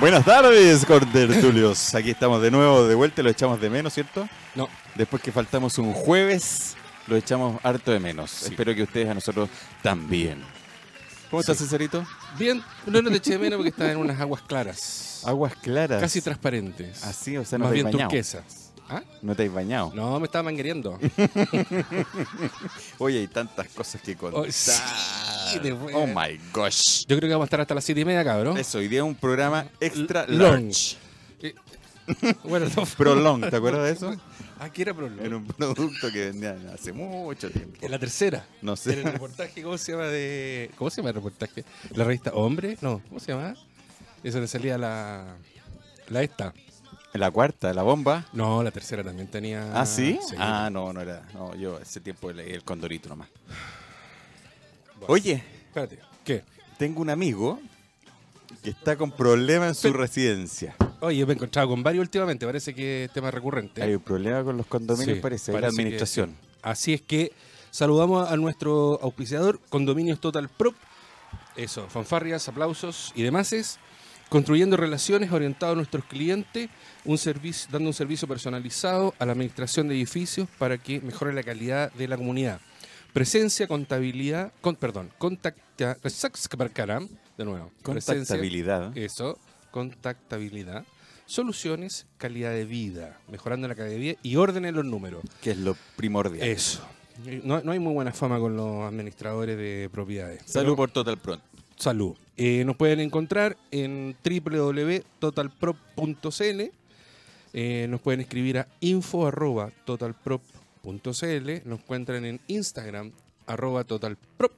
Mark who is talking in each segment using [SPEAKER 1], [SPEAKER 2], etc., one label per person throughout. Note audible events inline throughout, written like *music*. [SPEAKER 1] Buenas tardes, Tertulios. Aquí estamos de nuevo, de vuelta, lo echamos de menos, ¿cierto?
[SPEAKER 2] No.
[SPEAKER 1] Después que faltamos un jueves, lo echamos harto de menos. Espero que ustedes a nosotros también. ¿Cómo estás, Cesarito?
[SPEAKER 2] Bien, no, no te eché de menos porque estás en unas aguas claras.
[SPEAKER 1] Aguas claras.
[SPEAKER 2] Casi transparentes.
[SPEAKER 1] Así, o sea, no
[SPEAKER 2] Más
[SPEAKER 1] te has
[SPEAKER 2] bien
[SPEAKER 1] bañado.
[SPEAKER 2] turquesas. ¿Ah?
[SPEAKER 1] No te has bañado.
[SPEAKER 2] No, me estaba manguereando.
[SPEAKER 1] Oye, hay tantas cosas que contar.
[SPEAKER 2] Oh, sí, de buena.
[SPEAKER 1] Oh my gosh.
[SPEAKER 2] Yo creo que vamos a estar hasta las siete y media, cabrón.
[SPEAKER 1] Eso, hoy día es un programa extra
[SPEAKER 2] L-
[SPEAKER 1] large.
[SPEAKER 2] long. Eh, Bueno,
[SPEAKER 1] *laughs*
[SPEAKER 2] no.
[SPEAKER 1] Prolong, ¿te acuerdas de *laughs* eso?
[SPEAKER 2] Ah, que era Prolong.
[SPEAKER 1] Era un producto que vendían hace mucho tiempo.
[SPEAKER 2] En la tercera.
[SPEAKER 1] No
[SPEAKER 2] En
[SPEAKER 1] sé.
[SPEAKER 2] el reportaje, ¿cómo se llama? de ¿Cómo se llama el reportaje? ¿La revista Hombre? No, ¿cómo se llama? Eso le salía la. La esta.
[SPEAKER 1] La cuarta, la bomba.
[SPEAKER 2] No, la tercera también tenía.
[SPEAKER 1] Ah, ¿sí? Ah, no, no era. No, yo ese tiempo leí el Condorito nomás.
[SPEAKER 2] Bueno.
[SPEAKER 1] Oye,
[SPEAKER 2] Espérate. ¿Qué?
[SPEAKER 1] tengo un amigo que está con problemas en su
[SPEAKER 2] Pero-
[SPEAKER 1] residencia.
[SPEAKER 2] Oye, me he encontrado con varios últimamente, parece que es tema recurrente.
[SPEAKER 1] Hay un problema con los condominios,
[SPEAKER 2] Sí,
[SPEAKER 1] parece, hay la
[SPEAKER 2] parece que-
[SPEAKER 1] administración.
[SPEAKER 2] Así es que saludamos a nuestro auspiciador, Condominios Total Prop. Eso, fanfarrias, aplausos y demás. Construyendo relaciones orientado a nuestros clientes, un servicio, dando un servicio personalizado a la administración de edificios para que mejore la calidad de la comunidad. Presencia, contabilidad, con, perdón, contacta, de nuevo. Presencia,
[SPEAKER 1] Contactabilidad.
[SPEAKER 2] eso, contactabilidad, soluciones, calidad de vida, mejorando la calidad de vida y orden en los números.
[SPEAKER 1] que es lo primordial.
[SPEAKER 2] Eso. Eh, No, no hay muy buena fama con los administradores de propiedades.
[SPEAKER 1] Salud
[SPEAKER 2] Pero-
[SPEAKER 1] por Total Pronto.
[SPEAKER 2] salud. Eh, nos pueden encontrar en www.totalprop.cl. Eh, nos pueden escribir a info.totalprop.cl. Nos encuentran en Instagram, arroba totalprop.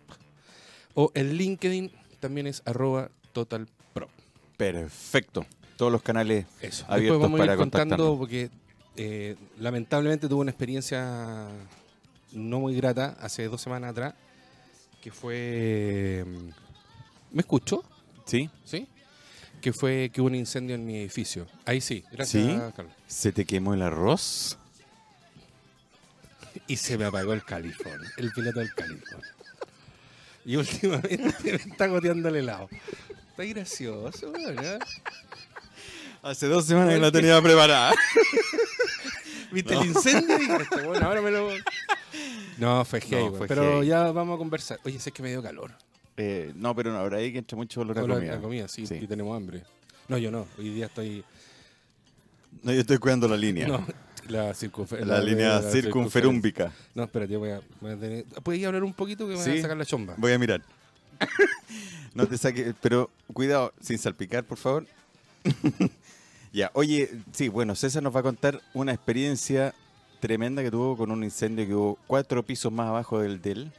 [SPEAKER 2] O en LinkedIn también es arroba totalprop.
[SPEAKER 1] Perfecto. Todos los canales
[SPEAKER 2] Eso.
[SPEAKER 1] Abiertos
[SPEAKER 2] Después vamos
[SPEAKER 1] para
[SPEAKER 2] a ir contando
[SPEAKER 1] contactarnos.
[SPEAKER 2] porque eh, lamentablemente tuve una experiencia no muy grata hace dos semanas atrás que fue... ¿Me escuchó?
[SPEAKER 1] ¿Sí?
[SPEAKER 2] ¿Sí? Que fue que hubo un incendio en mi edificio. Ahí sí, gracias,
[SPEAKER 1] ¿Sí?
[SPEAKER 2] Carlos.
[SPEAKER 1] ¿Se te quemó el arroz?
[SPEAKER 2] Y se me apagó el califón, el piloto del califón. Y últimamente *laughs* me está goteando el helado. Está gracioso, ¿eh? ¿verdad?
[SPEAKER 1] Hace dos semanas que la tenía preparada.
[SPEAKER 2] ¿Viste el incendio? Y dijiste, bueno, ahora me lo. *laughs* No, fue heavy,
[SPEAKER 1] No,
[SPEAKER 2] güey,
[SPEAKER 1] fue
[SPEAKER 2] Pero
[SPEAKER 1] heavy.
[SPEAKER 2] ya vamos a conversar. Oye, sé que me dio calor.
[SPEAKER 1] *laughs* Eh, no, pero no, ahora ahí que entra mucho olor a
[SPEAKER 2] Olor a
[SPEAKER 1] comida.
[SPEAKER 2] sí,
[SPEAKER 1] Sí.
[SPEAKER 2] Y tenemos hambre. No, yo no. Hoy día estoy.
[SPEAKER 1] No, yo estoy cuidando la línea.
[SPEAKER 2] No, la, circunfer-
[SPEAKER 1] La, línea
[SPEAKER 2] la
[SPEAKER 1] circunferúmbica.
[SPEAKER 2] No, espérate, voy a, voy a tener. ¿Puedes ir a hablar un poquito que me van
[SPEAKER 1] Sí.
[SPEAKER 2] a sacar la chomba?
[SPEAKER 1] Voy a mirar. *laughs* no te saques, pero cuidado, sin salpicar, por favor. *laughs* ya, oye, sí, bueno, César nos va a contar una experiencia tremenda que tuvo con un incendio que hubo cuatro pisos más abajo del del,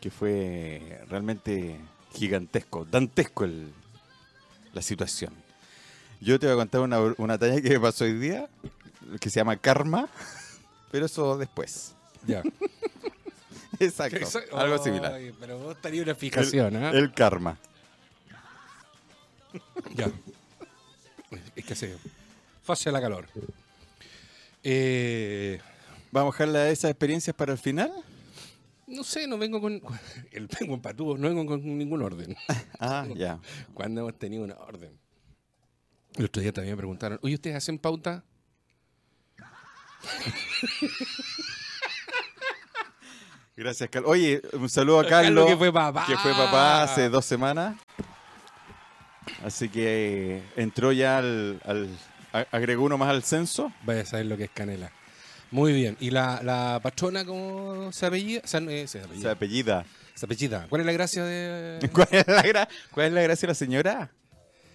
[SPEAKER 1] que fue realmente gigantesco, dantesco el- la situación. Yo te voy a contar una, una talla que me pasó hoy día, que se llama Karma, *laughs* pero eso después.
[SPEAKER 2] Ya.
[SPEAKER 1] *laughs* Exacto,
[SPEAKER 2] *laughs*
[SPEAKER 1] algo similar.
[SPEAKER 2] Ay, pero vos tenías una fijación, ¿ah?
[SPEAKER 1] El karma.
[SPEAKER 2] Ya. Es que se. Fase la calor. Eh.
[SPEAKER 1] Vamos a dejar la- esas experiencias para el final.
[SPEAKER 2] No sé, no vengo con. *laughs* con- El vengo en patúo, no vengo con ningún orden.
[SPEAKER 1] Ah, ya.
[SPEAKER 2] ¿Cuándo hemos tenido una orden? El otro día también me preguntaron, oye, ¿ustedes hacen pauta?
[SPEAKER 1] Gracias, Carlos. Oye, un saludo a
[SPEAKER 2] Carlos,
[SPEAKER 1] Carlos,
[SPEAKER 2] que fue papá.
[SPEAKER 1] que fue papá hace dos semanas. Así que eh, entró ya al. al- a- agregó uno más al censo.
[SPEAKER 2] Vaya a saber lo que es canela. Muy bien. ¿Y la, la patrona cómo se apellida? Se, eh, se
[SPEAKER 1] Se
[SPEAKER 2] apellida.
[SPEAKER 1] apellida.
[SPEAKER 2] Se apellida. ¿Cuál es la gracia
[SPEAKER 1] *laughs*
[SPEAKER 2] de...?
[SPEAKER 1] ¿Cuál es la, gra- cuál es la gracia de la señora?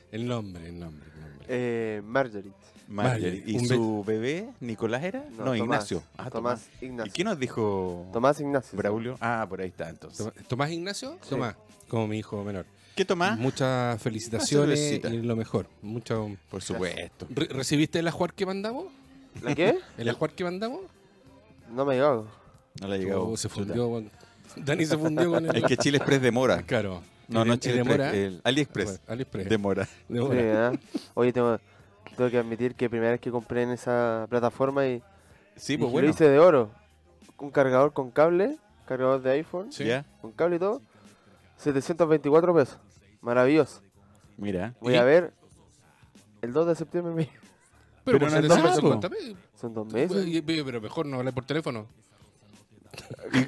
[SPEAKER 2] El nombre, el nombre, el nombre.
[SPEAKER 3] Eh, Marjorie.
[SPEAKER 1] Marjorie. ¿Y
[SPEAKER 2] un
[SPEAKER 1] su bebé, Nicolás era? No,
[SPEAKER 3] Tomás.
[SPEAKER 1] Ignacio. Ah,
[SPEAKER 3] Tomás,
[SPEAKER 1] Tomás. ¿Y
[SPEAKER 3] Ignacio.
[SPEAKER 1] qué nos dijo
[SPEAKER 3] Tomás Ignacio.
[SPEAKER 1] Braulio? Ah, por ahí está entonces.
[SPEAKER 2] Toma- ¿Tomás Ignacio?
[SPEAKER 3] Sí.
[SPEAKER 2] Tomás, como mi hijo menor.
[SPEAKER 1] ¿Qué Tomás?
[SPEAKER 2] Muchas felicitaciones
[SPEAKER 1] cervecita.
[SPEAKER 2] y lo mejor. Mucho...
[SPEAKER 1] Por supuesto.
[SPEAKER 2] Re- ¿Recibiste el ajuar que mandamos?
[SPEAKER 3] ¿La qué?
[SPEAKER 2] ¿El ajuar que mandamos?
[SPEAKER 3] No me llegó.
[SPEAKER 1] No le ha
[SPEAKER 2] Oh,
[SPEAKER 1] llegado.
[SPEAKER 2] se fundió. con- Dani se fundió con el...
[SPEAKER 1] Es que Chile Express demora.
[SPEAKER 2] Claro.
[SPEAKER 1] No, no
[SPEAKER 2] El- el
[SPEAKER 1] Chile
[SPEAKER 2] demora- Ah,
[SPEAKER 1] Express, el AliExpress.
[SPEAKER 2] Bueno, AliExpress.
[SPEAKER 1] Demora.
[SPEAKER 3] Sí,
[SPEAKER 2] Demora.
[SPEAKER 3] ¿verdad? Oye, tengo, tengo que admitir que primera vez que compré en esa plataforma y,
[SPEAKER 1] Sí,
[SPEAKER 3] y
[SPEAKER 1] pues
[SPEAKER 3] lo
[SPEAKER 1] bueno.
[SPEAKER 3] hice de oro. Un cargador con cable, cargador de iPhone,
[SPEAKER 2] Sí.
[SPEAKER 1] Ya,
[SPEAKER 3] con cable y todo. 724 pesos. Maravilloso.
[SPEAKER 1] mira.
[SPEAKER 3] Voy
[SPEAKER 2] ¿Y?
[SPEAKER 3] a ver El 2 de septiembre me-
[SPEAKER 2] Pero,
[SPEAKER 1] Pero no
[SPEAKER 2] por si te
[SPEAKER 1] es
[SPEAKER 2] sirve,
[SPEAKER 1] nada,
[SPEAKER 2] son
[SPEAKER 1] po.
[SPEAKER 2] 40 pesos.
[SPEAKER 3] *laughs* son dos meses.
[SPEAKER 2] Oye, Pues, Pero mejor no hablar por teléfono.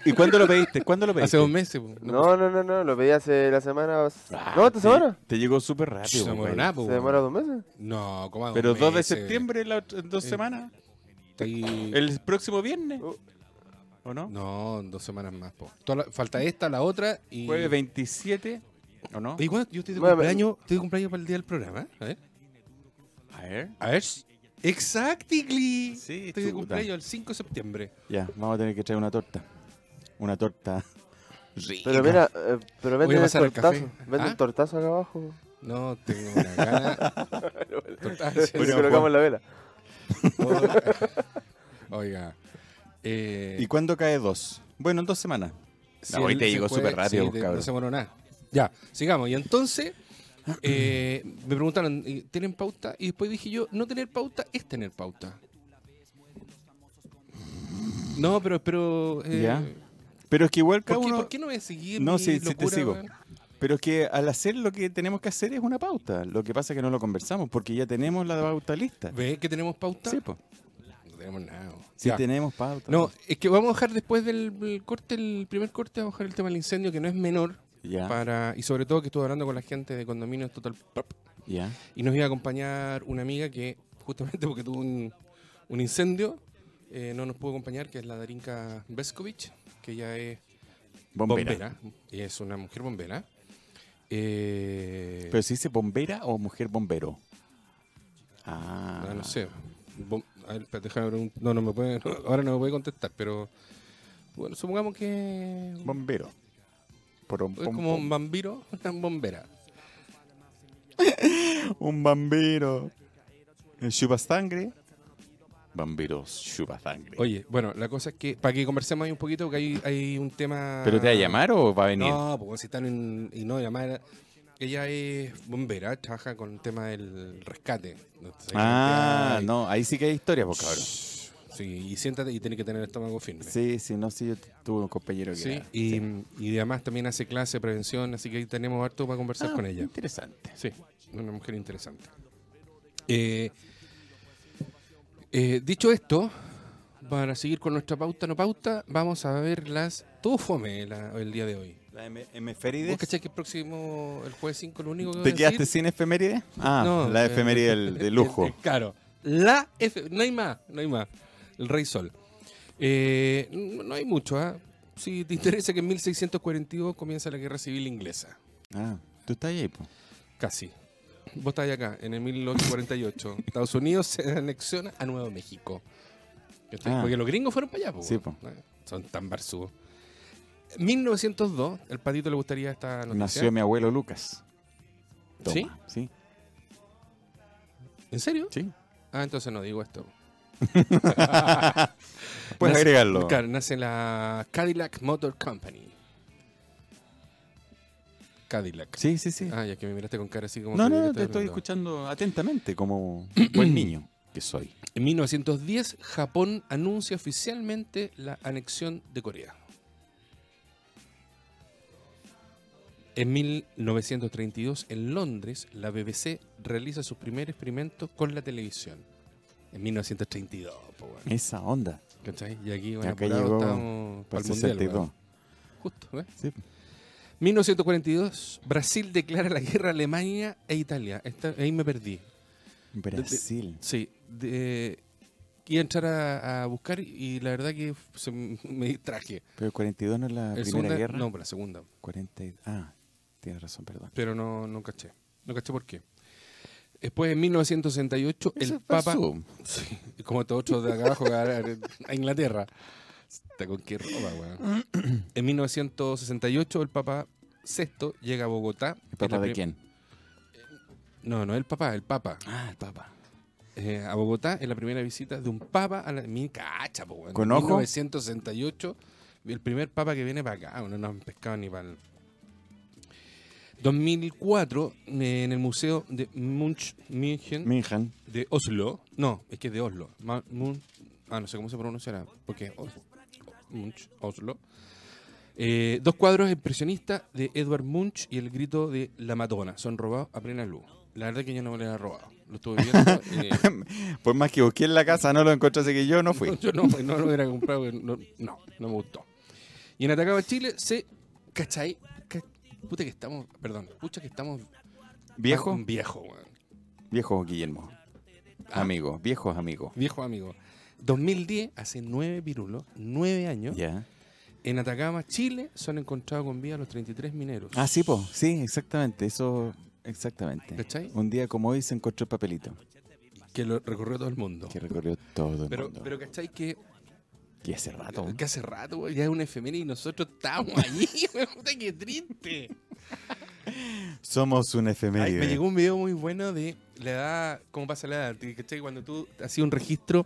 [SPEAKER 1] ¿Y, y cuándo lo pediste? ¿Cuándo lo pediste?
[SPEAKER 2] Hace dos meses. po. No,
[SPEAKER 3] No, no, no, no, lo pedí hace la semana.
[SPEAKER 1] Ah,
[SPEAKER 3] no, esta
[SPEAKER 1] te-
[SPEAKER 3] semana.
[SPEAKER 1] Te llegó súper
[SPEAKER 2] Ch,
[SPEAKER 1] rápido. pues,
[SPEAKER 2] no
[SPEAKER 1] güey.
[SPEAKER 2] muero nada, eh. po,
[SPEAKER 3] Se
[SPEAKER 2] weón.
[SPEAKER 3] demora dos meses.
[SPEAKER 2] No, como a
[SPEAKER 1] Pero 2 de
[SPEAKER 2] meses.
[SPEAKER 1] septiembre, la otra- en dos
[SPEAKER 2] Eh.
[SPEAKER 1] semanas.
[SPEAKER 2] Está ahí-
[SPEAKER 1] El próximo viernes.
[SPEAKER 3] Oh.
[SPEAKER 1] ¿O no?
[SPEAKER 2] No, dos semanas más. po. Toda la- Falta esta, la otra y.
[SPEAKER 1] Jueves 27. ¿O no?
[SPEAKER 2] ¿Y cuándo? Yo estoy de
[SPEAKER 3] Nueve.
[SPEAKER 2] cumpleaños, estoy de cumpleaños para el día del programa. ¿eh? A ver.
[SPEAKER 1] A ver.
[SPEAKER 2] A ver. Exactly.
[SPEAKER 1] Sí,
[SPEAKER 2] estoy de
[SPEAKER 1] chuta.
[SPEAKER 2] cumpleaños el 5 de septiembre.
[SPEAKER 1] Ya, vamos a tener que traer una torta. Una torta.
[SPEAKER 3] Pero mira, eh, pero
[SPEAKER 2] Voy a
[SPEAKER 3] venden el
[SPEAKER 2] pasar al café.
[SPEAKER 3] tortazo. Venden
[SPEAKER 2] ¿Ah?
[SPEAKER 3] el tortazo acá abajo.
[SPEAKER 2] No, tengo
[SPEAKER 1] *laughs*
[SPEAKER 2] una gana. Total, sí,
[SPEAKER 1] Bueno,
[SPEAKER 3] Le
[SPEAKER 2] sí.
[SPEAKER 3] colocamos la vela.
[SPEAKER 2] Oiga. Eh,
[SPEAKER 1] ¿Y cuándo cae 2? Bueno, en dos semanas.
[SPEAKER 2] si
[SPEAKER 1] No, hoy
[SPEAKER 2] él
[SPEAKER 1] te
[SPEAKER 2] se
[SPEAKER 1] llegó
[SPEAKER 2] fue-
[SPEAKER 1] súper rápido,
[SPEAKER 2] sí,
[SPEAKER 1] pues,
[SPEAKER 2] te-
[SPEAKER 1] cabrón.
[SPEAKER 2] No se demoró nada. Ya, sigamos. Y entonces eh, me preguntaron, ¿y ¿tienen pauta? Y después dije yo, no tener pauta es tener pauta. No, pero... pero eh,
[SPEAKER 1] Ya. Pero es que igual
[SPEAKER 2] ¿por,
[SPEAKER 1] cada
[SPEAKER 2] qué,
[SPEAKER 1] uno...
[SPEAKER 2] por qué no me seguí en
[SPEAKER 1] No,
[SPEAKER 2] mi
[SPEAKER 1] sí, sí te
[SPEAKER 2] locura,
[SPEAKER 1] sigo.
[SPEAKER 2] weón?
[SPEAKER 1] Pero es que al hacer lo que tenemos que hacer es una pauta. Lo que pasa es que no lo conversamos porque ya tenemos la pauta lista.
[SPEAKER 2] ¿Ve que tenemos pauta?
[SPEAKER 1] Sí, po.
[SPEAKER 2] No tenemos nada.
[SPEAKER 1] Sí
[SPEAKER 2] Ya.
[SPEAKER 1] tenemos pauta.
[SPEAKER 2] No, es que vamos a dejar después del del corte, el primer corte, vamos a dejar el tema del incendio, que no es menor,
[SPEAKER 1] Ya,
[SPEAKER 2] para y sobre todo que estuve hablando con la gente de Condominios Total Pop,
[SPEAKER 1] ya.
[SPEAKER 2] y nos iba a acompañar una amiga que justamente porque tuvo un, un incendio eh, no nos pudo acompañar, que es la Darinka Veskovich, que ella es
[SPEAKER 1] Bombera.
[SPEAKER 2] bombera, y es una mujer bombera. Eh,
[SPEAKER 1] Pero si dice bombera o mujer bombero. Ah,
[SPEAKER 2] Ah, no sé. Bom- a ver, espérate, déjame pregun- No, no me puede, *laughs* ahora no me puede contestar, pero bueno, supongamos que
[SPEAKER 1] Bombero. Por un,
[SPEAKER 2] es como un vampiro, *laughs* una bombera.
[SPEAKER 1] un bombero. Chupa sangre. Bomberos, chupa sangre.
[SPEAKER 2] Oye, bueno, la cosa es que, para que conversemos ahí un poquito, que hay, hay un tema...
[SPEAKER 1] ¿Pero te va a llamar o va a venir?
[SPEAKER 2] ah, No, porque si están en... Y no, llamar... Ella es bombera, trabaja con el tema del rescate. Entonces,
[SPEAKER 1] ah,
[SPEAKER 2] hay-
[SPEAKER 1] no, ahí sí que hay historia, pues cabrón.
[SPEAKER 2] Sí, y siéntate y tienes que tener el estómago firme.
[SPEAKER 1] Sí, sí, no, sí, yo t- tuve un compañero que
[SPEAKER 2] Sí,
[SPEAKER 1] era-
[SPEAKER 2] y, y además también hace clase de prevención, así que ahí tenemos harto para conversar
[SPEAKER 1] Ah,
[SPEAKER 2] con ella.
[SPEAKER 1] Interesante.
[SPEAKER 2] Sí, una mujer interesante. Eh, eh, dicho esto, para seguir con nuestra pauta no pauta, vamos a ver las... Todo fome la- el día de hoy.
[SPEAKER 1] ¿La
[SPEAKER 2] ¿Vos
[SPEAKER 1] efemérides?
[SPEAKER 2] cachai que el próximo, el jueves 5, lo único que voy
[SPEAKER 1] ¿Te
[SPEAKER 2] a
[SPEAKER 1] quedaste
[SPEAKER 2] decir?
[SPEAKER 1] sin efeméride? Ah,
[SPEAKER 2] No,
[SPEAKER 1] la
[SPEAKER 2] eh,
[SPEAKER 1] efeméride
[SPEAKER 2] *laughs*
[SPEAKER 1] del- de lujo.
[SPEAKER 2] Claro. La F... No hay más, no hay más. El Rey Sol. Eh, no no hay mucho, ¿ah? Si te interesa que en 1642 comienza la Guerra Civil Inglesa.
[SPEAKER 1] Ah, tú estás ahí, pues.
[SPEAKER 2] Casi. Vos estás acá, en
[SPEAKER 1] *laughs*
[SPEAKER 2] el 1848. Estados Unidos se anexiona a Nuevo México. ¿Cachai?
[SPEAKER 1] Ah.
[SPEAKER 2] Porque los gringos fueron para allá, po,
[SPEAKER 1] Sí,
[SPEAKER 2] weón. Eh, Son tan barzudos. 1902, el patito le gustaría esta noticia.
[SPEAKER 1] Nació mi abuelo Lucas.
[SPEAKER 2] ¿Sí?
[SPEAKER 1] Sí,
[SPEAKER 2] ¿En serio?
[SPEAKER 1] sí.
[SPEAKER 2] Ah, entonces no digo esto.
[SPEAKER 1] Puedes
[SPEAKER 2] Nace-
[SPEAKER 1] agregarlo.
[SPEAKER 2] Claro, nace la Cadillac Motor Company. Cadillac.
[SPEAKER 1] Sí, sí, sí.
[SPEAKER 2] Ah, ya que me miraste con cara así como...
[SPEAKER 1] No,
[SPEAKER 2] que
[SPEAKER 1] no,
[SPEAKER 2] yo
[SPEAKER 1] te estoy
[SPEAKER 2] hablando.
[SPEAKER 1] escuchando atentamente como buen niño que soy.
[SPEAKER 2] En 1910, Japón anuncia oficialmente la anexión de Corea. En 1932, en Londres, la BBC realiza su primer experimento con la televisión. En 1932, po, weón.
[SPEAKER 1] Esa onda.
[SPEAKER 2] ¿Cachai? Y aquí,
[SPEAKER 1] Y
[SPEAKER 2] bueno,
[SPEAKER 1] acá
[SPEAKER 2] apurados
[SPEAKER 1] Eh, llegó
[SPEAKER 2] estamos
[SPEAKER 1] Para
[SPEAKER 2] pa'l mundial,
[SPEAKER 1] 62.
[SPEAKER 2] weón. Justo, ¿eh? ¿ves?
[SPEAKER 1] Sí.
[SPEAKER 2] 1942, Brasil declara la guerra a Alemania e Italia. Esta- ahí me perdí.
[SPEAKER 1] Brasil.
[SPEAKER 2] Sí, de, iba a entrar a, a buscar y la verdad que se m- me distraje.
[SPEAKER 1] Pero el 42 no es la
[SPEAKER 2] El
[SPEAKER 1] primera
[SPEAKER 2] segunda-
[SPEAKER 1] guerra.
[SPEAKER 2] No, pues la segunda,
[SPEAKER 1] 40 y- Ah, tienes razón, perdón.
[SPEAKER 2] pero no, no caché. No caché por qué. Después, en 1968, el Papa... Sí, como todos otros de acá abajo, a, a Inglaterra. Está con qué ropa, weón. En 1968, el Papa VI llega a Bogotá.
[SPEAKER 1] ¿El
[SPEAKER 2] Es la
[SPEAKER 1] papá de
[SPEAKER 2] prim-
[SPEAKER 1] quién?
[SPEAKER 2] No, no el Papa, el Papa.
[SPEAKER 1] Ah, el papá.
[SPEAKER 2] eh, a Bogotá en la primera visita de un papa a la. Mi cacha, po, weón.
[SPEAKER 1] ¿Con
[SPEAKER 2] En
[SPEAKER 1] ojo?
[SPEAKER 2] 1968, el primer papa que viene para acá, bueno, no han pescado ni para el. 2004, eh, en el Museo de Munch, München,
[SPEAKER 1] Minhan.
[SPEAKER 2] de Oslo. No, es que es de Oslo. Ma- Mun- ah, no sé cómo se pronunciará, porque es Os- Munch, Oslo. Eh, dos cuadros impresionistas de Edward Munch y el grito de La Madonna. Son robados a plena luz. La verdad es que yo no me los he robado. Lo estuve viendo.
[SPEAKER 1] *laughs*
[SPEAKER 2] eh,
[SPEAKER 1] Por más que busqué en la casa, no lo encontré, así que yo no fui.
[SPEAKER 2] yo no, pues, no lo hubiera comprado. porque No, no, no me gustó. Y en Atacama Chile se. ¿Cachai? Ca- Puta que estamos. Perdón. Pucha que estamos.
[SPEAKER 1] ¿Viejo?
[SPEAKER 2] *laughs* Viejo, weón.
[SPEAKER 1] Viejo Guillermo.
[SPEAKER 2] Ah.
[SPEAKER 1] Amigo, viejos amigos.
[SPEAKER 2] Viejo amigo. 2010, hace nueve pirulos, nueve años,
[SPEAKER 1] Ya.
[SPEAKER 2] en Atacama, Chile, son encontrados con vida los 33 mineros.
[SPEAKER 1] Ah, sí, po. Sí, exactamente. Eso, exactamente.
[SPEAKER 2] ¿Cachai?
[SPEAKER 1] Un día como hoy se encontró el papelito
[SPEAKER 2] Que lo recorrió todo el mundo.
[SPEAKER 1] que recorrió todo el
[SPEAKER 2] Pero,
[SPEAKER 1] mundo. Ah,
[SPEAKER 2] pero ¿cachai? Que,
[SPEAKER 1] y hace rato.
[SPEAKER 2] que hace rato weón, ya es una efeméride y nosotros estamos allí. *laughs* weón, Puta, qué triste.
[SPEAKER 1] Somos un
[SPEAKER 2] Ay,
[SPEAKER 1] efeméride.
[SPEAKER 2] me llegó un video muy bueno de la edad, cómo pasa la edad. que, ¿Cachai? Cuando tú hacías un registro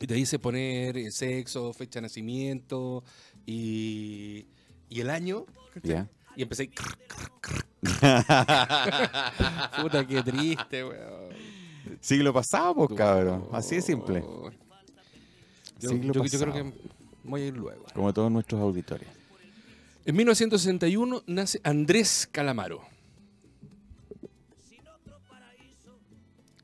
[SPEAKER 2] y te dice poner eh, sexo, fecha de nacimiento y, y el año. ¿cachai?
[SPEAKER 1] Ya.
[SPEAKER 2] Y empecé. ahí,
[SPEAKER 1] *laughs*
[SPEAKER 2] Puta, qué triste, weón.
[SPEAKER 1] Siglo pasado, pues, cabrón. Así de simple.
[SPEAKER 2] Oh. Yo,
[SPEAKER 1] Siglo
[SPEAKER 2] yo- yo
[SPEAKER 1] pasado.
[SPEAKER 2] creo que voy a ir luego.
[SPEAKER 1] Como todos nuestros auditores.
[SPEAKER 2] En 1961 nace Andrés Calamaro.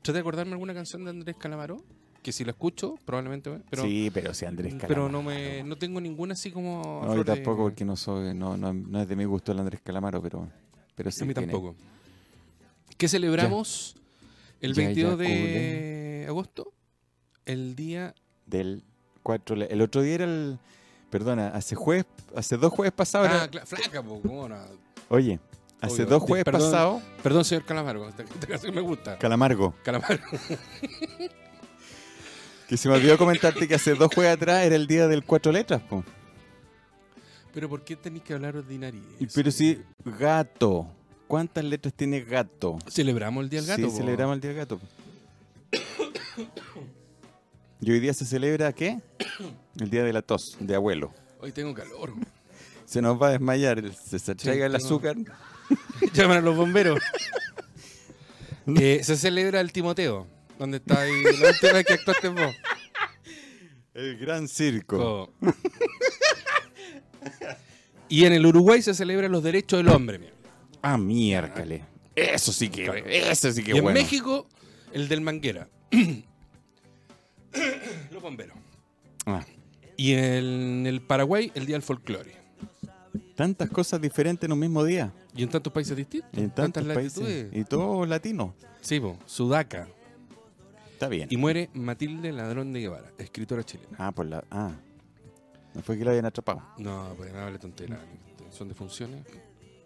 [SPEAKER 2] Trata de acordarme alguna canción de Andrés Calamaro, que si la escucho, probablemente, ¿eh? pero, mm,
[SPEAKER 1] sí, pero si Andrés Calamaro.
[SPEAKER 2] pero no me no tengo ninguna así como. a
[SPEAKER 1] No, yo
[SPEAKER 2] flor de-
[SPEAKER 1] tampoco, porque no, soy, no, no, no es de mi gusto el Andrés Calamaro, pero, pero sí.
[SPEAKER 2] a mí
[SPEAKER 1] tiene-
[SPEAKER 2] tampoco. ¿Qué celebramos el
[SPEAKER 1] Ya, eh. ya,
[SPEAKER 2] 22 de agosto? El día
[SPEAKER 1] Del 4. El otro día era el. Perdona, hace jueves, hace dos jueves pasados. era-
[SPEAKER 2] Ah, cla- flaca, po, cómo no.
[SPEAKER 1] Oye, hace
[SPEAKER 2] Obvio.
[SPEAKER 1] dos jueves
[SPEAKER 2] Te- perdón.
[SPEAKER 1] pasados,
[SPEAKER 2] Perdón, señor Calamaro, esta, esta canción me gusta.
[SPEAKER 1] Calamargo,
[SPEAKER 2] Calamaro. *laughs*
[SPEAKER 1] que se me olvidó comentarte que hace dos jueves atrás era el día del cuatro letras, po.
[SPEAKER 2] Pero ¿por qué tenéis que hablar de nariz?
[SPEAKER 1] Y- Pero sí, gato. ¿Cuántas letras tiene gato?
[SPEAKER 2] Celebramos el Día del Gato.
[SPEAKER 1] Sí,
[SPEAKER 2] po.
[SPEAKER 1] celebramos el día del gato. po. y hoy día se celebra, ¿qué? El día de la tos, de abuelo.
[SPEAKER 2] Hoy tengo calor.
[SPEAKER 1] Se nos va a desmayar, el- se, se traiga el
[SPEAKER 2] tengo-
[SPEAKER 1] azúcar.
[SPEAKER 2] *laughs* Llaman a
[SPEAKER 1] *laughs*
[SPEAKER 2] los bomberos. Eh, se celebra el Timoteo. ¿Dónde está ahí
[SPEAKER 1] *laughs*
[SPEAKER 2] la última vez que actuaste vos?
[SPEAKER 1] El gran circo.
[SPEAKER 2] Co. Y en el Uruguay se celebran los derechos del hombre. mierda.
[SPEAKER 1] Ah, miércale. Eso sí que, eso sí que
[SPEAKER 2] y en
[SPEAKER 1] bueno.
[SPEAKER 2] México, el del Manguera. *coughs* los bomberos.
[SPEAKER 1] Ah,
[SPEAKER 2] Y en el Paraguay, el Día del Folclore.
[SPEAKER 1] tantas cosas diferentes en un mismo día.
[SPEAKER 2] Y en tantos países distintos.
[SPEAKER 1] En tantos países. Y todos latinos.
[SPEAKER 2] Sí, po, Sudaca.
[SPEAKER 1] Está bien.
[SPEAKER 2] Y muere Matilde Ladrón de Guevara, escritora chilena.
[SPEAKER 1] Ah, por la. Ah. No fue que la habían atrapado.
[SPEAKER 2] No, pues no hable tontera.
[SPEAKER 1] Mm.
[SPEAKER 2] Son de funciones.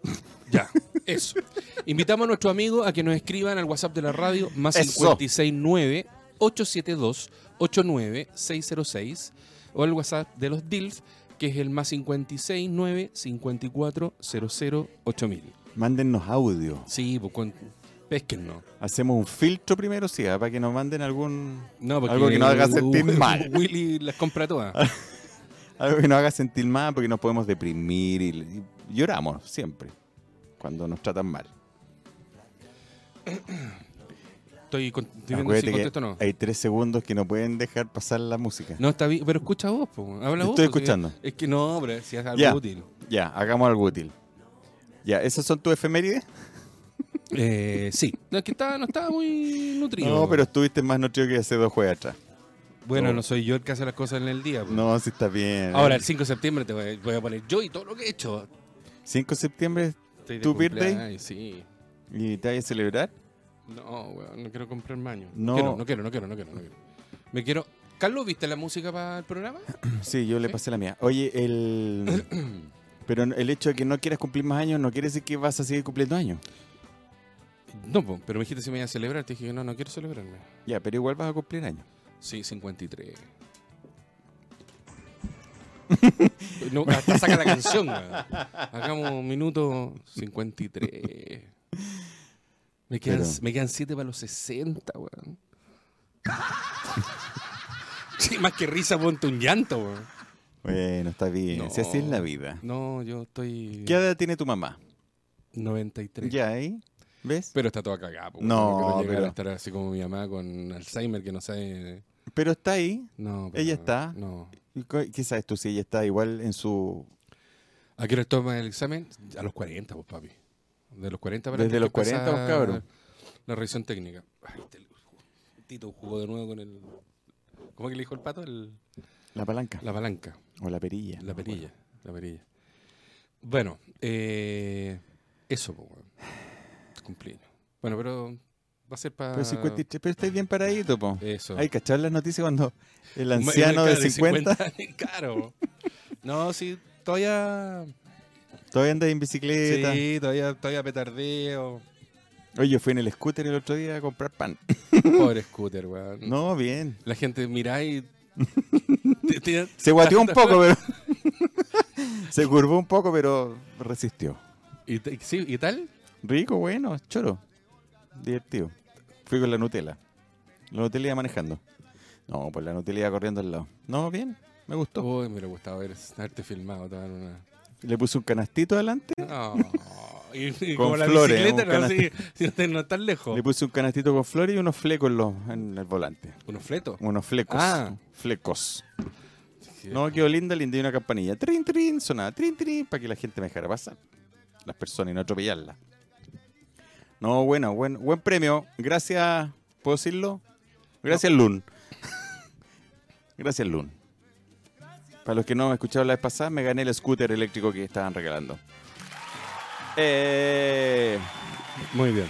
[SPEAKER 2] *laughs* ya, eso. Invitamos a nuestros amigos a que nos escriban al WhatsApp de la radio más
[SPEAKER 1] Eso.
[SPEAKER 2] 569 872 89606 o al WhatsApp de los DILF que es el más 569 5400 8000.
[SPEAKER 1] Mándennos audio.
[SPEAKER 2] Sí, pues con... pesquennos.
[SPEAKER 1] Hacemos un filtro primero, sí, ah, para que nos manden algún.
[SPEAKER 2] No, porque
[SPEAKER 1] Algo que nos haga sentir mal.
[SPEAKER 2] Willy las compra todas.
[SPEAKER 1] *laughs* Algo que nos haga sentir mal, porque nos podemos deprimir y, y lloramos siempre cuando nos tratan mal.
[SPEAKER 2] Estoy con- estoy viendo si
[SPEAKER 1] Acuérdate
[SPEAKER 2] contesto
[SPEAKER 1] que
[SPEAKER 2] o no.
[SPEAKER 1] hay tres segundos que no pueden dejar pasar la música.
[SPEAKER 2] No, está bien, pero escucha vos, po. habla
[SPEAKER 1] Yo
[SPEAKER 2] vos.
[SPEAKER 1] estoy
[SPEAKER 2] po, si-
[SPEAKER 1] escuchando.
[SPEAKER 2] Es que no, pero si es algo
[SPEAKER 1] Ya.
[SPEAKER 2] útil.
[SPEAKER 1] Ya, hagamos algo útil. Ya, ¿esas son tus efemérides?
[SPEAKER 2] Eh, sí. No, es que estaba, no estaba muy nutrido.
[SPEAKER 1] No, pero estuviste más nutrido que hace dos jueves atrás.
[SPEAKER 2] Bueno,
[SPEAKER 1] no.
[SPEAKER 2] no soy yo el que hace las cosas en el día. po.
[SPEAKER 1] No, eh. sí está bien.
[SPEAKER 2] Ahora, el 5 de septiembre te voy a, voy a poner yo y todo lo que he hecho.
[SPEAKER 1] 5 de septiembre
[SPEAKER 2] Estoy de
[SPEAKER 1] ¿Tu birthday?
[SPEAKER 2] cumpleaños, Sí.
[SPEAKER 1] y te vas a celebrar.
[SPEAKER 2] No, weón, no quiero comprar maño.
[SPEAKER 1] No.
[SPEAKER 2] Quiero, no quiero, no quiero, no quiero, no quiero. Me quiero... Carlos, ¿viste la música para el programa?
[SPEAKER 1] *laughs* Sí, yo le pasé la mía. Oye,
[SPEAKER 2] *clears throat*
[SPEAKER 1] el. Pero el hecho de que no quieras cumplir más años no quiere decir que vas a seguir cumpliendo años.
[SPEAKER 2] No, po, pero me dijiste si me iba a celebrar. Te dije que no, no quiero celebrarme.
[SPEAKER 1] Ya, pero igual vas a cumplir años.
[SPEAKER 2] Sí, 53.
[SPEAKER 1] *laughs*
[SPEAKER 2] no, hasta saca la canción. weón. Hagamos un minuto 53. Me quedan,
[SPEAKER 1] Pero-
[SPEAKER 2] me quedan 7 para los 60, weón. *laughs* Sí, más que risa, ponte un llanto, weón.
[SPEAKER 1] Bueno, está bien.
[SPEAKER 2] No.
[SPEAKER 1] Si así es la vida.
[SPEAKER 2] No, yo estoy.
[SPEAKER 1] ¿Qué edad tiene tu mamá?
[SPEAKER 2] 93.
[SPEAKER 1] Ya, ahí. ¿Ves?
[SPEAKER 2] Pero está toda cagada, po, weón.
[SPEAKER 1] No,
[SPEAKER 2] quiero llegar
[SPEAKER 1] pero-
[SPEAKER 2] a estar así como mi mamá con Alzheimer que no sabe.
[SPEAKER 1] Pero está ahí.
[SPEAKER 2] No,
[SPEAKER 1] Ella está.
[SPEAKER 2] No.
[SPEAKER 1] ¿Y co- ¿Qué sabes tú si ella está igual en su
[SPEAKER 2] ¿A qué hora toman el examen? A los 40, pues, papi. De los 40 para
[SPEAKER 1] Desde
[SPEAKER 2] que
[SPEAKER 1] los
[SPEAKER 2] pasa
[SPEAKER 1] 40, pues, cabrón.
[SPEAKER 2] La revisión técnica. Ay, te- Tito jugó de nuevo con el. ¿Cómo que le dijo el pato? El-
[SPEAKER 1] La palanca.
[SPEAKER 2] la palanca.
[SPEAKER 1] O la perilla.
[SPEAKER 2] La perilla, la perilla. Bueno, eh, eso, pues, weón. Cumpleaños. Bueno, pero va a ser para...
[SPEAKER 1] Pero 53, pero
[SPEAKER 2] Ah.
[SPEAKER 1] estáis bien paradito, po.
[SPEAKER 2] Eso.
[SPEAKER 1] Hay que echar las noticias cuando el
[SPEAKER 2] Un-
[SPEAKER 1] anciano
[SPEAKER 2] *laughs* una
[SPEAKER 1] de
[SPEAKER 2] cara
[SPEAKER 1] 50,
[SPEAKER 2] claro. No, sí, todavía...
[SPEAKER 1] todavía anda en bicicleta.
[SPEAKER 2] Sí, todavía, todavía petardeo.
[SPEAKER 1] Oye, yo fui en el scooter el otro día a comprar pan.
[SPEAKER 2] Pobre scooter, weón.
[SPEAKER 1] No, bien.
[SPEAKER 2] La gente mira
[SPEAKER 1] *laughs*
[SPEAKER 2] y... te- te-
[SPEAKER 1] Se guateó un poco, pero. *laughs* Se curvó un poco, pero resistió.
[SPEAKER 2] y, te- sí, ¿Y tal?
[SPEAKER 1] Rico, bueno, choro. Divertido. Fui con la Nutella. La Nutella iba manejando. No, pues la Nutella iba corriendo al lado. No, bien, me gustó.
[SPEAKER 2] Uy, me hubiera gustado haber, haberte filmado. te dan una...
[SPEAKER 1] Le puse un canastito adelante.
[SPEAKER 2] No. Y, y
[SPEAKER 1] Con
[SPEAKER 2] como la
[SPEAKER 1] flores,
[SPEAKER 2] bicicleta,
[SPEAKER 1] un
[SPEAKER 2] no, si, si usted no tan lejos.
[SPEAKER 1] Le puse un canastito con flores y unos flecos en, los- en el volante.
[SPEAKER 2] Unos fletos.
[SPEAKER 1] Unos flecos.
[SPEAKER 2] Ah.
[SPEAKER 1] Flecos.
[SPEAKER 2] Sí.
[SPEAKER 1] No, quedó linda, linda y una campanilla. Trin, trin, sonaba trin, trin, para que la gente me dejara pasar. Las personas y no atropellarlas. No, bueno, buen, buen premio. Gracias, ¿puedo decirlo? Gracias, Lun. *laughs* Gracias, Lun. Para los que no me escucharon la vez pasada, me gané el scooter eléctrico que estaban regalando. Eh,
[SPEAKER 2] Muy bien.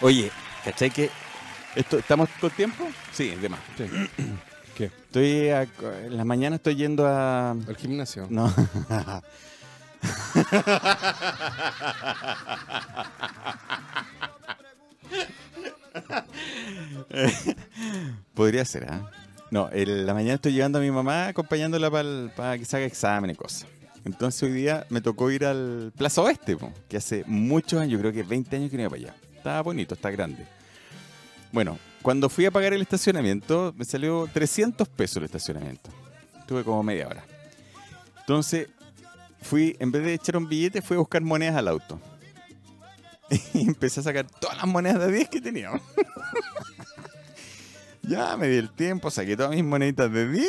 [SPEAKER 1] oye, ¿cachai que esto, estamos con tiempo? Sí, de más. *clears throat*
[SPEAKER 2] Sí. ¿Qué?
[SPEAKER 1] Estoy a- en las mañanas estoy yendo a
[SPEAKER 2] Al gimnasio.
[SPEAKER 1] No. Podría ser, ¿ah? No, en la mañana estoy llevando a mi mamá, acompañándola para que se haga examen y cosas. Entonces hoy día me tocó ir al Plaza Oeste, po, que hace muchos años, yo creo que 20 años que no iba para allá. Está bonito, está grande. Bueno, cuando fui a pagar el estacionamiento, me salió 300 pesos el estacionamiento. Tuve como media hora. Entonces, fui, en vez de echar un billete, fui a buscar monedas al auto. *laughs* Y empecé a sacar todas las monedas de 10 que tenía. *laughs* ya me di el tiempo, saqué todas mis moneditas de 10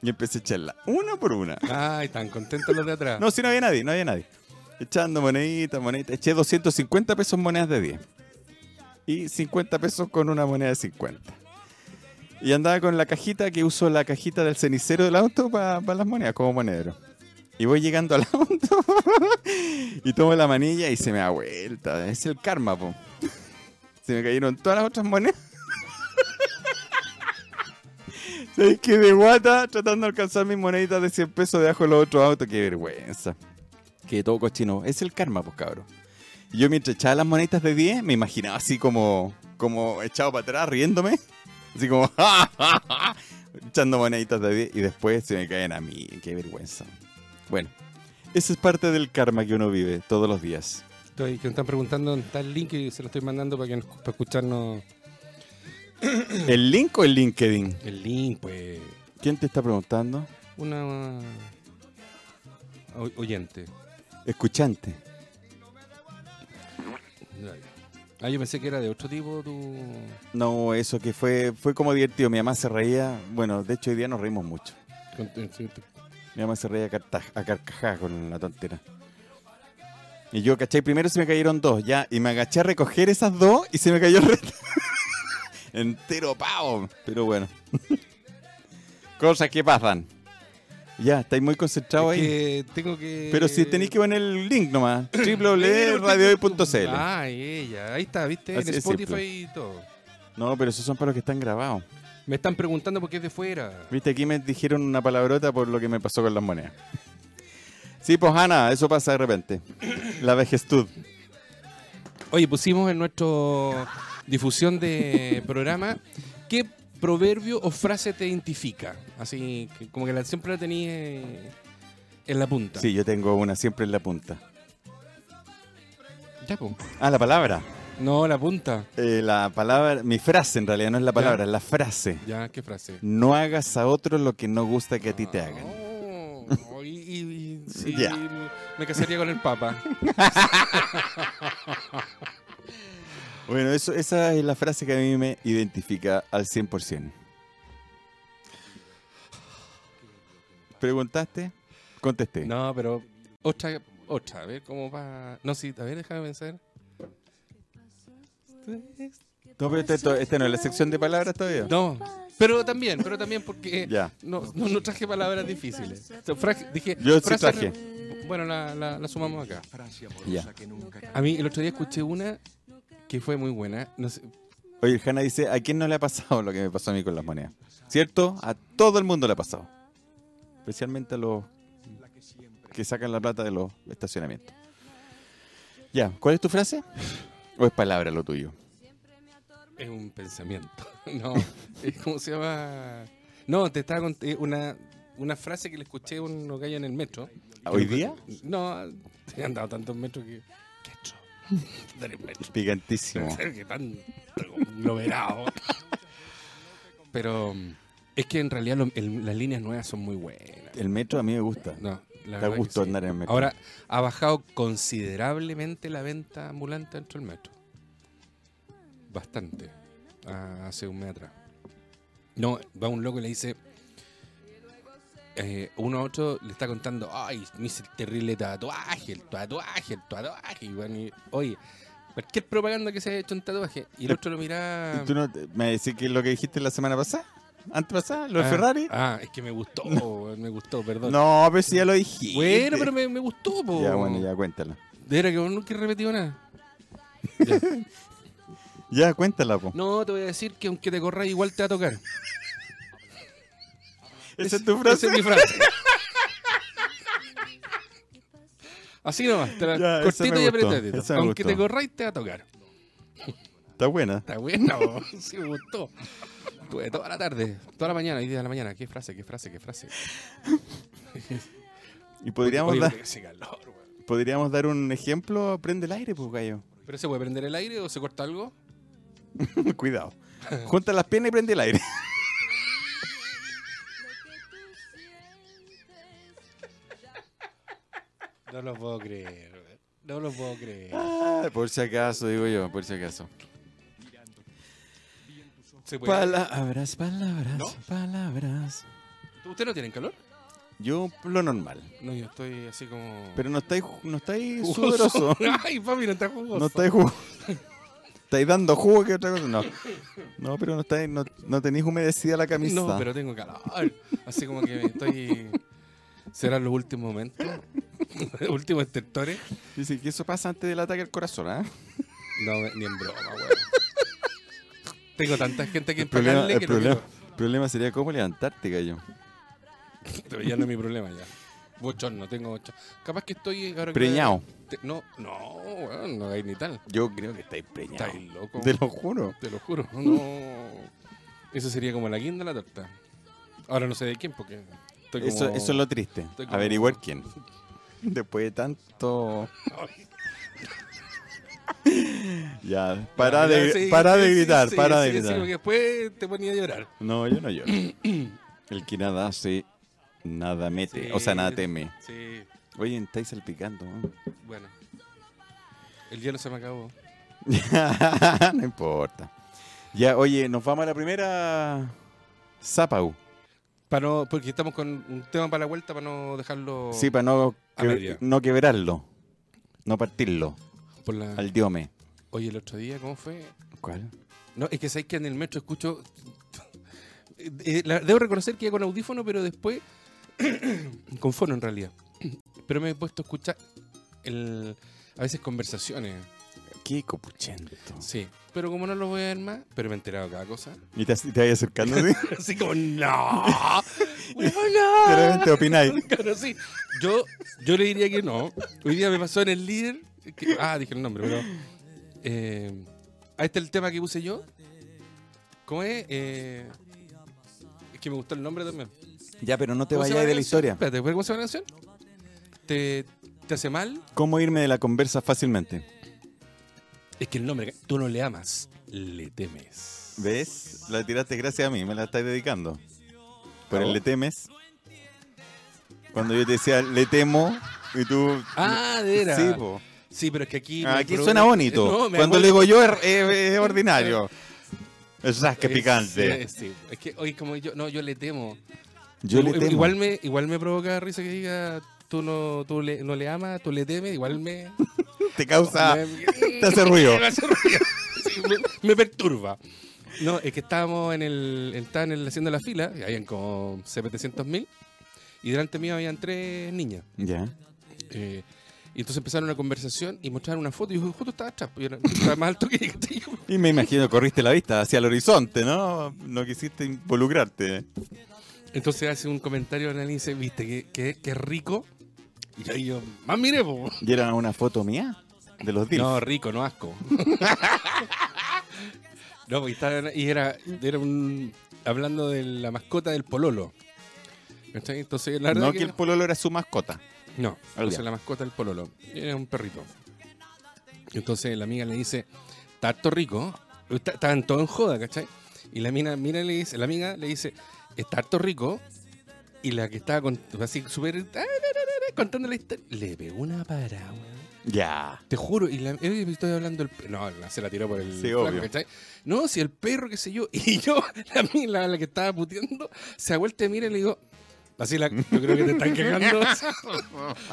[SPEAKER 1] y empecé a echarlas una por una.
[SPEAKER 2] Ay, tan contentos los de atrás.
[SPEAKER 1] No, si no había nadie, no había nadie. Echando moneditas, moneditas. Eché 250 pesos monedas de 10. Y 50 pesos con una moneda de 50. Y andaba con la cajita que uso la cajita del cenicero del auto para las monedas, como monedero. Y voy llegando al auto *laughs* y tomo la manilla y se me da vuelta. Es el karma, po. Se me cayeron todas las otras monedas. ¿Sabes que de guata tratando de alcanzar mis moneditas de 100 pesos debajo de los otros autos? ¡Qué vergüenza! Que todo cochino. Es el karma, pues cabrón. Y Yo mientras echaba las moneditas de 10, me imaginaba así como, como echado para atrás, riéndome. Así como, *laughs* ¡ja, ja, ja! echando moneditas de 10 y después se me caen a mí. ¡Qué vergüenza! Bueno, esa es parte del karma que uno vive todos los días.
[SPEAKER 2] Estoy, que me están preguntando dónde está el link y se lo estoy mandando para, que nos- para escucharnos.
[SPEAKER 1] ¿El link o el LinkedIn?
[SPEAKER 2] El link, pues.
[SPEAKER 1] ¿Quién te está preguntando?
[SPEAKER 2] Una. ah, o- oyente.
[SPEAKER 1] Escuchante.
[SPEAKER 2] Ah, yo pensé que era de otro tipo tu.
[SPEAKER 1] No, eso que fue, fue como divertido. Mi mamá se reía. Bueno, de hecho hoy día nos reímos mucho.
[SPEAKER 2] con- tu- tu-
[SPEAKER 1] Mi mamá se reía a, cartaj- a carcajadas con la tontera. Y yo, ¿cachai? Primero se me cayeron dos, ya. Y me agaché a recoger esas dos y se me cayó el resto. *laughs* Entero pavo. Pero bueno. *laughs* Cosas que pasan. Ya, estáis muy concentrados
[SPEAKER 2] Es
[SPEAKER 1] ahí.
[SPEAKER 2] que tengo que.
[SPEAKER 1] Pero si tenéis que poner el link nomás. www.radiohoy.cl
[SPEAKER 2] Ay, Ah, ella. Ahí está, viste,
[SPEAKER 1] Así
[SPEAKER 2] en
[SPEAKER 1] es
[SPEAKER 2] Spotify
[SPEAKER 1] simple.
[SPEAKER 2] y todo.
[SPEAKER 1] No, pero esos son para los que están grabados.
[SPEAKER 2] Me están preguntando por qué es de fuera.
[SPEAKER 1] Viste, aquí me dijeron una palabrota por lo que me pasó con las monedas. Sí, pues Ana, eso pasa de repente. La vejestud.
[SPEAKER 2] Oye, pusimos en nuestro difusión de programa qué proverbio o frase te identifica. Así que como que la- siempre la tenías eh, en la punta.
[SPEAKER 1] Sí, yo tengo una siempre en la punta.
[SPEAKER 2] Ya, po.
[SPEAKER 1] Ah, la palabra.
[SPEAKER 2] No, la punta.
[SPEAKER 1] Eh, la palabra, mi frase en realidad no es la palabra,
[SPEAKER 2] Ya.
[SPEAKER 1] es la frase.
[SPEAKER 2] Ya, qué frase.
[SPEAKER 1] No hagas a otro lo que no gusta que a ti te hagan.
[SPEAKER 2] Oh, y, y- y- sí,
[SPEAKER 1] *laughs* Ya.
[SPEAKER 2] me casaría con el Papa.
[SPEAKER 1] Bueno, eso, esa es la frase que a mí me identifica al 100%. ¿Preguntaste? Contesté.
[SPEAKER 2] No, pero otra, otra, a ver cómo va. No, sí, a ver, déjame pensar.
[SPEAKER 1] No, pero este, esto- este no es la sección de palabras todavía.
[SPEAKER 2] No, pero también, pero también porque
[SPEAKER 1] *laughs* Ya.
[SPEAKER 2] no, no, no traje palabras difíciles. O sea, fra- dije,
[SPEAKER 1] Yo sí
[SPEAKER 2] frases-
[SPEAKER 1] traje.
[SPEAKER 2] Bueno, la, la- la sumamos acá.
[SPEAKER 1] Ya.
[SPEAKER 2] A mí el otro día escuché una que fue muy buena. No sé,
[SPEAKER 1] Oye, el Hanna dice, ¿a quién no le ha pasado lo que me pasó a mí con las monedas? ¿Cierto? A todo el mundo le ha pasado. Especialmente a los que sacan la plata de los estacionamientos. Ya, ¿cuál es tu frase? ¿O es palabra lo tuyo?
[SPEAKER 2] es un pensamiento. *laughs* No, es como se llama. No, te estaba cont- eh, una, una frase que le escuché a uno gallo en el metro.
[SPEAKER 1] ¿Hoy día?
[SPEAKER 2] No, *laughs* he andado tantos metros que. ¿Qué hecho? *laughs* Andar en metro.
[SPEAKER 1] Picantísimo.
[SPEAKER 2] *laughs* que tan conglomerado. *laughs* Pero mm, es que en realidad lo- el- las líneas nuevas son muy buenas.
[SPEAKER 1] El metro a mí me gusta.
[SPEAKER 2] No,
[SPEAKER 1] Da
[SPEAKER 2] la verdad que
[SPEAKER 1] gusto
[SPEAKER 2] sí.
[SPEAKER 1] andar en el metro.
[SPEAKER 2] Ahora ha bajado considerablemente la venta ambulante dentro del metro. Bastante. Ah, hace un mes atrás. No, va un loco y le dice. eh, uno a otro le está contando, ay, me hice el terrible tatuaje, el tatuaje, el tatuaje. Y bueno, y, oye, cualquier propaganda que se haya hecho en tatuaje. Y el otro lo mira.
[SPEAKER 1] ¿Y ¿Tú no te- me decís que lo que dijiste la semana pasada? ¿Antes pasada? ¿Lo de
[SPEAKER 2] Ah,
[SPEAKER 1] Ferrari?
[SPEAKER 2] Ah, es que me gustó, me gustó, perdón.
[SPEAKER 1] No, pero si ya lo dijiste.
[SPEAKER 2] bueno, pero me, me gustó, po.
[SPEAKER 1] Ya, bueno, ya, cuéntala.
[SPEAKER 2] De veras que vos nunca he repetido nada.
[SPEAKER 1] Ya, cuéntala, po.
[SPEAKER 2] No, te voy a decir que aunque te corras igual te va a tocar.
[SPEAKER 1] ¿Esa es tu frase?
[SPEAKER 2] Esa es mi frase. Así nomás, te la-
[SPEAKER 1] Ya, esa
[SPEAKER 2] cortito
[SPEAKER 1] me
[SPEAKER 2] y
[SPEAKER 1] gustó,
[SPEAKER 2] apretadito.
[SPEAKER 1] esa me
[SPEAKER 2] Aunque te
[SPEAKER 1] gustó.
[SPEAKER 2] corráis te va a tocar.
[SPEAKER 1] Está buena.
[SPEAKER 2] Está bueno, *laughs* sí me gustó. Tuve toda la tarde, toda la mañana, y día de la mañana. Qué frase, qué frase, qué frase.
[SPEAKER 1] Y podríamos,
[SPEAKER 2] Oye,
[SPEAKER 1] dar,
[SPEAKER 2] porque hace calor, weón.
[SPEAKER 1] podríamos dar un ejemplo. Prende el aire, pues, gallo. *laughs*
[SPEAKER 2] ¿Pero se puede prender el aire o se corta algo?
[SPEAKER 1] Cuidado. Junta las piernas y prende el aire.
[SPEAKER 2] No lo puedo creer, weón. no lo puedo creer.
[SPEAKER 1] Ah, por si acaso, digo yo, por si acaso.
[SPEAKER 2] Se puede.
[SPEAKER 1] Palabras, palabras,
[SPEAKER 2] ¿No?
[SPEAKER 1] palabras.
[SPEAKER 2] ¿Ustedes no tienen calor?
[SPEAKER 1] Yo, lo normal.
[SPEAKER 2] No, yo estoy así como.
[SPEAKER 1] Pero no estáis, no estáis
[SPEAKER 2] Jugoso.
[SPEAKER 1] sudoroso.
[SPEAKER 2] *laughs* Ay, papi, no está jugoso.
[SPEAKER 1] No estáis jugo. Estáis dando jugo que otra cosa. No. No, pero no estáis, no, no tenéis humedecida la camisa.
[SPEAKER 2] No, pero tengo calor. Así como que estoy. Serán los últimos momentos. *laughs* Los últimos estertores.
[SPEAKER 1] Dicen que eso pasa antes del ataque al corazón, ¿ah?
[SPEAKER 2] No, ni en broma, weón. Tengo tanta gente que
[SPEAKER 1] El problema,
[SPEAKER 2] empacarle
[SPEAKER 1] el
[SPEAKER 2] que
[SPEAKER 1] problema-
[SPEAKER 2] no quiero.
[SPEAKER 1] el problema sería cómo levantarte, gallo.
[SPEAKER 2] Pero ya no es mi problema ya. Bochorno, tengo bochorno. Capaz que estoy ahora que-
[SPEAKER 1] Preñado.
[SPEAKER 2] Te- No, no, weón, no hay ni tal.
[SPEAKER 1] Yo creo que estáis preñado.
[SPEAKER 2] Estáis loco.
[SPEAKER 1] Te lo juro.
[SPEAKER 2] Te lo juro, no. Eso sería como la guinda de la torta. Ahora no sé de quién, porque. estoy
[SPEAKER 1] Eso,
[SPEAKER 2] como-
[SPEAKER 1] eso es lo triste.
[SPEAKER 2] estoy como-
[SPEAKER 1] Averiguar quién. *laughs* Después de
[SPEAKER 2] *laughs*
[SPEAKER 1] tanto. ya, para
[SPEAKER 2] Ya,
[SPEAKER 1] de,
[SPEAKER 2] sí,
[SPEAKER 1] para de
[SPEAKER 2] sí,
[SPEAKER 1] gritar,
[SPEAKER 2] sí,
[SPEAKER 1] para
[SPEAKER 2] sí,
[SPEAKER 1] de
[SPEAKER 2] sí,
[SPEAKER 1] gritar.
[SPEAKER 2] porque después te ponía a llorar.
[SPEAKER 1] No, yo no
[SPEAKER 2] *coughs*
[SPEAKER 1] lloro. El que nada hace, nada mete. O sea, nada
[SPEAKER 2] Sí.
[SPEAKER 1] teme.
[SPEAKER 2] Sí,
[SPEAKER 1] Oye, estáis salpicando. *laughs* ¿no?
[SPEAKER 2] bueno. El hielo se me acabó.
[SPEAKER 1] no importa. Ya, oye, nos vamos a la primera. Zapau.
[SPEAKER 2] Para no, porque estamos con un tema para la vuelta para no dejarlo
[SPEAKER 1] Sí, para no,
[SPEAKER 2] Oh. A
[SPEAKER 1] que-
[SPEAKER 2] media.
[SPEAKER 1] no quebrarlo. No partirlo.
[SPEAKER 2] por la.
[SPEAKER 1] Al diome.
[SPEAKER 2] Oye, el otro día, ¿cómo fue?
[SPEAKER 1] ¿Cuál?
[SPEAKER 2] No, es que sabéis que en el metro escucho. *laughs* Eh, la- Debo reconocer que iba con audífono, pero después. *clears throat* con fono en realidad. *clears throat* Pero me he puesto a escuchar el- a veces conversaciones.
[SPEAKER 1] Qué copuchento.
[SPEAKER 2] Sí. Pero como no lo voy a ver más, pero me he enterado de cada cosa.
[SPEAKER 1] Y te, te vas acercando, ¿sí?
[SPEAKER 2] Así como, no.
[SPEAKER 1] De
[SPEAKER 2] *laughs* Huevona.
[SPEAKER 1] repente opináis.
[SPEAKER 2] *laughs* Claro, sí. Yo, yo le diría que no. Hoy día me pasó en el líder. que- ah, dije el nombre, pero. Eh, ah, este es el tema que puse yo. ¿Cómo es? Eh, es que me gustó el nombre también.
[SPEAKER 1] *laughs* Ya, pero no te
[SPEAKER 2] ¿Cómo se
[SPEAKER 1] vayas
[SPEAKER 2] llama
[SPEAKER 1] de la
[SPEAKER 2] canción?
[SPEAKER 1] historia.
[SPEAKER 2] Espérate, ¿cómo se llama la canción? ¿Te, ¿Te hace mal?
[SPEAKER 1] ¿Cómo irme de la conversa fácilmente?
[SPEAKER 2] Es que el nombre, tú no le amas, le temes.
[SPEAKER 1] ¿Ves? La tiraste gracias a mí, me la estás dedicando. Por el
[SPEAKER 2] ¿Cómo?
[SPEAKER 1] le temes. Cuando yo te decía le temo y tú.
[SPEAKER 2] Ah, de veras.
[SPEAKER 1] Sí, po. Ah,
[SPEAKER 2] Sí, pero es que aquí. me
[SPEAKER 1] Aquí
[SPEAKER 2] probé-
[SPEAKER 1] suena bonito.
[SPEAKER 2] *laughs* No, me
[SPEAKER 1] Cuando
[SPEAKER 2] acuerdo-
[SPEAKER 1] le digo yo es, es- es
[SPEAKER 2] *laughs*
[SPEAKER 1] ordinario. Es rasque
[SPEAKER 2] Es-
[SPEAKER 1] picante.
[SPEAKER 2] sí, sí. Es que hoy como yo, no, yo le temo.
[SPEAKER 1] Yo le
[SPEAKER 2] I-
[SPEAKER 1] temo.
[SPEAKER 2] Igual, me, igual me provoca risa que diga, tú no, tú le, no le amas, tú le temes,
[SPEAKER 1] *laughs*
[SPEAKER 2] igual me...
[SPEAKER 1] te causa.
[SPEAKER 2] me- *laughs*
[SPEAKER 1] te hace ruido.
[SPEAKER 2] me hace ruido. Sí, me, me perturba. No, es que estábamos en el, estaba en el- haciendo la fila, y habían como 700.000, y delante mío habían tres niñas.
[SPEAKER 1] Ya.
[SPEAKER 2] Eh, y entonces empezaron una conversación y mostraron una foto, y yo justo estaba atrás, pues, yo era- yo estaba más alto que ella, *laughs* ¿cachai? Yo-
[SPEAKER 1] Y me imagino corriste la vista hacia el horizonte, ¿no? No quisiste involucrarte.
[SPEAKER 2] Entonces hace un comentario en dice, viste, qué, qué, qué rico. Y ahí yo, más mire, po.
[SPEAKER 1] ¿Y era una foto mía? De los DILF.
[SPEAKER 2] No, rico, no *laughs* asco. no, porque estaba- y era, era un, hablando de la mascota del pololo. ¿Cachai? Entonces, la verdad
[SPEAKER 1] No
[SPEAKER 2] que
[SPEAKER 1] que el pololo era su mascota.
[SPEAKER 2] No,
[SPEAKER 1] Ah,
[SPEAKER 2] entonces
[SPEAKER 1] ya.
[SPEAKER 2] la mascota del pololo. Era un perrito. Y entonces la amiga le dice, está harto rico. Está- Estaban todos en joda, ¿cachai? Y la mina, mira, le dice, la amiga le dice, está harto rico. Y la que estaba con, así súper ah, na, na, na, contando la historia, le pegó una parada, weón.
[SPEAKER 1] Ya.
[SPEAKER 2] Te juro, y la, eh, estoy hablando del pe- No, la- se la tiró por el
[SPEAKER 1] Sí, obvio.
[SPEAKER 2] ¿cachai? No, si el perro, qué sé yo. *laughs* Y yo, la, mi- la, la que estaba puteando, se ha vuelto y mira y le digo, así la, yo creo que te
[SPEAKER 1] *laughs*
[SPEAKER 2] están quejando.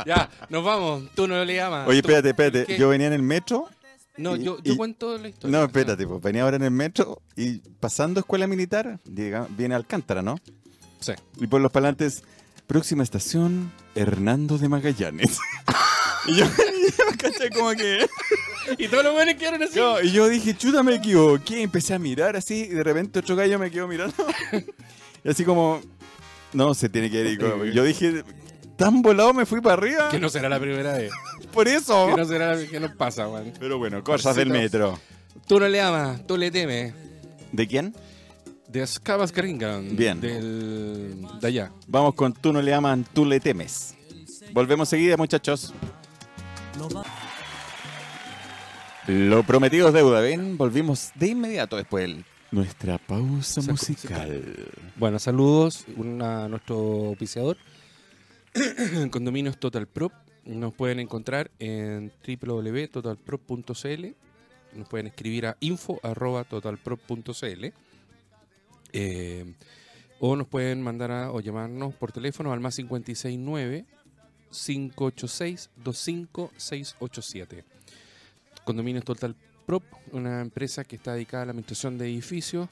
[SPEAKER 2] ya, nos vamos, tú no le amas.
[SPEAKER 1] Oye,
[SPEAKER 2] Ah, tú-
[SPEAKER 1] espérate, espérate.
[SPEAKER 2] ¿qué?
[SPEAKER 1] Yo venía en el metro.
[SPEAKER 2] No,
[SPEAKER 1] y-
[SPEAKER 2] yo, yo
[SPEAKER 1] y-
[SPEAKER 2] cuento la historia.
[SPEAKER 1] No, espérate, pues venía ahora en el metro y pasando escuela militar, llega, viene Alcántara, ¿no?
[SPEAKER 2] Sí.
[SPEAKER 1] Y por los palantes, próxima estación, Hernando de Magallanes. *laughs* y yo, yo caché como que.
[SPEAKER 2] Y todos los buenos quedaron así.
[SPEAKER 1] Yo, y yo dije, chuta, me equivoqué. Empecé a mirar así y de repente otro gallo me quedó mirando. *laughs* y así como, no, se tiene que ir. y como- Yo dije, tan volado me fui para arriba.
[SPEAKER 2] Que no será la primera vez.
[SPEAKER 1] Por eso.
[SPEAKER 2] Que no será la que nos pasa, Juan.
[SPEAKER 1] Pero bueno, cosas del metro.
[SPEAKER 2] Tú no le amas, tú le temes.
[SPEAKER 1] ¿De quién?
[SPEAKER 2] De las Cabas Gringan.
[SPEAKER 1] Bien.
[SPEAKER 2] Del, de allá.
[SPEAKER 1] Vamos con Tú no le aman, tú le temes. Volvemos seguida, muchachos. Lo prometido es deuda, ¿ven? Volvimos de inmediato después del- Nuestra pausa
[SPEAKER 2] Saco-
[SPEAKER 1] musical.
[SPEAKER 2] Bueno, saludos una- a nuestro auspiciador. *coughs* Condominios Total Prop. Nos pueden encontrar en www.totalprop.cl. Nos pueden escribir a info.totalprop.cl. Eh, o nos pueden mandar a- o llamarnos por teléfono al más 569 586 25687. Condominios Total Prop, una empresa que está dedicada a la administración de edificios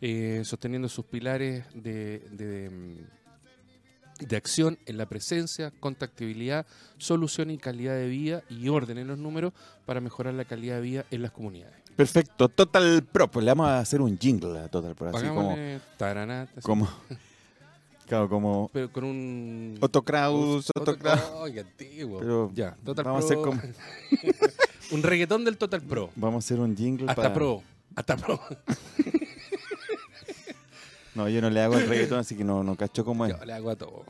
[SPEAKER 2] eh, sosteniendo sus pilares de, de, mm, de acción en la presencia, contactabilidad, solución y calidad de vida y orden en los números para mejorar la calidad de vida en las comunidades.
[SPEAKER 1] Perfecto, Total Prop. Le vamos a hacer un jingle a Total Prop. Así como,
[SPEAKER 2] Pagámosle taraná, así,
[SPEAKER 1] como. *laughs* Claro, como.
[SPEAKER 2] pero con un...
[SPEAKER 1] Otto Kraus,
[SPEAKER 2] Otro-
[SPEAKER 1] Otto Kraus.
[SPEAKER 2] Ay, qué antiguo.
[SPEAKER 1] Pero
[SPEAKER 2] ya, Total
[SPEAKER 1] vamos a
[SPEAKER 2] Pro.
[SPEAKER 1] hacer
[SPEAKER 2] *laughs* un reggaetón del Total Pro.
[SPEAKER 1] Vamos a hacer un jingle
[SPEAKER 2] Hasta
[SPEAKER 1] para-
[SPEAKER 2] Pro. Hasta Pro.
[SPEAKER 1] No, yo no le hago el reggaetón, así que no, no cacho cómo es.
[SPEAKER 2] Yo le hago a todo.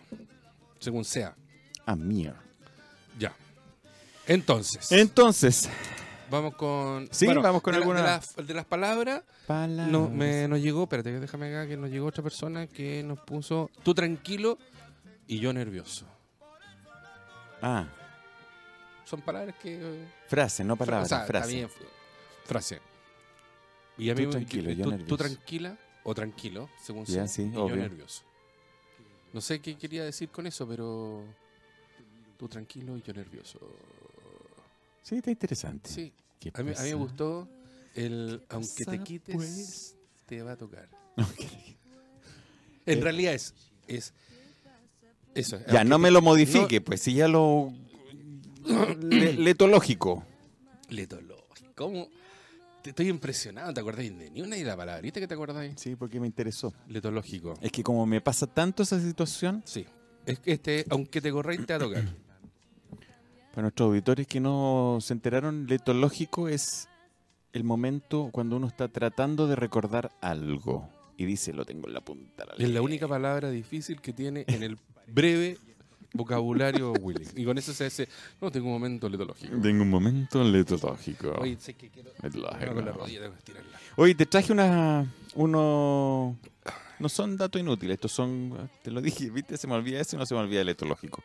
[SPEAKER 2] Según sea.
[SPEAKER 1] Ah, mierda.
[SPEAKER 2] Ya. Entonces.
[SPEAKER 1] Entonces.
[SPEAKER 2] Vamos con.
[SPEAKER 1] Sí, vamos con
[SPEAKER 2] de la-
[SPEAKER 1] alguna-
[SPEAKER 2] de, las- de las palabras, no, me, nos llegó, espérate, déjame acá, que nos llegó otra persona que nos puso tú tranquilo y yo nervioso.
[SPEAKER 1] Ah,
[SPEAKER 2] Son palabras que. eh,
[SPEAKER 1] frase, no palabra,
[SPEAKER 2] o sea, está
[SPEAKER 1] frase.
[SPEAKER 2] bien, f- frase. Y a mí
[SPEAKER 1] Tú
[SPEAKER 2] me-
[SPEAKER 1] tranquilo, yo
[SPEAKER 2] tú,
[SPEAKER 1] nervioso.
[SPEAKER 2] tú tranquila o tranquilo, según
[SPEAKER 1] Ya,
[SPEAKER 2] sea,
[SPEAKER 1] sí,
[SPEAKER 2] y yo
[SPEAKER 1] obvio.
[SPEAKER 2] nervioso. No sé qué quería decir con eso, pero. Tú tranquilo y yo nervioso.
[SPEAKER 1] Sí, está interesante.
[SPEAKER 2] Sí,
[SPEAKER 1] ¿Qué
[SPEAKER 2] a mí, a mí me
[SPEAKER 1] pasa?
[SPEAKER 2] gustó el. Aunque te
[SPEAKER 1] pasa,
[SPEAKER 2] quites,
[SPEAKER 1] pues?
[SPEAKER 2] te va a tocar. En realidad es. es eso.
[SPEAKER 1] Eh. Ya,
[SPEAKER 2] aunque
[SPEAKER 1] no me
[SPEAKER 2] te-
[SPEAKER 1] lo modifique, pues si ya
[SPEAKER 2] *coughs*
[SPEAKER 1] lo. le- letológico.
[SPEAKER 2] Letológico. ¿Cómo? Te estoy impresionado, ¿te acordáis de ni una de la palabrita que te acordáis?
[SPEAKER 1] Sí, porque me interesó.
[SPEAKER 2] Letológico.
[SPEAKER 1] Es que como me pasa tanto esa situación,
[SPEAKER 2] Sí. Es que este, aunque te corráis, te va a tocar.
[SPEAKER 1] para nuestros auditores que no se enteraron, letológico es el momento cuando uno está tratando de recordar algo y dice, lo tengo en la punta. de la
[SPEAKER 2] es la
[SPEAKER 1] lengua".
[SPEAKER 2] única palabra difícil que tiene en el breve
[SPEAKER 1] *laughs*
[SPEAKER 2] vocabulario Willy. Y con eso se hace. No, tengo un momento letológico.
[SPEAKER 1] Tengo un momento letológico.
[SPEAKER 2] Oye, sé que quiero.
[SPEAKER 1] Letológico.
[SPEAKER 2] No, con la rodilla tengo que estirarla.
[SPEAKER 1] Oye, te traje una, uno... No son datos inútiles, estos son... Te lo dije, viste, se me olvida eso y no se me olvida el etológico.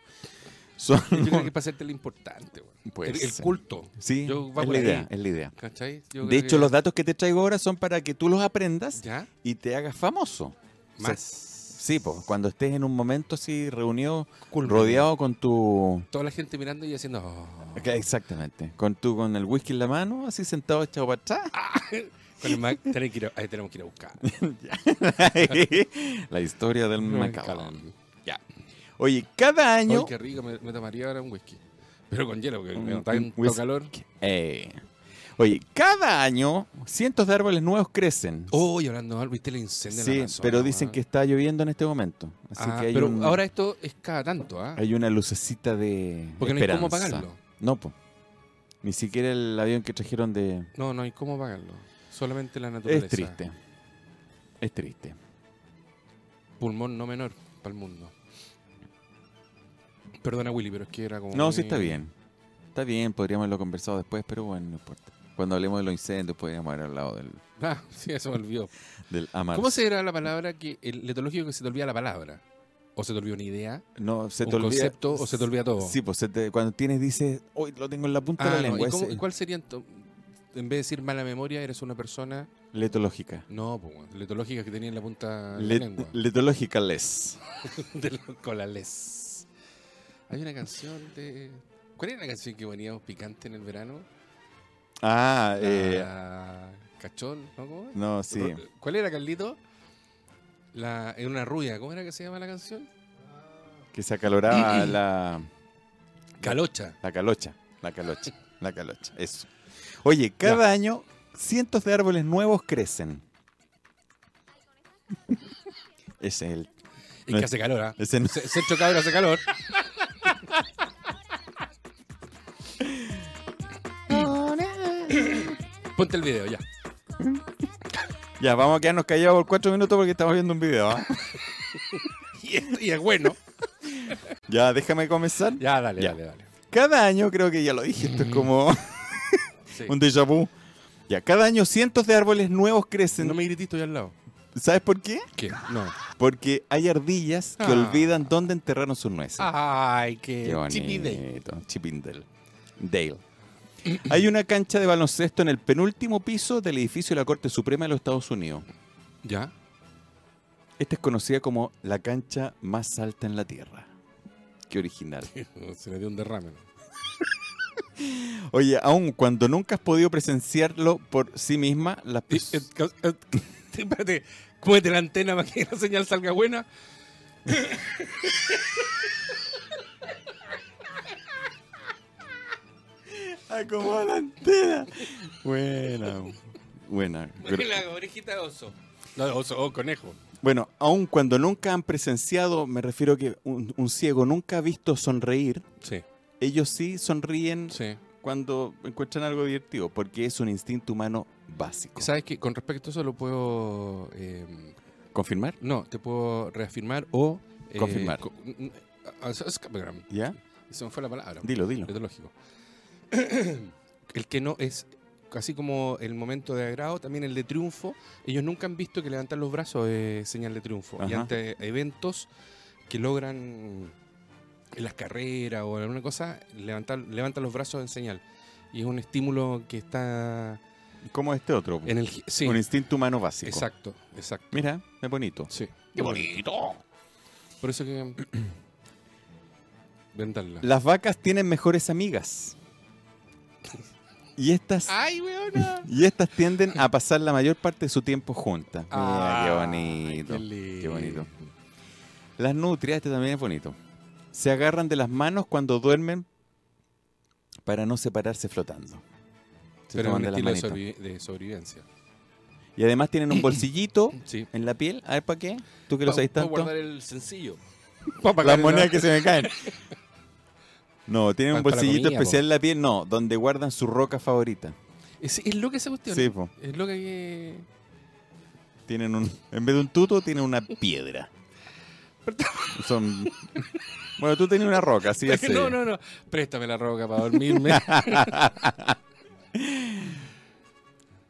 [SPEAKER 1] Son... *laughs*
[SPEAKER 2] Yo creo que para hacerte lo importante, weón.
[SPEAKER 1] Puede
[SPEAKER 2] el, el
[SPEAKER 1] ser.
[SPEAKER 2] culto.
[SPEAKER 1] Pues Sí,
[SPEAKER 2] Yo- va
[SPEAKER 1] es
[SPEAKER 2] por
[SPEAKER 1] la
[SPEAKER 2] ahí.
[SPEAKER 1] idea, es la idea.
[SPEAKER 2] ¿Cachai? Yo
[SPEAKER 1] De
[SPEAKER 2] creo
[SPEAKER 1] hecho,
[SPEAKER 2] que-
[SPEAKER 1] los datos que te traigo ahora son para que tú los aprendas
[SPEAKER 2] ¿Ya?
[SPEAKER 1] y te hagas famoso.
[SPEAKER 2] Más.
[SPEAKER 1] O sí, pues, cuando estés en un momento así reunido,
[SPEAKER 2] Culpa.
[SPEAKER 1] rodeado con tu...
[SPEAKER 2] Toda la gente mirando y haciendo. "Oh",
[SPEAKER 1] Ok, Exactamente, con tu con el whisky en la mano, así sentado echado para
[SPEAKER 2] *laughs*
[SPEAKER 1] atrás.
[SPEAKER 2] con el Mac, tenés que ir a- ahí tenemos que ir
[SPEAKER 1] *laughs*
[SPEAKER 2] a buscar.
[SPEAKER 1] la historia del Macallan.
[SPEAKER 2] Macallan.
[SPEAKER 1] Ya. Oye, cada año...
[SPEAKER 2] Ay, qué rico, me, me tomaría ahora un whisky. Pero con hielo, porque me da
[SPEAKER 1] Un-
[SPEAKER 2] tanto
[SPEAKER 1] un whisky.
[SPEAKER 2] calor.
[SPEAKER 1] Eh, Oye, cada año cientos de árboles nuevos crecen.
[SPEAKER 2] Oh, y hablando de algo, viste el incendio en
[SPEAKER 1] sí,
[SPEAKER 2] Amazonas,
[SPEAKER 1] pero dicen
[SPEAKER 2] ah?
[SPEAKER 1] que está lloviendo en este momento. Así
[SPEAKER 2] Ah,
[SPEAKER 1] que hay,
[SPEAKER 2] pero
[SPEAKER 1] un-
[SPEAKER 2] ahora esto es cada tanto, ¿ah?
[SPEAKER 1] hay una lucecita de
[SPEAKER 2] Porque no hay
[SPEAKER 1] esperanza.
[SPEAKER 2] cómo pagarlo.
[SPEAKER 1] No, po. Ni siquiera el avión que trajeron de...
[SPEAKER 2] No, no hay cómo pagarlo. Solamente la naturaleza.
[SPEAKER 1] Es triste. Es triste.
[SPEAKER 2] Pulmón no menor para el mundo. Perdona, Willy, pero es que era como.
[SPEAKER 1] No,
[SPEAKER 2] muy-
[SPEAKER 1] sí está bien. Está bien, podríamos haberlo conversado después, pero bueno, no importa. Cuando hablemos de los incendios podríamos haber hablado del,
[SPEAKER 2] *laughs* Ah, sí, eso me olvidó.
[SPEAKER 1] del amar.
[SPEAKER 2] ¿Cómo será la palabra que. El etológico que se te olvida la palabra? ¿O se te olvidó una idea?
[SPEAKER 1] No, se
[SPEAKER 2] un
[SPEAKER 1] te olvida-
[SPEAKER 2] concepto o se te olvida todo?
[SPEAKER 1] Sí, pues se te- cuando tienes dices, hoy lo tengo en la punta
[SPEAKER 2] Ah,
[SPEAKER 1] de la
[SPEAKER 2] no,
[SPEAKER 1] lengua.
[SPEAKER 2] ¿y cómo-
[SPEAKER 1] ese-
[SPEAKER 2] y ¿Cuál sería ento- En vez de decir mala memoria, eres una persona.
[SPEAKER 1] Letológica.
[SPEAKER 2] No, pues, bueno, letológica que tenía en la punta de Ah, la
[SPEAKER 1] Let-
[SPEAKER 2] lengua.
[SPEAKER 1] letológica les.
[SPEAKER 2] *laughs* de los colales. Hay una canción de. ¿Cuál era la canción que poníamos picante en el verano?
[SPEAKER 1] Ah, eh,
[SPEAKER 2] La Cachón, ¿no? ¿Cómo es?
[SPEAKER 1] no, sí.
[SPEAKER 2] Ru- ¿Cuál era, Carlito? La, era una rubia, ¿cómo era que se llama la canción?
[SPEAKER 1] Que se
[SPEAKER 2] *clears throat*
[SPEAKER 1] acaloraba la,
[SPEAKER 2] Calocha.
[SPEAKER 1] la calocha. La calocha. La calocha. Eso. Oye, cada año cientos de árboles nuevos crecen. *laughs* Ese es el.
[SPEAKER 2] Es que hace calor, ¿ah?
[SPEAKER 1] ese no-
[SPEAKER 2] Se- Sergio Cabra
[SPEAKER 1] *coughs*
[SPEAKER 2] hace calor. Ponte el video, ya.
[SPEAKER 1] Ya, vamos a quedarnos callados por cuatro minutos porque estamos viendo un video.
[SPEAKER 2] *laughs*
[SPEAKER 1] ¿ah?
[SPEAKER 2] Y es, y es bueno.
[SPEAKER 1] Ya, déjame comenzar.
[SPEAKER 2] Ya, dale,
[SPEAKER 1] Ya.
[SPEAKER 2] dale, dale.
[SPEAKER 1] Cada año, creo que ya lo dije, esto es como
[SPEAKER 2] Mm, Sí.
[SPEAKER 1] un déjà vu. Ya, cada año cientos de árboles nuevos crecen.
[SPEAKER 2] No me gritito ya al lado.
[SPEAKER 1] ¿Sabes por qué?
[SPEAKER 2] ¿Qué? No.
[SPEAKER 1] Porque hay ardillas que
[SPEAKER 2] Ah.
[SPEAKER 1] olvidan dónde enterraron sus nueces.
[SPEAKER 2] Ay, qué,
[SPEAKER 1] Qué bonito.
[SPEAKER 2] chipide.
[SPEAKER 1] Chipindale. Dale. Hay una cancha de baloncesto en el penúltimo piso del edificio de la Corte Suprema de los Estados Unidos.
[SPEAKER 2] ¿Ya?
[SPEAKER 1] Esta es conocida como la cancha más alta en la Tierra. Qué original.
[SPEAKER 2] Se le dio un derrame.
[SPEAKER 1] Oye, aun cuando nunca has podido presenciarlo por sí misma, las
[SPEAKER 2] Y-
[SPEAKER 1] pers-
[SPEAKER 2] et- ca- et- *laughs* Espérate, cúmete la antena para que la señal salga buena.
[SPEAKER 1] Acomoda la antena. Buena. Buena.
[SPEAKER 2] la orejita de oso. No, de oso, oh, conejo.
[SPEAKER 1] Bueno, aun cuando nunca han presenciado, me refiero que un, un ciego nunca ha visto sonreír,
[SPEAKER 2] Sí,
[SPEAKER 1] ellos sí sonríen
[SPEAKER 2] sí.
[SPEAKER 1] cuando encuentran algo divertido, porque es un instinto humano básico.
[SPEAKER 2] ¿Sabes qué? Con respecto a eso lo puedo... eh,
[SPEAKER 1] ¿Confirmar?
[SPEAKER 2] no, te puedo reafirmar o... eh,
[SPEAKER 1] Confirmar.
[SPEAKER 2] co- n- n- a- a- a-
[SPEAKER 1] ¿Ya?
[SPEAKER 2] Se me fue la palabra.
[SPEAKER 1] Dilo, dilo.
[SPEAKER 2] Etológico. *clears throat* El que no es... Así como el momento de agrado, también el de triunfo. Ellos nunca han visto que levantar los brazos es señal de triunfo. Y
[SPEAKER 1] Ajá.
[SPEAKER 2] ante eventos que logran en las carreras o en alguna cosa, levantar, levantan los brazos en señal. Y es un estímulo que está
[SPEAKER 1] ¿Cómo este otro?
[SPEAKER 2] en el... gi- Sí,
[SPEAKER 1] Un instinto humano básico.
[SPEAKER 2] exacto, exacto.
[SPEAKER 1] Mira, es bonito.
[SPEAKER 2] Sí.
[SPEAKER 1] ¡Qué bonito!
[SPEAKER 2] Por eso que... *clears throat* Ventarla.
[SPEAKER 1] Las vacas tienen mejores amigas. Y estas,
[SPEAKER 2] ¡Ay, weona!
[SPEAKER 1] *laughs* y estas tienden a pasar la mayor parte de su tiempo juntas. Mira,
[SPEAKER 2] Ah, Ay,
[SPEAKER 1] Ah, qué bonito.
[SPEAKER 2] lindo.
[SPEAKER 1] qué bonito. Las nutrias, este también es bonito. Se agarran de las manos cuando duermen para no separarse flotando. Se
[SPEAKER 2] Pero es
[SPEAKER 1] toman
[SPEAKER 2] un
[SPEAKER 1] de las
[SPEAKER 2] estilo de,
[SPEAKER 1] manitos.
[SPEAKER 2] sobrevi- de sobrevivencia.
[SPEAKER 1] Y además tienen *coughs* un bolsillito
[SPEAKER 2] Sí.
[SPEAKER 1] en la piel. A ver, ¿para qué? ¿Tú que lo sabes tanto? *laughs*
[SPEAKER 2] el sencillo.
[SPEAKER 1] Las monedas que se me caen. *laughs* No, tienen un
[SPEAKER 2] Pa- para la
[SPEAKER 1] bolsillito
[SPEAKER 2] comida,
[SPEAKER 1] especial en la piel, no, donde guardan su roca favorita.
[SPEAKER 2] Es, es lo que esa cuestión.
[SPEAKER 1] Sí, po.
[SPEAKER 2] Es lo que...
[SPEAKER 1] *laughs* Tienen un, en vez de un tuto, tienen una piedra. Son, bueno, tú tenías una roca, así es.
[SPEAKER 2] *laughs* No, no, no. Préstame la roca para dormirme.
[SPEAKER 1] *laughs*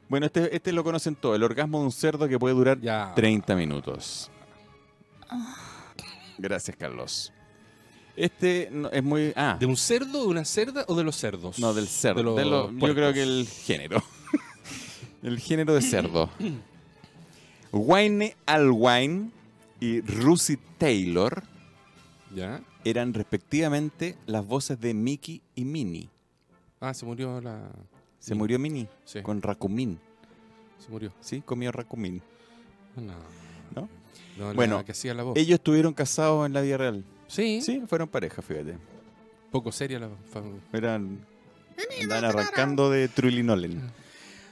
[SPEAKER 1] Bueno, este, este lo conocen todo, el orgasmo de un cerdo que puede durar
[SPEAKER 2] ya.
[SPEAKER 1] 30 minutos. Ah. Gracias, Carlos. Este no- es muy... Ah,
[SPEAKER 2] ¿De un cerdo, de una cerda o de los cerdos?
[SPEAKER 1] no, del cerdo.
[SPEAKER 2] De los
[SPEAKER 1] de lo- yo
[SPEAKER 2] puercos.
[SPEAKER 1] creo que el género. *laughs* el género de cerdo. Wayne Alwine y Russi Taylor
[SPEAKER 2] ¿Ya?
[SPEAKER 1] eran respectivamente las voces de Mickey y Minnie.
[SPEAKER 2] Ah, se murió la.
[SPEAKER 1] Se
[SPEAKER 2] Minnie.
[SPEAKER 1] murió Minnie
[SPEAKER 2] Sí,
[SPEAKER 1] con Rakumin,
[SPEAKER 2] se murió.
[SPEAKER 1] ¿sí? Comió Rakumin.
[SPEAKER 2] No.
[SPEAKER 1] ¿No?
[SPEAKER 2] No, la
[SPEAKER 1] Bueno,
[SPEAKER 2] que hacía la voz.
[SPEAKER 1] Ellos estuvieron casados en la vida real.
[SPEAKER 2] Oh. Sí,
[SPEAKER 1] Sí, fueron pareja, fíjate.
[SPEAKER 2] poco seria la fam-
[SPEAKER 1] Eran. Andan arrancando de Trulinolen.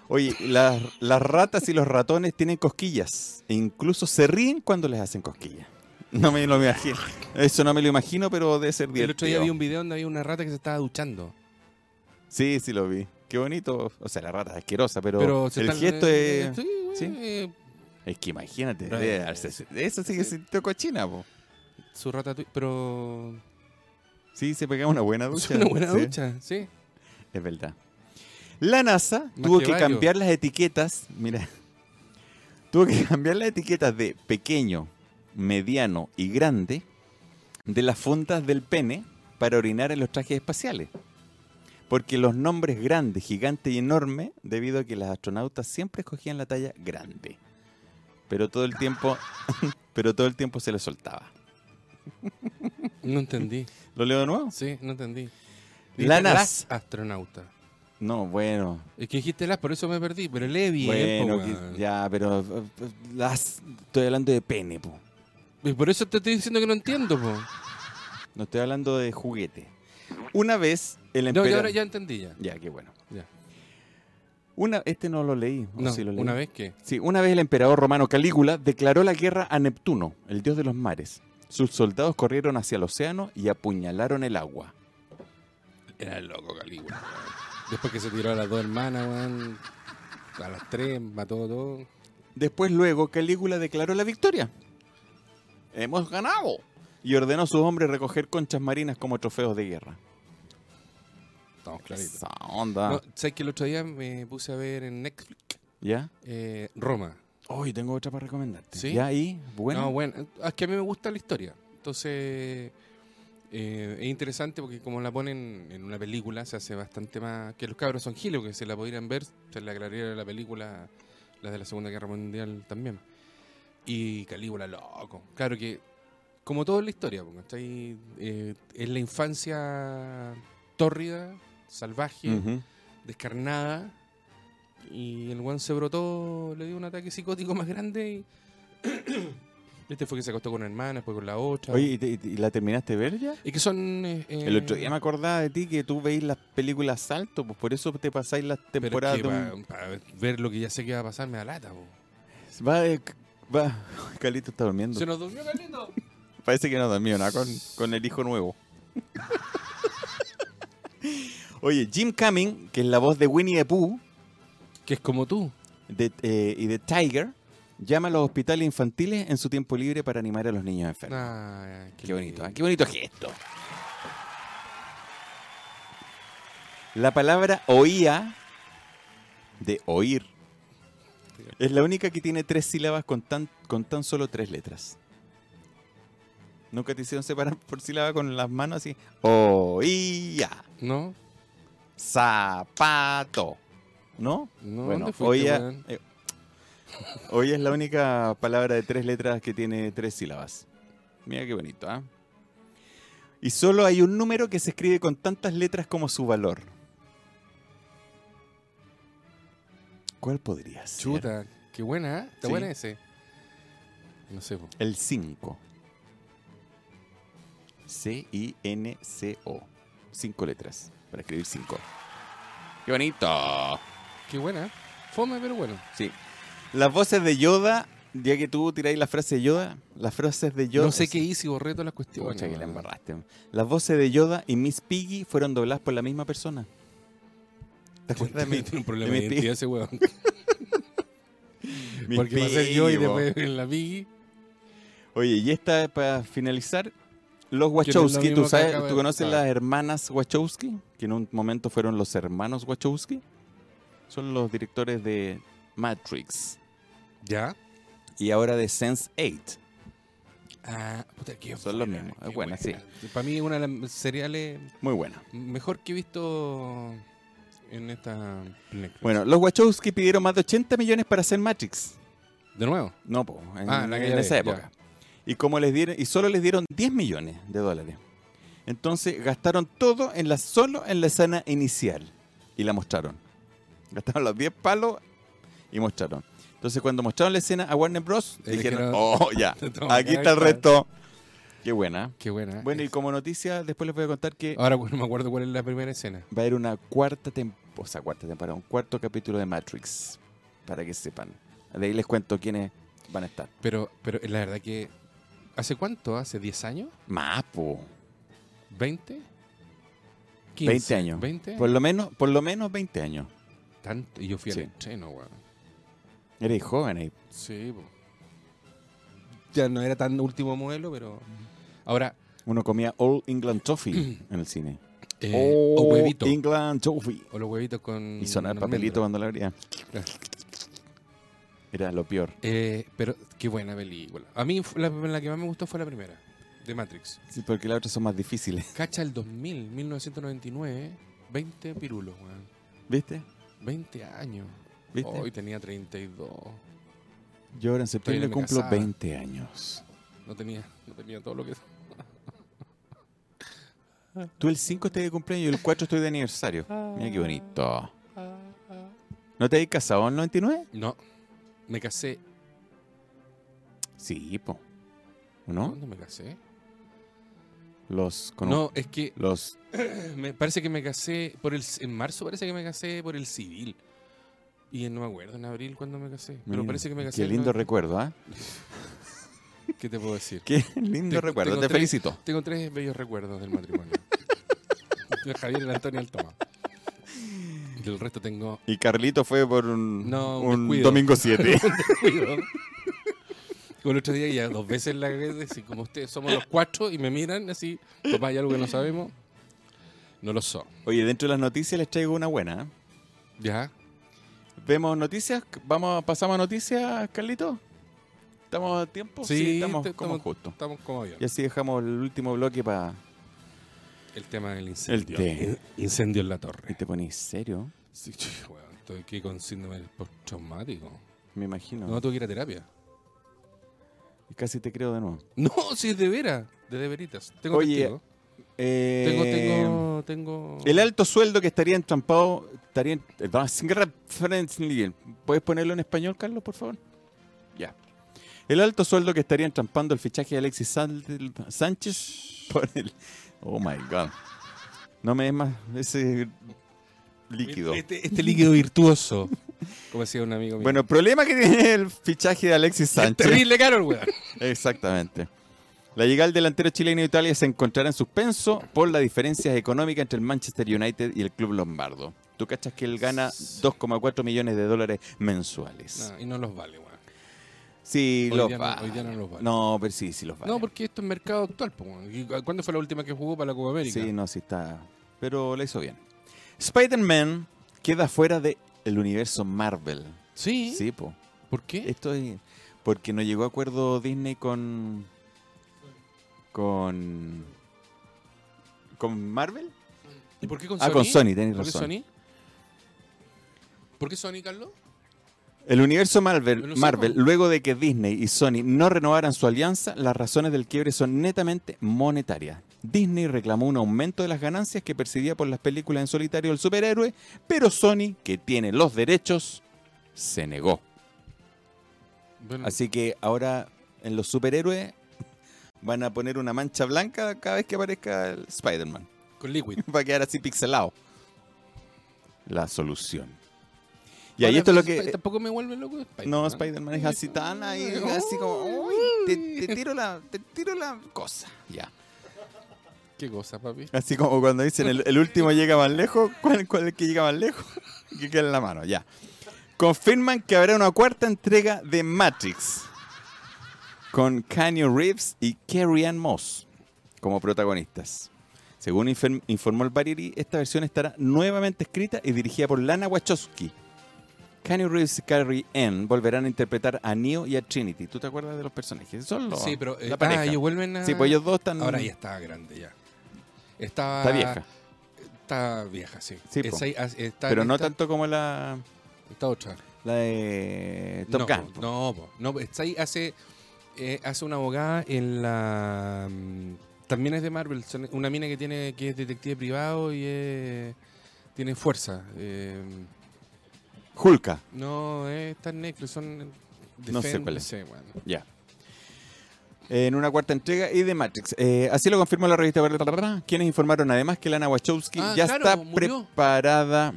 [SPEAKER 1] Oye, las, las ratas y los ratones tienen cosquillas. E incluso se ríen cuando les hacen cosquillas. No me lo imagino. Eso no me lo imagino, pero debe ser
[SPEAKER 2] El otro día
[SPEAKER 1] divertido.
[SPEAKER 2] vi un video donde había una rata que se estaba duchando.
[SPEAKER 1] Sí, sí lo vi. Qué bonito. O sea, la rata es asquerosa, pero,
[SPEAKER 2] Pero se
[SPEAKER 1] el
[SPEAKER 2] están-
[SPEAKER 1] gesto
[SPEAKER 2] eh,
[SPEAKER 1] es...
[SPEAKER 2] Sí, güey,
[SPEAKER 1] sí.
[SPEAKER 2] eh,
[SPEAKER 1] Es que imagínate.
[SPEAKER 2] Pero-
[SPEAKER 1] debe darse- Eso sí que se sintió cochina, po.
[SPEAKER 2] su rata. tu- Pero.
[SPEAKER 1] Sí, se pegaba una buena ducha.
[SPEAKER 2] es *laughs* una buena
[SPEAKER 1] sí,
[SPEAKER 2] ducha, sí.
[SPEAKER 1] Es verdad. La NASA
[SPEAKER 2] Más
[SPEAKER 1] tuvo
[SPEAKER 2] que
[SPEAKER 1] que,
[SPEAKER 2] varios.
[SPEAKER 1] cambiar las etiquetas. Mira. *laughs* Tuvo que cambiar las etiquetas de pequeño, mediano y grande de las fundas del pene para orinar en los trajes espaciales. Porque los nombres grande, gigante y enorme, debido a que las astronautas siempre escogían la talla grande. Pero todo el tiempo, *laughs* pero todo el tiempo se les soltaba.
[SPEAKER 2] No entendí.
[SPEAKER 1] ¿Lo leo de nuevo?
[SPEAKER 2] Sí, no entendí.
[SPEAKER 1] La
[SPEAKER 2] Dijiste
[SPEAKER 1] NASA.
[SPEAKER 2] Las astronautas.
[SPEAKER 1] No, bueno.
[SPEAKER 2] Es que dijiste las, por eso me perdí. Pero lee bien, po,
[SPEAKER 1] Bueno,
[SPEAKER 2] weón.
[SPEAKER 1] que- ya, pero eh, eh, las, estoy hablando de pene, po.
[SPEAKER 2] Y por eso te estoy diciendo que no entiendo, po.
[SPEAKER 1] no estoy hablando de juguete. Una vez el
[SPEAKER 2] No,
[SPEAKER 1] emperador...
[SPEAKER 2] ya ahora ya entendí ya.
[SPEAKER 1] Ya, qué bueno.
[SPEAKER 2] Ya.
[SPEAKER 1] Una, este no lo leí. ¿o
[SPEAKER 2] No,
[SPEAKER 1] sí lo leí?
[SPEAKER 2] una vez que.
[SPEAKER 1] Sí, una vez el emperador romano Calígula declaró la guerra a Neptuno, el dios de los mares. Sus soldados corrieron hacia el océano y apuñalaron el agua.
[SPEAKER 2] Era el loco Calígula. Después que se tiró a las dos hermanas, weón. A las tres, mató todo.
[SPEAKER 1] Después luego Calígula declaró la victoria. Hemos ganado. Y ordenó a sus hombres recoger conchas marinas como trofeos de guerra.
[SPEAKER 2] Estamos claritos.
[SPEAKER 1] Esa onda.
[SPEAKER 2] No, ¿Sabes que el otro día me puse a ver en Netflix
[SPEAKER 1] ¿Ya?
[SPEAKER 2] eh, Roma?
[SPEAKER 1] Hoy tengo otra para recomendarte.
[SPEAKER 2] ¿Sí?
[SPEAKER 1] ¿Ya ahí? Bueno.
[SPEAKER 2] No, bueno, es que a mí me gusta la historia. Entonces, eh, es interesante porque como la ponen en una película, se hace bastante más... Que los cabros son giles, que se la pudieran ver, se le aclararía la película, las de la Segunda Guerra Mundial también. Y Calígula, loco. Claro que, como todo en la historia, porque está ahí, eh, es la infancia tórrida, salvaje,
[SPEAKER 1] Ujú.
[SPEAKER 2] descarnada. Y el guan se brotó, le dio un ataque psicótico más grande y. *coughs* este fue que se acostó con una hermana, después con la otra.
[SPEAKER 1] Oye, ¿y, te- y te- y la terminaste de ver ya?
[SPEAKER 2] y que son. eh,
[SPEAKER 1] El otro día
[SPEAKER 2] eh,
[SPEAKER 1] me acordaba de ti que tú veis las películas salto, pues por eso te pasáis las
[SPEAKER 2] pero es
[SPEAKER 1] temporadas
[SPEAKER 2] que
[SPEAKER 1] de un-
[SPEAKER 2] pa- Para, ver lo que ya sé que va a pasar, me da lata, po.
[SPEAKER 1] Va, eh, c- va. *laughs* Calito está durmiendo.
[SPEAKER 2] Se nos durmió Carlito.
[SPEAKER 1] Parece que no dormió nada con, con el hijo
[SPEAKER 2] *laughs*
[SPEAKER 1] nuevo. Oye, Jim Cumming, que es la voz de Winnie the Pooh
[SPEAKER 2] que es como tú.
[SPEAKER 1] de- eh, y de Tiger, llama a los hospitales infantiles en su tiempo libre para animar a los niños enfermos.
[SPEAKER 2] Ah,
[SPEAKER 1] Qué bonito,
[SPEAKER 2] lindo.
[SPEAKER 1] ¿eh? qué bonito gesto. La palabra oía, de oír, es la única que tiene tres sílabas con tan, con tan solo tres letras. Nunca te hicieron separar por sílaba con las manos así. Oía,
[SPEAKER 2] ¿No?
[SPEAKER 1] zapato. ¿No?
[SPEAKER 2] ¿No?
[SPEAKER 1] bueno,
[SPEAKER 2] ¿Dónde fuiste,
[SPEAKER 1] oía,
[SPEAKER 2] weón?
[SPEAKER 1] eh, oía es la única palabra de tres letras que tiene tres sílabas. Mira qué bonito, ¿ah? Y solo hay un número que se escribe con tantas letras como su valor. ¿Cuál podría ser?
[SPEAKER 2] Chuta, qué buena, ¿eh? Está
[SPEAKER 1] Sí.
[SPEAKER 2] buena ese. No sé, po.
[SPEAKER 1] El 5. C-I-N-C-O. Cinco letras. Para escribir cinco. ¡Qué bonito!
[SPEAKER 2] Qué buena. ¿eh? Fome, pero bueno.
[SPEAKER 1] Sí. Las voces de Yoda, ya que tú tiráis la frase de Yoda, las frases de Yoda.
[SPEAKER 2] no sé qué hice y borré todas las cuestiones. Ah.
[SPEAKER 1] Pucha, que la
[SPEAKER 2] weón.
[SPEAKER 1] embarraste. Las voces de Yoda y Miss Piggy fueron dobladas por la misma persona. ¿Te acuerdas de mi-
[SPEAKER 2] *laughs* Tiene un problema
[SPEAKER 1] de
[SPEAKER 2] de
[SPEAKER 1] mi pi-
[SPEAKER 2] identidad ese weón.
[SPEAKER 1] Miss
[SPEAKER 2] *laughs* Porque va a ser yo y
[SPEAKER 1] Piggy, po.
[SPEAKER 2] después en la Biggie.
[SPEAKER 1] Oye, y esta para finalizar. Los
[SPEAKER 2] es lo
[SPEAKER 1] Wachowski,
[SPEAKER 2] mismo
[SPEAKER 1] ¿tú,
[SPEAKER 2] que
[SPEAKER 1] sabes,
[SPEAKER 2] acaba de-
[SPEAKER 1] ¿tú conoces
[SPEAKER 2] ah.
[SPEAKER 1] las hermanas Wachowski? Que en un momento fueron los hermanos Wachowski. Son los directores de Matrix
[SPEAKER 2] ¿Ya?
[SPEAKER 1] y ahora de Sense 8.
[SPEAKER 2] Ah, puta, qué
[SPEAKER 1] Son los
[SPEAKER 2] buena,
[SPEAKER 1] mismos.
[SPEAKER 2] qué
[SPEAKER 1] Es buena,
[SPEAKER 2] Para mí es una de las seriales
[SPEAKER 1] Muy buena.
[SPEAKER 2] mejor que he visto en esta Netflix.
[SPEAKER 1] Bueno, los Wachowski pidieron más de 80 millones para hacer Matrix.
[SPEAKER 2] De nuevo.
[SPEAKER 1] No, po, en,
[SPEAKER 2] Ah, la que
[SPEAKER 1] en
[SPEAKER 2] ya vi,
[SPEAKER 1] esa
[SPEAKER 2] ya.
[SPEAKER 1] época. Y como les dieron, y solo les dieron 10 millones de dólares. Entonces gastaron todo en la, solo en la escena inicial. Y la mostraron. Gastaron los 10 palos y mostraron. Entonces cuando mostraron la escena a Warner Bros.
[SPEAKER 2] Eh,
[SPEAKER 1] dijeron,
[SPEAKER 2] dijeron,
[SPEAKER 1] oh,
[SPEAKER 2] *laughs*
[SPEAKER 1] ya,
[SPEAKER 2] toma,
[SPEAKER 1] aquí está el
[SPEAKER 2] acá".
[SPEAKER 1] resto. Qué buena.
[SPEAKER 2] Qué buena. ¿eh?
[SPEAKER 1] Bueno, y
[SPEAKER 2] Es-
[SPEAKER 1] como noticia, después les voy a contar que
[SPEAKER 2] Ahora bueno, no me acuerdo cuál es la primera escena.
[SPEAKER 1] va a haber una cuarta temporada, o sea, cuarta temporada, un cuarto capítulo de Matrix, para que sepan. De ahí les cuento quiénes van a estar.
[SPEAKER 2] Pero, pero la verdad que. ¿Hace cuánto? ¿Hace 10 años?
[SPEAKER 1] Mapo,
[SPEAKER 2] ¿20? 15,
[SPEAKER 1] 20 años.
[SPEAKER 2] 20
[SPEAKER 1] Por lo menos, por lo menos 20 años.
[SPEAKER 2] Tanto. Y yo fui
[SPEAKER 1] Sí.
[SPEAKER 2] al entreno, weón.
[SPEAKER 1] Eres joven eh. ahí.
[SPEAKER 2] Sí, po. Ya no era tan último modelo, pero. Ahora.
[SPEAKER 1] Uno comía All England
[SPEAKER 2] *clears throat*
[SPEAKER 1] Toffee en el cine.
[SPEAKER 2] eh,
[SPEAKER 1] All
[SPEAKER 2] o huevito. Mm,
[SPEAKER 1] England Toffee.
[SPEAKER 2] O los huevitos con.
[SPEAKER 1] Y sonaba el
[SPEAKER 2] almendra.
[SPEAKER 1] papelito cuando la abría.
[SPEAKER 2] Claro.
[SPEAKER 1] Era lo peor.
[SPEAKER 2] Eh, pero qué buena película. A mí fu- la, la que más me gustó fue la primera, de Matrix.
[SPEAKER 1] Sí, porque las otras son más difíciles. *laughs*
[SPEAKER 2] Cacha el 2000, 1999, 20 pirulos, weón.
[SPEAKER 1] ¿Viste?
[SPEAKER 2] 20 años.
[SPEAKER 1] ¿Viste?
[SPEAKER 2] Hoy tenía 32.
[SPEAKER 1] Yo ahora en septiembre
[SPEAKER 2] me
[SPEAKER 1] cumplo
[SPEAKER 2] casaba.
[SPEAKER 1] 20 años.
[SPEAKER 2] No tenía, no tenía todo lo que...
[SPEAKER 1] Tú el 5 estás de cumpleaños y el 4 estoy de aniversario. Mira qué bonito. ¿No te habías casado en el 99?
[SPEAKER 2] No, me casé.
[SPEAKER 1] Sí, po. ¿O ¿No?
[SPEAKER 2] ¿Cuándo me casé?
[SPEAKER 1] Los con
[SPEAKER 2] No, es que *clears throat*
[SPEAKER 1] los
[SPEAKER 2] me parece que me casé por el... En marzo parece que me casé por el civil. Y en- no me acuerdo en abril cuándo me casé. Pero
[SPEAKER 1] mira,
[SPEAKER 2] parece que me casé...
[SPEAKER 1] Qué
[SPEAKER 2] el
[SPEAKER 1] lindo
[SPEAKER 2] 90.
[SPEAKER 1] recuerdo, ¿ah? *laughs*
[SPEAKER 2] ¿Qué te puedo decir?
[SPEAKER 1] Qué lindo
[SPEAKER 2] Te-
[SPEAKER 1] recuerdo.
[SPEAKER 2] tengo
[SPEAKER 1] Te
[SPEAKER 2] tres-
[SPEAKER 1] felicito.
[SPEAKER 2] Tengo tres bellos recuerdos del *laughs* matrimonio. De Javier, el Antonio y el Tomás. Del resto *laughs* tengo
[SPEAKER 1] Y Carlito fue por un,
[SPEAKER 2] No,
[SPEAKER 1] un
[SPEAKER 2] descuido.
[SPEAKER 1] domingo
[SPEAKER 2] *laughs*
[SPEAKER 1] 7.
[SPEAKER 2] descuido. Como el otro día ya dos veces la cagué, así como ustedes somos los cuatro y me miran así, papá, hay algo que no sabemos. No lo son.
[SPEAKER 1] Oye, dentro de las noticias les traigo una buena. ¿eh?
[SPEAKER 2] ¿Ya?
[SPEAKER 1] ¿Vemos noticias? ¿Vamos, ¿Pasamos a noticias, Carlito? ¿Estamos a tiempo?
[SPEAKER 2] Pues Sí,
[SPEAKER 1] estamos
[SPEAKER 2] te-
[SPEAKER 1] como
[SPEAKER 2] estamos-
[SPEAKER 1] justo.
[SPEAKER 2] Estamos como bien.
[SPEAKER 1] Y así dejamos el último bloque para...
[SPEAKER 2] El tema Eh, del incendio.
[SPEAKER 1] té.
[SPEAKER 2] Incendio en la
[SPEAKER 1] ¿Y
[SPEAKER 2] torre.
[SPEAKER 1] te ponís serio?
[SPEAKER 2] Sí, ch- weón, estoy aquí con síndrome postraumático.
[SPEAKER 1] Me imagino.
[SPEAKER 2] No, tuve que ir a terapia.
[SPEAKER 1] Casi te creo de nuevo.
[SPEAKER 2] No, si es de veras, de deveritas. Tengo
[SPEAKER 1] Oye,
[SPEAKER 2] testigo.
[SPEAKER 1] Eh,
[SPEAKER 2] Tengo, tengo, tengo.
[SPEAKER 1] El alto sueldo que estaría entrampado... Estaría en- eh, vamos, grab- friendly. ¿Puedes ponerlo en español, Carlos, por favor? Ya. El alto sueldo que estaría entrampando el fichaje de Alexis San- Sánchez por el... Oh, my God. No me des más ese líquido.
[SPEAKER 2] Este, este líquido virtuoso. Como decía un amigo mío.
[SPEAKER 1] Bueno, el problema que tiene el fichaje de Alexis Sánchez.
[SPEAKER 2] terrible caro el weón.
[SPEAKER 1] *laughs* Exactamente. La llegada del delantero chileno a Italia se encontrará en suspenso por las diferencias económicas entre el Manchester United y el club lombardo. Tú cachas que él gana 2,4 millones de dólares mensuales.
[SPEAKER 2] No, y no los vale, weón.
[SPEAKER 1] Sí,
[SPEAKER 2] Ah. Hoy
[SPEAKER 1] los
[SPEAKER 2] día no-
[SPEAKER 1] vale.
[SPEAKER 2] hoy día no los vale.
[SPEAKER 1] No, pero sí, sí los vale.
[SPEAKER 2] No, porque esto es mercado actual. po, weón. ¿Y cu- ¿Cuándo fue la última que jugó para la Copa América?
[SPEAKER 1] Sí, no, sí está. Pero la hizo bien. Spider-Man queda fuera del universo Marvel.
[SPEAKER 2] ¿Sí?
[SPEAKER 1] Sí, Eh, po.
[SPEAKER 2] ¿Por qué?
[SPEAKER 1] Esto es porque no llegó a acuerdo Disney con con con Marvel.
[SPEAKER 2] ¿Y por qué con
[SPEAKER 1] ah,
[SPEAKER 2] Sony?
[SPEAKER 1] con Sony, tenés
[SPEAKER 2] ¿Por qué
[SPEAKER 1] razón.
[SPEAKER 2] Sony? ¿Por qué Sony, Carlos?
[SPEAKER 1] El universo
[SPEAKER 2] No
[SPEAKER 1] Marvel,
[SPEAKER 2] lo sé,
[SPEAKER 1] Marvel,
[SPEAKER 2] po.
[SPEAKER 1] luego de que Disney y Sony no renovaran su alianza, las razones del quiebre son netamente monetarias. Disney reclamó un aumento de las ganancias que percibía por las películas en solitario del superhéroe, pero Sony, que tiene los derechos, se negó.
[SPEAKER 2] Bueno,
[SPEAKER 1] Así que ahora en los superhéroes van a poner una mancha blanca cada vez que aparezca el Spider-Man. *laughs*
[SPEAKER 2] con Liquid.
[SPEAKER 1] Va a quedar así pixelado. La solución. Y
[SPEAKER 2] Ahora,
[SPEAKER 1] ahí esto es lo
[SPEAKER 2] Sp-
[SPEAKER 1] que... eh,
[SPEAKER 2] Tampoco me vuelve loco Spider-Man.
[SPEAKER 1] No, Spider-Man es así tan
[SPEAKER 2] *laughs*
[SPEAKER 1] ahí, así como... "Uy, te, te tiro la, te tiro la cosa. Ya.
[SPEAKER 2] Qué cosa, papi.
[SPEAKER 1] Así como cuando dicen el, el último llega más lejos, ¿cuál, cuál es el que llega más lejos? *laughs* Que queda en la mano, ya. Confirman que habrá una cuarta entrega de Matrix con Kanye Reeves y Carrie Ann Moss como protagonistas. Según infer- informó el Variety, esta versión estará nuevamente escrita y dirigida por Lana Wachowski. Kanye Reeves y Carrie Ann volverán a interpretar a Neo y a Trinity. ¿Tú te acuerdas de los personajes? Son los,
[SPEAKER 2] sí, pero. eh,
[SPEAKER 1] la
[SPEAKER 2] ah,
[SPEAKER 1] pareja.
[SPEAKER 2] ellos vuelven a.
[SPEAKER 1] Sí, pues ellos dos están...
[SPEAKER 2] Ahora ya estaba grande, ya. Estaba.
[SPEAKER 1] Está vieja.
[SPEAKER 2] Está vieja, sí.
[SPEAKER 1] Sí, po.
[SPEAKER 2] Esa- ah, está
[SPEAKER 1] Pero
[SPEAKER 2] en
[SPEAKER 1] no
[SPEAKER 2] esta-
[SPEAKER 1] tanto como la,
[SPEAKER 2] Esta otra.
[SPEAKER 1] la de Top
[SPEAKER 2] no,
[SPEAKER 1] Gun.
[SPEAKER 2] po, No, po, no, po, está ahí hace eh, hace una abogada en la. mm, También es de Marvel, son- una mina que tiene que es detective privado y es- tiene fuerza. eh,
[SPEAKER 1] Julka.
[SPEAKER 2] no, eh, está en Netflix, son.
[SPEAKER 1] No sé
[SPEAKER 2] Defend-
[SPEAKER 1] cuál es.
[SPEAKER 2] sé, bueno.
[SPEAKER 1] Ya. En una cuarta entrega y de Matrix. Eh, así lo confirmó la revista Bla, Bla, Bla, Bla, quienes informaron además que Lana Wachowski
[SPEAKER 2] Ah,
[SPEAKER 1] ya
[SPEAKER 2] claro,
[SPEAKER 1] está
[SPEAKER 2] murió.
[SPEAKER 1] preparada.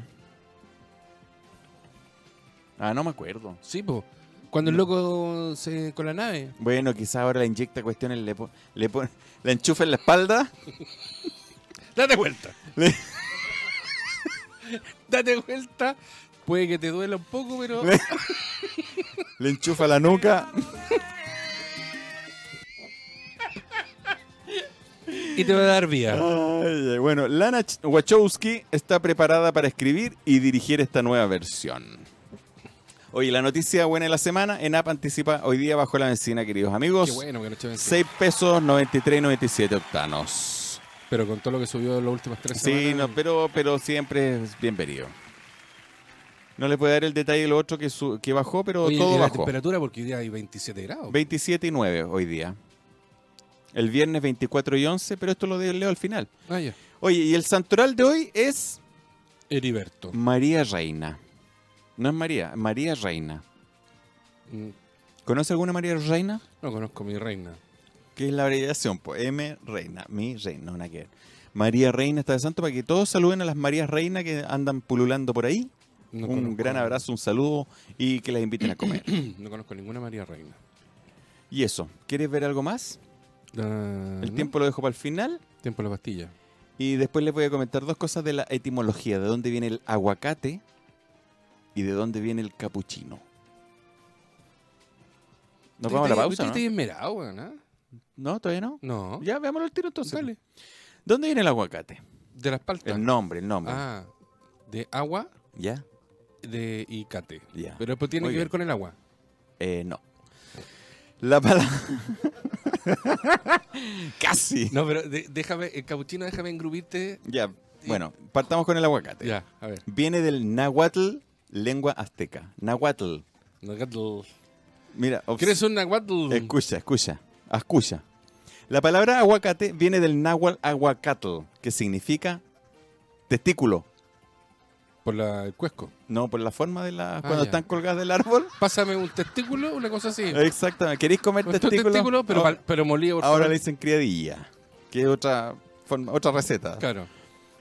[SPEAKER 1] Ah, no me acuerdo.
[SPEAKER 2] Sí, po. Cuando el loco se, con la nave.
[SPEAKER 1] Bueno, quizá ahora la inyecta cuestiones, le, po- le pon- la enchufa en la espalda.
[SPEAKER 2] ¡Date vuelta! *laughs*
[SPEAKER 1] Le-
[SPEAKER 2] ¡Date vuelta! Puede que te duela un poco, pero.
[SPEAKER 1] Le- Le enchufa la
[SPEAKER 2] *laughs*
[SPEAKER 1] nuca.
[SPEAKER 2] Y te va a dar vía.
[SPEAKER 1] Ay, ay, bueno, Lana Ch- Wachowski está preparada para escribir y dirigir esta nueva versión. Oye, la noticia buena de la semana, en app anticipa hoy día bajo la vecina, queridos amigos.
[SPEAKER 2] Qué bueno que no echaban encima.
[SPEAKER 1] 6 pesos 93 y 97 octanos.
[SPEAKER 2] Pero con todo lo que subió en las últimas tres
[SPEAKER 1] Sí,
[SPEAKER 2] semanas.
[SPEAKER 1] no, pero, pero siempre es bienvenido. No le puedo dar el detalle de lo otro que, su- que bajó, pero
[SPEAKER 2] Oye, y
[SPEAKER 1] todo
[SPEAKER 2] la
[SPEAKER 1] bajó.
[SPEAKER 2] temperatura porque hoy día hay 27 grados.
[SPEAKER 1] 27 y 9 hoy día. El viernes 24 y 11, pero esto lo de- leo al final.
[SPEAKER 2] Ah, ya.
[SPEAKER 1] Oye, y el santoral de hoy es
[SPEAKER 2] Heriberto.
[SPEAKER 1] María Reina. No es María, María Reina.
[SPEAKER 2] Mm,
[SPEAKER 1] ¿Conoce alguna María Reina?
[SPEAKER 2] No conozco a mi reina.
[SPEAKER 1] que es la abreviación, pues M Reina, mi reina, una que María Reina está de santo para que todos saluden a las Marías Reina que andan pululando por ahí.
[SPEAKER 2] No
[SPEAKER 1] un
[SPEAKER 2] conozco-
[SPEAKER 1] gran abrazo, un saludo y que las inviten a
[SPEAKER 2] *coughs*
[SPEAKER 1] comer.
[SPEAKER 2] *clears throat* No conozco ninguna María Reina.
[SPEAKER 1] y eso, ¿quieres ver algo más?
[SPEAKER 2] La-
[SPEAKER 1] El
[SPEAKER 2] ¿no?
[SPEAKER 1] tiempo lo dejo para el final
[SPEAKER 2] Tiempo de la pastilla.
[SPEAKER 1] y después les voy a comentar dos cosas de la etimología, de dónde viene el aguacate y de dónde viene el capuchino. Nos vamos a la pausa, ¿no?
[SPEAKER 2] ¿Estás esmerado, weón, ¿ah?
[SPEAKER 1] No, todavía no.
[SPEAKER 2] No.
[SPEAKER 1] Ya, veámoslo al tiro entonces.
[SPEAKER 2] Dale.
[SPEAKER 1] ¿Dónde viene el aguacate?
[SPEAKER 2] De las paltas.
[SPEAKER 1] El nombre, el nombre.
[SPEAKER 2] Ah, de agua
[SPEAKER 1] ¿Ya?
[SPEAKER 2] de y cate.
[SPEAKER 1] Ya.
[SPEAKER 2] Pero pues tiene
[SPEAKER 1] Muy
[SPEAKER 2] que
[SPEAKER 1] bien.
[SPEAKER 2] ver con el agua.
[SPEAKER 1] Eh, no. La palabra. *laughs* Casi.
[SPEAKER 2] No, pero de- déjame, el capuchino, déjame engrubirte.
[SPEAKER 1] Ya, bueno, partamos con el aguacate.
[SPEAKER 2] Ya, a ver.
[SPEAKER 1] Viene del náhuatl, lengua azteca. Náhuatl.
[SPEAKER 2] Nahuatl.
[SPEAKER 1] Mira, obs-
[SPEAKER 2] Pues, ¿Quieres un nahuatl?
[SPEAKER 1] escucha, escucha, escucha. La palabra aguacate viene del náhuatl aguacatl, que significa testículo.
[SPEAKER 2] Por la, el cuesco.
[SPEAKER 1] No, por la forma de las.
[SPEAKER 2] Ah,
[SPEAKER 1] cuando
[SPEAKER 2] ya.
[SPEAKER 1] están colgadas del árbol.
[SPEAKER 2] Pásame un testículo, una cosa
[SPEAKER 1] *laughs*
[SPEAKER 2] así.
[SPEAKER 1] Exactamente. ¿Queréis comer
[SPEAKER 2] Con todo
[SPEAKER 1] Eh, testículo?
[SPEAKER 2] testículo, pero,
[SPEAKER 1] ahora,
[SPEAKER 2] pal- pero molido, por
[SPEAKER 1] ahora
[SPEAKER 2] favor.
[SPEAKER 1] le dicen criadilla, que es otra, forma, otra receta.
[SPEAKER 2] Claro.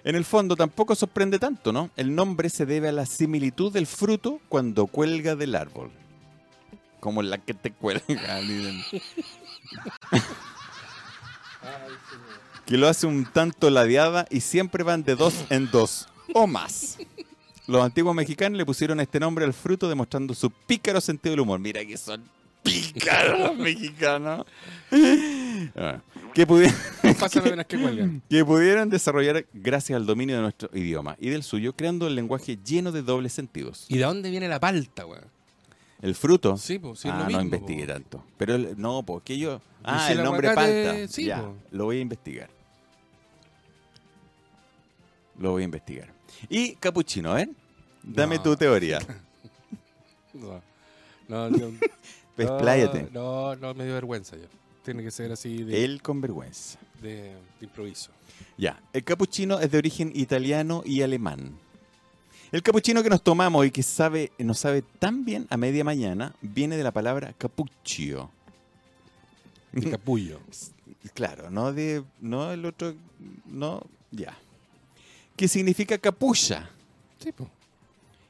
[SPEAKER 1] En el fondo tampoco sorprende tanto, ¿no? El nombre se debe a la similitud del fruto cuando cuelga del árbol. Como la que te cuelga, *laughs* dicen. que lo hace un tanto ladeada y siempre van de dos en dos, o más. Los antiguos mexicanos le pusieron este nombre al fruto demostrando su pícaro sentido del humor. Mira que son pícaros los mexicanos. Bueno, que pudi-
[SPEAKER 2] Pues Pásame las que cuelgan.
[SPEAKER 1] que pudieron desarrollar gracias al dominio de nuestro idioma y del suyo, creando el lenguaje lleno de dobles sentidos.
[SPEAKER 2] ¿Y de dónde viene la palta, weón?
[SPEAKER 1] El fruto.
[SPEAKER 2] Sí, pues, sí, es
[SPEAKER 1] ah,
[SPEAKER 2] lo
[SPEAKER 1] no
[SPEAKER 2] mismo,
[SPEAKER 1] investigué
[SPEAKER 2] po.
[SPEAKER 1] tanto. Pero el- no, porque yo. Ah,
[SPEAKER 2] si
[SPEAKER 1] el
[SPEAKER 2] el
[SPEAKER 1] nombre
[SPEAKER 2] aguacate,
[SPEAKER 1] palta.
[SPEAKER 2] sí,
[SPEAKER 1] ya,
[SPEAKER 2] po.
[SPEAKER 1] lo voy a investigar. Lo voy a investigar. Y capuchino, ¿eh? Dame
[SPEAKER 2] *laughs* No.
[SPEAKER 1] tu teoría.
[SPEAKER 2] No, no, yo-
[SPEAKER 1] Pues, Despláyate.
[SPEAKER 2] No, no, me dio vergüenza yo. Tiene que ser así de,
[SPEAKER 1] Él con vergüenza.
[SPEAKER 2] de- de improviso.
[SPEAKER 1] Ya, el capuchino es de origen italiano y alemán. El capuchino que nos tomamos y que sabe, nos sabe tan bien a media mañana viene de la palabra capuccio.
[SPEAKER 2] De capullo.
[SPEAKER 1] Claro, no de. No el otro. No, ya. Que significa capulla
[SPEAKER 2] Sí, pues.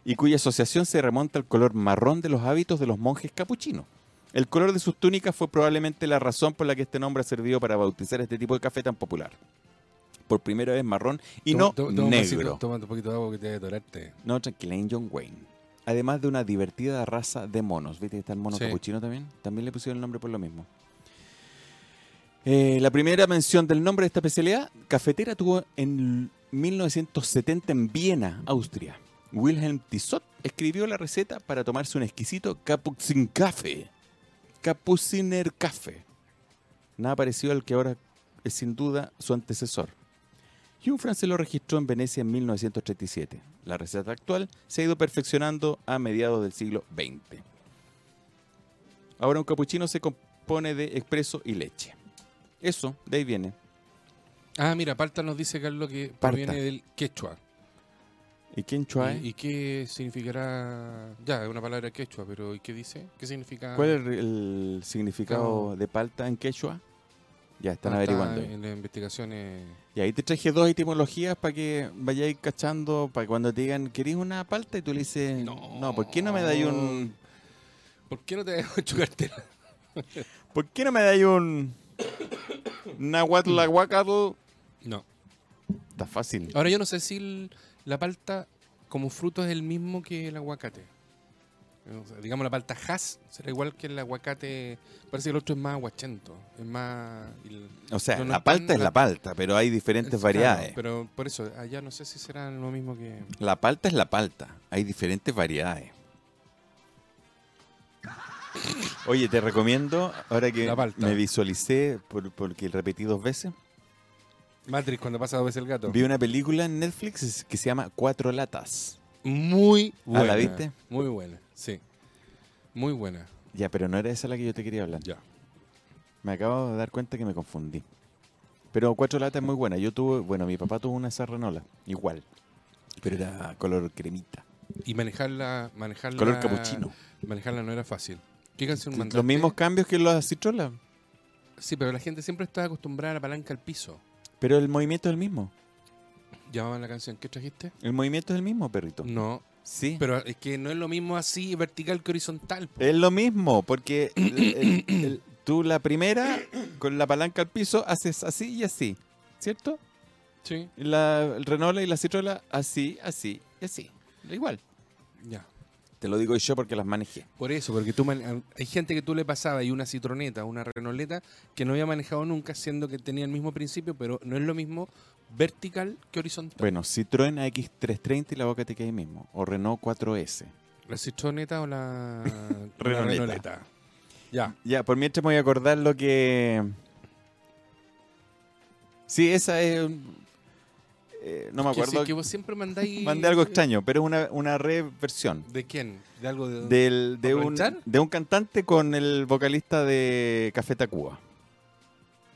[SPEAKER 1] y cuya asociación se remonta al color marrón de los hábitos de los monjes capuchinos. El color de sus túnicas fue probablemente la razón por la que este nombre ha servido para bautizar este tipo de café tan popular. Por primera vez marrón y no negro.
[SPEAKER 2] Toma un poquito de agua que te va a atorarte.
[SPEAKER 1] No, tranquila, en John Wayne. Además de una divertida raza de monos. ¿Viste que está el mono
[SPEAKER 2] Sí.
[SPEAKER 1] capuchino también? También le pusieron el nombre por lo mismo. Eh, la primera mención del nombre de esta especialidad cafetera tuvo en 1970 en Viena, Austria. Wilhelm Tissot escribió la receta para tomarse un exquisito Kapuzinkaffee. Kapuziner Kaffee. Nada parecido al que ahora es sin duda su antecesor. Y un francés lo registró en Venecia en 1937. La receta actual se ha ido perfeccionando a mediados del siglo XX. Ahora un capuchino se, com- compone de expreso y leche. Eso, de ahí viene.
[SPEAKER 2] Ah, mira, Parta nos dice, Carlos, que
[SPEAKER 1] Parta.
[SPEAKER 2] proviene del quechua.
[SPEAKER 1] ¿Y quién chua es?
[SPEAKER 2] ¿Y, y qué significará? Ya, es una palabra quechua, pero ¿y qué dice? ¿Qué significa?
[SPEAKER 1] ¿Cuál es el significado
[SPEAKER 2] Claro.
[SPEAKER 1] de palta en quechua? Ya, están
[SPEAKER 2] Ah, está
[SPEAKER 1] averiguando.
[SPEAKER 2] En las investigaciones.
[SPEAKER 1] Y ahí te traje dos etimologías para que vayáis cachando, para cuando te digan, ¿queréis una palta? Y tú le dices, no,
[SPEAKER 2] No.
[SPEAKER 1] ¿por qué no me dais un...
[SPEAKER 2] ¿Por qué no te *laughs* dejo chocarte?
[SPEAKER 1] ¿Por qué no me dais un... Nahuatlahuacatl?
[SPEAKER 2] No.
[SPEAKER 1] Mm. Está fácil.
[SPEAKER 2] Ahora yo no sé si el- la palta como fruto es el mismo que el aguacate. O sea, digamos la palta has será igual que el aguacate. Parece que el otro es más aguachento. Es más. y-
[SPEAKER 1] O sea,
[SPEAKER 2] No, no
[SPEAKER 1] la
[SPEAKER 2] están-
[SPEAKER 1] palta es
[SPEAKER 2] no-
[SPEAKER 1] la palta, pero hay diferentes
[SPEAKER 2] Claro,
[SPEAKER 1] variedades.
[SPEAKER 2] pero por eso, allá no sé si será lo mismo que.
[SPEAKER 1] La palta es la palta. Hay diferentes variedades. Oye, te recomiendo, ahora que
[SPEAKER 2] La palta.
[SPEAKER 1] me visualicé, por- porque repetí dos veces,
[SPEAKER 2] Matrix, cuando pasa dos veces el gato.
[SPEAKER 1] vi una película en Netflix que se llama Cuatro Latas.
[SPEAKER 2] Muy
[SPEAKER 1] Ah,
[SPEAKER 2] buena.
[SPEAKER 1] ¿la viste?
[SPEAKER 2] Muy buena, sí. Muy buena.
[SPEAKER 1] Ya, pero no era esa la que yo te quería hablar.
[SPEAKER 2] Ya.
[SPEAKER 1] Me acabo de dar cuenta que me confundí. Pero Cuatro Latas es muy buena. Yo tuve, bueno, mi papá tuvo una serranola, igual. Pero era color cremita,
[SPEAKER 2] Y manejarla. manejarla
[SPEAKER 1] color capuchino.
[SPEAKER 2] Manejarla no era fácil. ¿Qué canción mandaste?
[SPEAKER 1] Los mismos cambios que los citrolas,
[SPEAKER 2] Sí, pero la gente siempre está acostumbrada a la palanca al piso.
[SPEAKER 1] pero el movimiento es el mismo.
[SPEAKER 2] Llamaban la canción. ¿Qué trajiste?
[SPEAKER 1] El movimiento es el mismo, perrito.
[SPEAKER 2] No,
[SPEAKER 1] Sí.
[SPEAKER 2] Mm. pero es que no es lo mismo así vertical que horizontal. po.
[SPEAKER 1] Es lo mismo, porque el- el- el- tú la primera, con la palanca al piso, haces así y así, ¿cierto?
[SPEAKER 2] Sí,
[SPEAKER 1] Y La el Renola y la Citrola, así, así y así. Igual.
[SPEAKER 2] ya.
[SPEAKER 1] Te lo digo yo porque las manejé.
[SPEAKER 2] Por eso, porque tú mane- hay gente que tú le pasabas y una citroneta, una renoleta, que no había manejado nunca, siendo que tenía el mismo principio, pero no es lo mismo vertical que horizontal.
[SPEAKER 1] Bueno, Citroën AX330 y la boca te queda ahí mismo. O Renault 4S.
[SPEAKER 2] La citroneta
[SPEAKER 1] *laughs*
[SPEAKER 2] o la la
[SPEAKER 1] Renoleta.
[SPEAKER 2] renoleta. Ya.
[SPEAKER 1] Ya, por mientras me voy a acordar lo que. Sí, esa es. eh, no me
[SPEAKER 2] Que sí,
[SPEAKER 1] acuerdo.
[SPEAKER 2] que vos siempre mandáis.
[SPEAKER 1] Mandé algo extraño, pero es una, una reversión.
[SPEAKER 2] ¿De quién? ¿De algo de.?
[SPEAKER 1] del, de, un,
[SPEAKER 2] ¿Aprovechar?
[SPEAKER 1] de un cantante con el vocalista de Café Tacuba.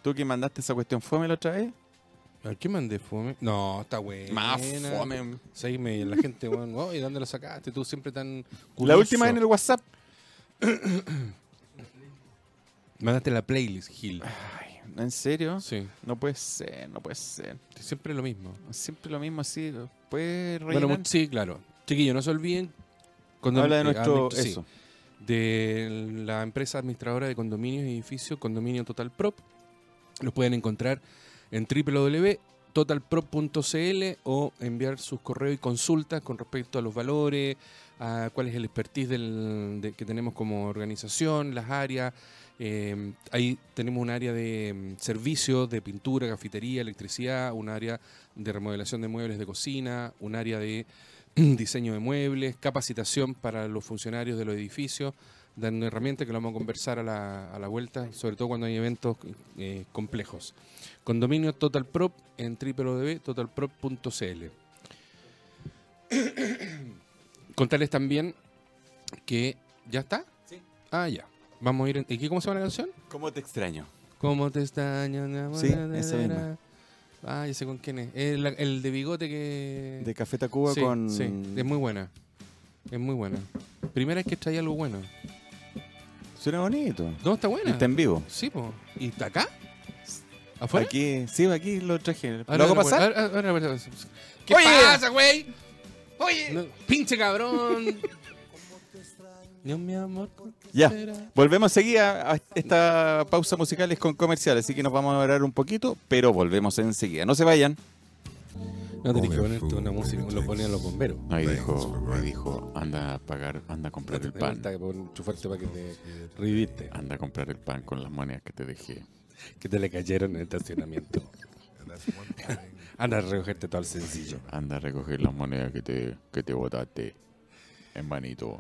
[SPEAKER 1] ¿Tú que mandaste esa cuestión fome la otra vez?
[SPEAKER 2] A ver, ¿Qué mandé fome? No, está buena. Seis meses, la gente, weón, oh, ¿y dónde lo sacaste? Tú siempre tan.
[SPEAKER 1] La
[SPEAKER 2] curioso.
[SPEAKER 1] última en el WhatsApp.
[SPEAKER 2] Mandaste la playlist, Gil.
[SPEAKER 1] Ay, ¿En serio?
[SPEAKER 2] Sí,
[SPEAKER 1] No puede ser, no puede ser.
[SPEAKER 2] siempre lo mismo.
[SPEAKER 1] Siempre lo mismo así. Puede
[SPEAKER 2] Bueno,
[SPEAKER 1] rellenar.
[SPEAKER 2] mu- sí, claro. Chiquillos, no se olviden. cuando-
[SPEAKER 1] Habla de
[SPEAKER 2] eh,
[SPEAKER 1] nuestro...
[SPEAKER 2] admi- sí,
[SPEAKER 1] eso.
[SPEAKER 2] de la empresa administradora de condominios y edificios, Condominio Total Prop. Los pueden encontrar en www.totalprop.cl o enviar sus correos y consultas con respecto a los valores, a cuál es el expertise del- de- que tenemos como organización, las áreas. Eh, ahí tenemos un área de mm, servicios, de pintura, cafetería, electricidad, un área de remodelación de muebles de cocina, un área de *clears throat* diseño de muebles, capacitación para los funcionarios de los edificios, dando herramientas que lo vamos a conversar a la, a la vuelta, sobre todo cuando hay eventos eh, complejos. Condominio Total Prop en www.totalprop.cl. *clears throat* Contarles también que ya está. Ah, ya. Vamos a ir. en- ¿Y qué- cómo se llama la canción?
[SPEAKER 1] ¿Cómo te extraño?
[SPEAKER 2] ¿Cómo te extraño? mi amor?
[SPEAKER 1] Sí, esa misma.
[SPEAKER 2] Ah, ya sé con quién es. El, el de bigote que.
[SPEAKER 1] De Café Tacuba
[SPEAKER 2] Sí,
[SPEAKER 1] con...
[SPEAKER 2] sí, es muy buena. Es muy buena. Primera vez que traía algo bueno.
[SPEAKER 1] Suena bonito.
[SPEAKER 2] No, está buena.
[SPEAKER 1] Y está en vivo.
[SPEAKER 2] Sí, po. ¿Y está acá? ¿Afuera?
[SPEAKER 1] Aquí, sí, aquí lo traje.
[SPEAKER 2] Ahora,
[SPEAKER 1] ¿Lo hago
[SPEAKER 2] ahora,
[SPEAKER 1] pasar?
[SPEAKER 2] ahora, ahora, ahora, ahora. ¿Qué
[SPEAKER 1] Oye.
[SPEAKER 2] pasa, güey? Oye. pinche cabrón. Dios, mi amor.
[SPEAKER 1] Ya.
[SPEAKER 2] será?
[SPEAKER 1] Volvemos seguida a esta pausa musical es con comercial, así que nos vamos a hablar un poquito, pero volvemos enseguida. No se vayan.
[SPEAKER 2] No tenés que ponerte una música como lo ponían los bomberos.
[SPEAKER 1] Ahí dijo, ahí dijo, anda a pagar, anda a comprar el
[SPEAKER 2] De
[SPEAKER 1] pan,
[SPEAKER 2] vuelta, que pon- chufarte para que te reviste.
[SPEAKER 1] anda a comprar el pan con las monedas que te dejé.
[SPEAKER 2] Que te le cayeron en el *laughs* estacionamiento. Anda a recogerte todo el sencillo.
[SPEAKER 1] Anda a recoger las monedas que te, que te botaste, hermanito.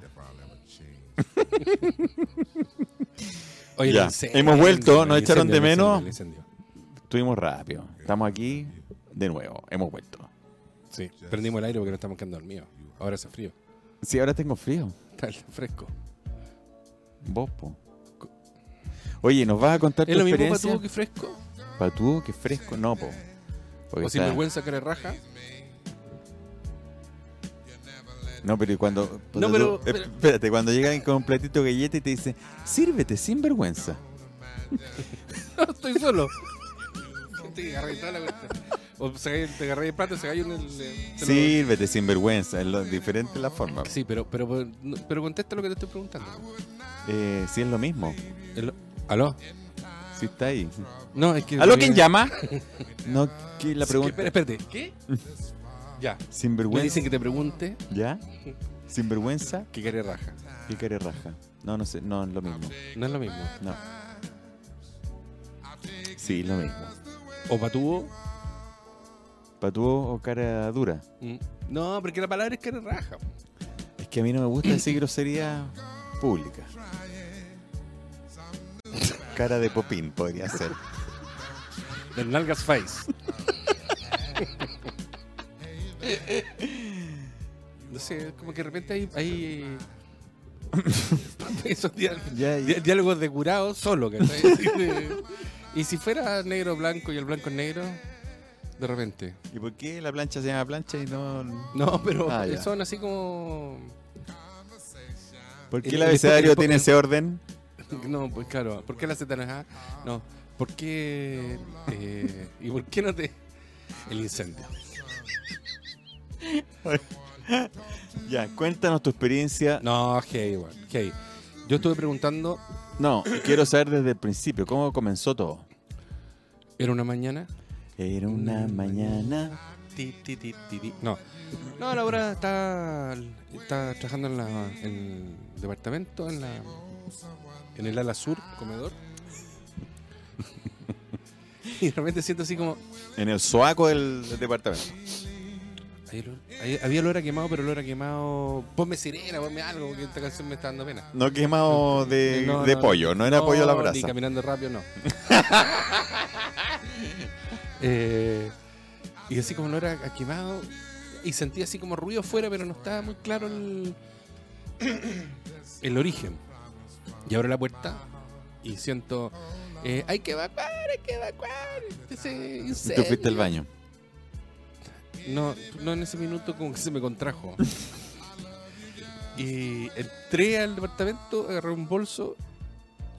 [SPEAKER 2] Oye,
[SPEAKER 1] Ya,
[SPEAKER 2] el incendio,
[SPEAKER 1] hemos
[SPEAKER 2] el
[SPEAKER 1] vuelto,
[SPEAKER 2] incendio,
[SPEAKER 1] nos
[SPEAKER 2] el
[SPEAKER 1] echaron de
[SPEAKER 2] incendio, el
[SPEAKER 1] menos.
[SPEAKER 2] incendio, el incendio.
[SPEAKER 1] Estuvimos rápido, estamos aquí de nuevo, hemos vuelto.
[SPEAKER 2] Sí, prendimos el aire porque no estamos quedando dormidos. Ahora hace frío,
[SPEAKER 1] Sí, ahora tengo frío,
[SPEAKER 2] está fresco.
[SPEAKER 1] vos po. Oye, ¿nos vas a contar
[SPEAKER 2] ¿Es
[SPEAKER 1] tu
[SPEAKER 2] lo mismo
[SPEAKER 1] experiencia?
[SPEAKER 2] patudo que fresco?
[SPEAKER 1] Patúo, que fresco, no, po. Porque
[SPEAKER 2] ¿O
[SPEAKER 1] está-
[SPEAKER 2] sinvergüenza que le raja?
[SPEAKER 1] No, pero y cuando. ponte tú-
[SPEAKER 2] pero-
[SPEAKER 1] eh,
[SPEAKER 2] pero-
[SPEAKER 1] Espérate, cuando llegan con un platito de galleta y te dicen, sírvete, sin vergüenza.
[SPEAKER 2] *laughs* No, estoy solo. te agarré toda la cuestión. O se cae- te agarré el plato, se cayó en el. eh, te lo-
[SPEAKER 1] Sírvete, sin vergüenza. Es lo, diferente la forma.
[SPEAKER 2] Sí, pero, pero, pero contesta lo que te estoy preguntando.
[SPEAKER 1] Eh, sí, es lo mismo.
[SPEAKER 2] El- ¿Aló?
[SPEAKER 1] Sí, está ahí.
[SPEAKER 2] No, es que.
[SPEAKER 1] ¿Aló quién llama? No, que la
[SPEAKER 2] Sí, que-
[SPEAKER 1] pregunta.
[SPEAKER 2] espera, espérate. ¿Qué? ya.
[SPEAKER 1] Sin
[SPEAKER 2] Me
[SPEAKER 1] vergüenza.
[SPEAKER 2] dicen que te pregunte
[SPEAKER 1] ¿Ya? Sin vergüenza
[SPEAKER 2] que quiere raja.
[SPEAKER 1] y care raja. No, no sé, no es lo mismo.
[SPEAKER 2] No es lo mismo.
[SPEAKER 1] No. Sí, es lo mismo.
[SPEAKER 2] O patuvo.
[SPEAKER 1] ¿Patúo o oh, cara dura?
[SPEAKER 2] mm, No, porque la palabra es que eres raja.
[SPEAKER 1] Es que a mí no me gusta decir grosería pública. Cara de popín podría ser.
[SPEAKER 2] Del nalgas face. *laughs* no sé, como que de repente hay.
[SPEAKER 1] *laughs*
[SPEAKER 2] hay... esos diá-
[SPEAKER 1] Ya,
[SPEAKER 2] diá- diálogos de curado solo, *laughs* ¿cachai? Así de- Y si fuera negro blanco y el blanco es negro, de repente.
[SPEAKER 1] ¿Y por qué la plancha se llama plancha y no...?
[SPEAKER 2] No, pero
[SPEAKER 1] Ah, ya.
[SPEAKER 2] son así como.
[SPEAKER 1] ¿Por qué
[SPEAKER 2] El-
[SPEAKER 1] el
[SPEAKER 2] el-
[SPEAKER 1] abecedario
[SPEAKER 2] el-
[SPEAKER 1] tiene ese orden?
[SPEAKER 2] No, pues claro, ¿por qué la Z no es A? No, ¿por qué. eh, ¿Y por qué no te.? El incendio.
[SPEAKER 1] Ya, cuéntanos tu experiencia.
[SPEAKER 2] No, hey, weón, hey. Yo estuve preguntando,
[SPEAKER 1] No, quiero saber desde el principio, ¿cómo comenzó todo?
[SPEAKER 2] ¿era una mañana?
[SPEAKER 1] Era una mañana...
[SPEAKER 2] Ti, ti, ti, ti, ti. No, no, la hora ah, está, está trabajando en, la- en el departamento, en, la, en el ala sur, *laughs* comedor. Y de repente siento así como.
[SPEAKER 1] En el soaco del, del departamento.
[SPEAKER 2] "Hay olor- hay- había olor a quemado, pero olor a quemado. Ponme sirena, ponme algo, porque esta canción me está dando pena.
[SPEAKER 1] No quemado de,
[SPEAKER 2] Eh, No,
[SPEAKER 1] de
[SPEAKER 2] no,
[SPEAKER 1] pollo, no era pollo a la
[SPEAKER 2] Ni
[SPEAKER 1] brasa.
[SPEAKER 2] caminando
[SPEAKER 1] *laughs*
[SPEAKER 2] rápido, no. Eh, y así como no era quemado. Y sentía así como ruido afuera, pero no estaba muy claro el, *coughs* el origen. Y abro la puerta y siento. eh, hay que evacuar, hay que evacuar. Ese
[SPEAKER 1] Y tú fuiste
[SPEAKER 2] incendio.
[SPEAKER 1] al baño.
[SPEAKER 2] No, no en ese minuto como que se me contrajo. y entré al departamento, agarré un bolso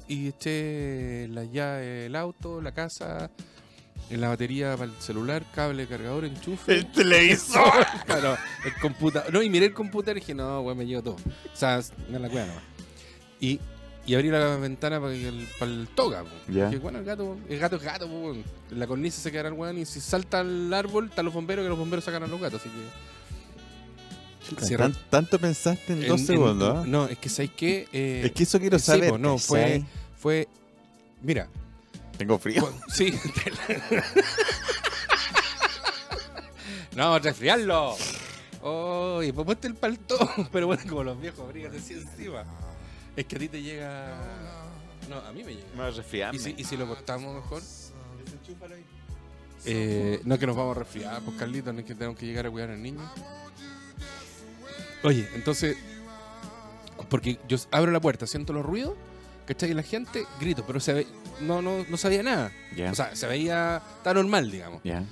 [SPEAKER 2] y eché la llave del auto, la casa, en la batería para el celular, cable, cargador, enchufe.
[SPEAKER 1] ¡El televisor!
[SPEAKER 2] *laughs* Claro, el computador. No, y miré el computador y dije, no, weón, me llevo todo. O sea, me la cueva nomás. Y, y abrí la ventana para el, para el toga. po.
[SPEAKER 1] Ya.
[SPEAKER 2] Dije, bueno, el gato, el gato es gato, po, weón. En La cornisa se quedará el weón y si salta al árbol, están los bomberos que los bomberos sacan a los gatos. Así que. Cierra-
[SPEAKER 1] Tan- tanto pensaste en dos
[SPEAKER 2] en- en-
[SPEAKER 1] segundos. ¿ah?
[SPEAKER 2] No, es que ¿sabes qué? Eh,
[SPEAKER 1] es que eso quiero
[SPEAKER 2] sí,
[SPEAKER 1] saber.
[SPEAKER 2] po, no, fue,
[SPEAKER 1] ¿cachai?
[SPEAKER 2] fue. Mira,
[SPEAKER 1] Tengo frío.
[SPEAKER 2] Cu- Sí. te la- no, resfriarlo. Oye, pues ponte el palto. Pero bueno, como los viejos, abrígate así encima. Es que a ti te llega. No, a mí me llega.
[SPEAKER 1] *laughs* Me resfriarme.
[SPEAKER 2] ¿Y si, y si lo cortamos mejor? Eh, no que nos vamos a resfriar, pues Carlitos, no es que tenemos que llegar a cuidar al niño. Oye, entonces, porque yo abro la puerta, siento los ruidos, ¿cachai? Y la gente, grito, pero se ve- no, no, no sabía nada.
[SPEAKER 1] Ya.
[SPEAKER 2] O sea, se veía tan normal, digamos.
[SPEAKER 1] Ya.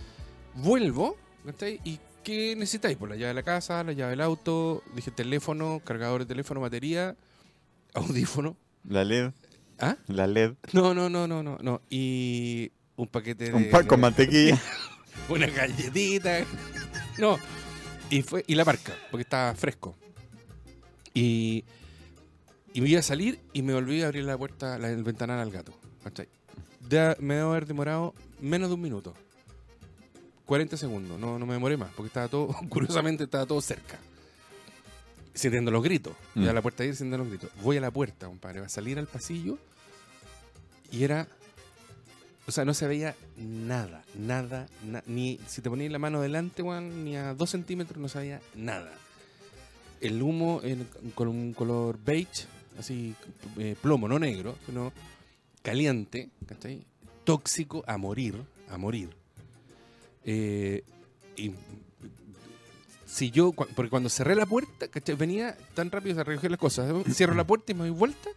[SPEAKER 2] Vuelvo, ¿cachai? ¿Y qué necesitáis? Pues la llave de la casa, la llave del auto, dije teléfono, cargador de teléfono, batería, *laughs* audífono.
[SPEAKER 1] La LED.
[SPEAKER 2] ¿Ah?
[SPEAKER 1] La LED.
[SPEAKER 2] No, no, no, no, no, no. Y un paquete de.
[SPEAKER 1] Un pan con
[SPEAKER 2] *laughs*
[SPEAKER 1] mantequilla.
[SPEAKER 2] Una galletita. *laughs* No. Y fue. Y la marca, porque estaba fresco. Y. Y me iba a salir y me volví a abrir la puerta, la, el ventanal al gato. ¿cachai? Ya me debo haber demorado menos de un minuto. 40 segundos. No, no me demoré más, porque estaba todo, *laughs* curiosamente estaba todo cerca. Sintiendo los gritos.
[SPEAKER 1] Mm.
[SPEAKER 2] Y a la puerta ir sintiendo los gritos. Voy a la puerta, compadre. Va a salir al pasillo. Y era. O sea, no se veía nada, nada, na- ni si te ponías la mano delante, weón, ni a dos centímetros no se veía nada. El humo en- con un color beige, así eh, plomo, no negro, sino caliente, ¿cachai? Tóxico a morir, a morir. Eh, y si yo, cua- porque cuando cerré la puerta, ¿cachai? Venía tan rápido, se recoger las cosas. Cierro la puerta y me doy vuelta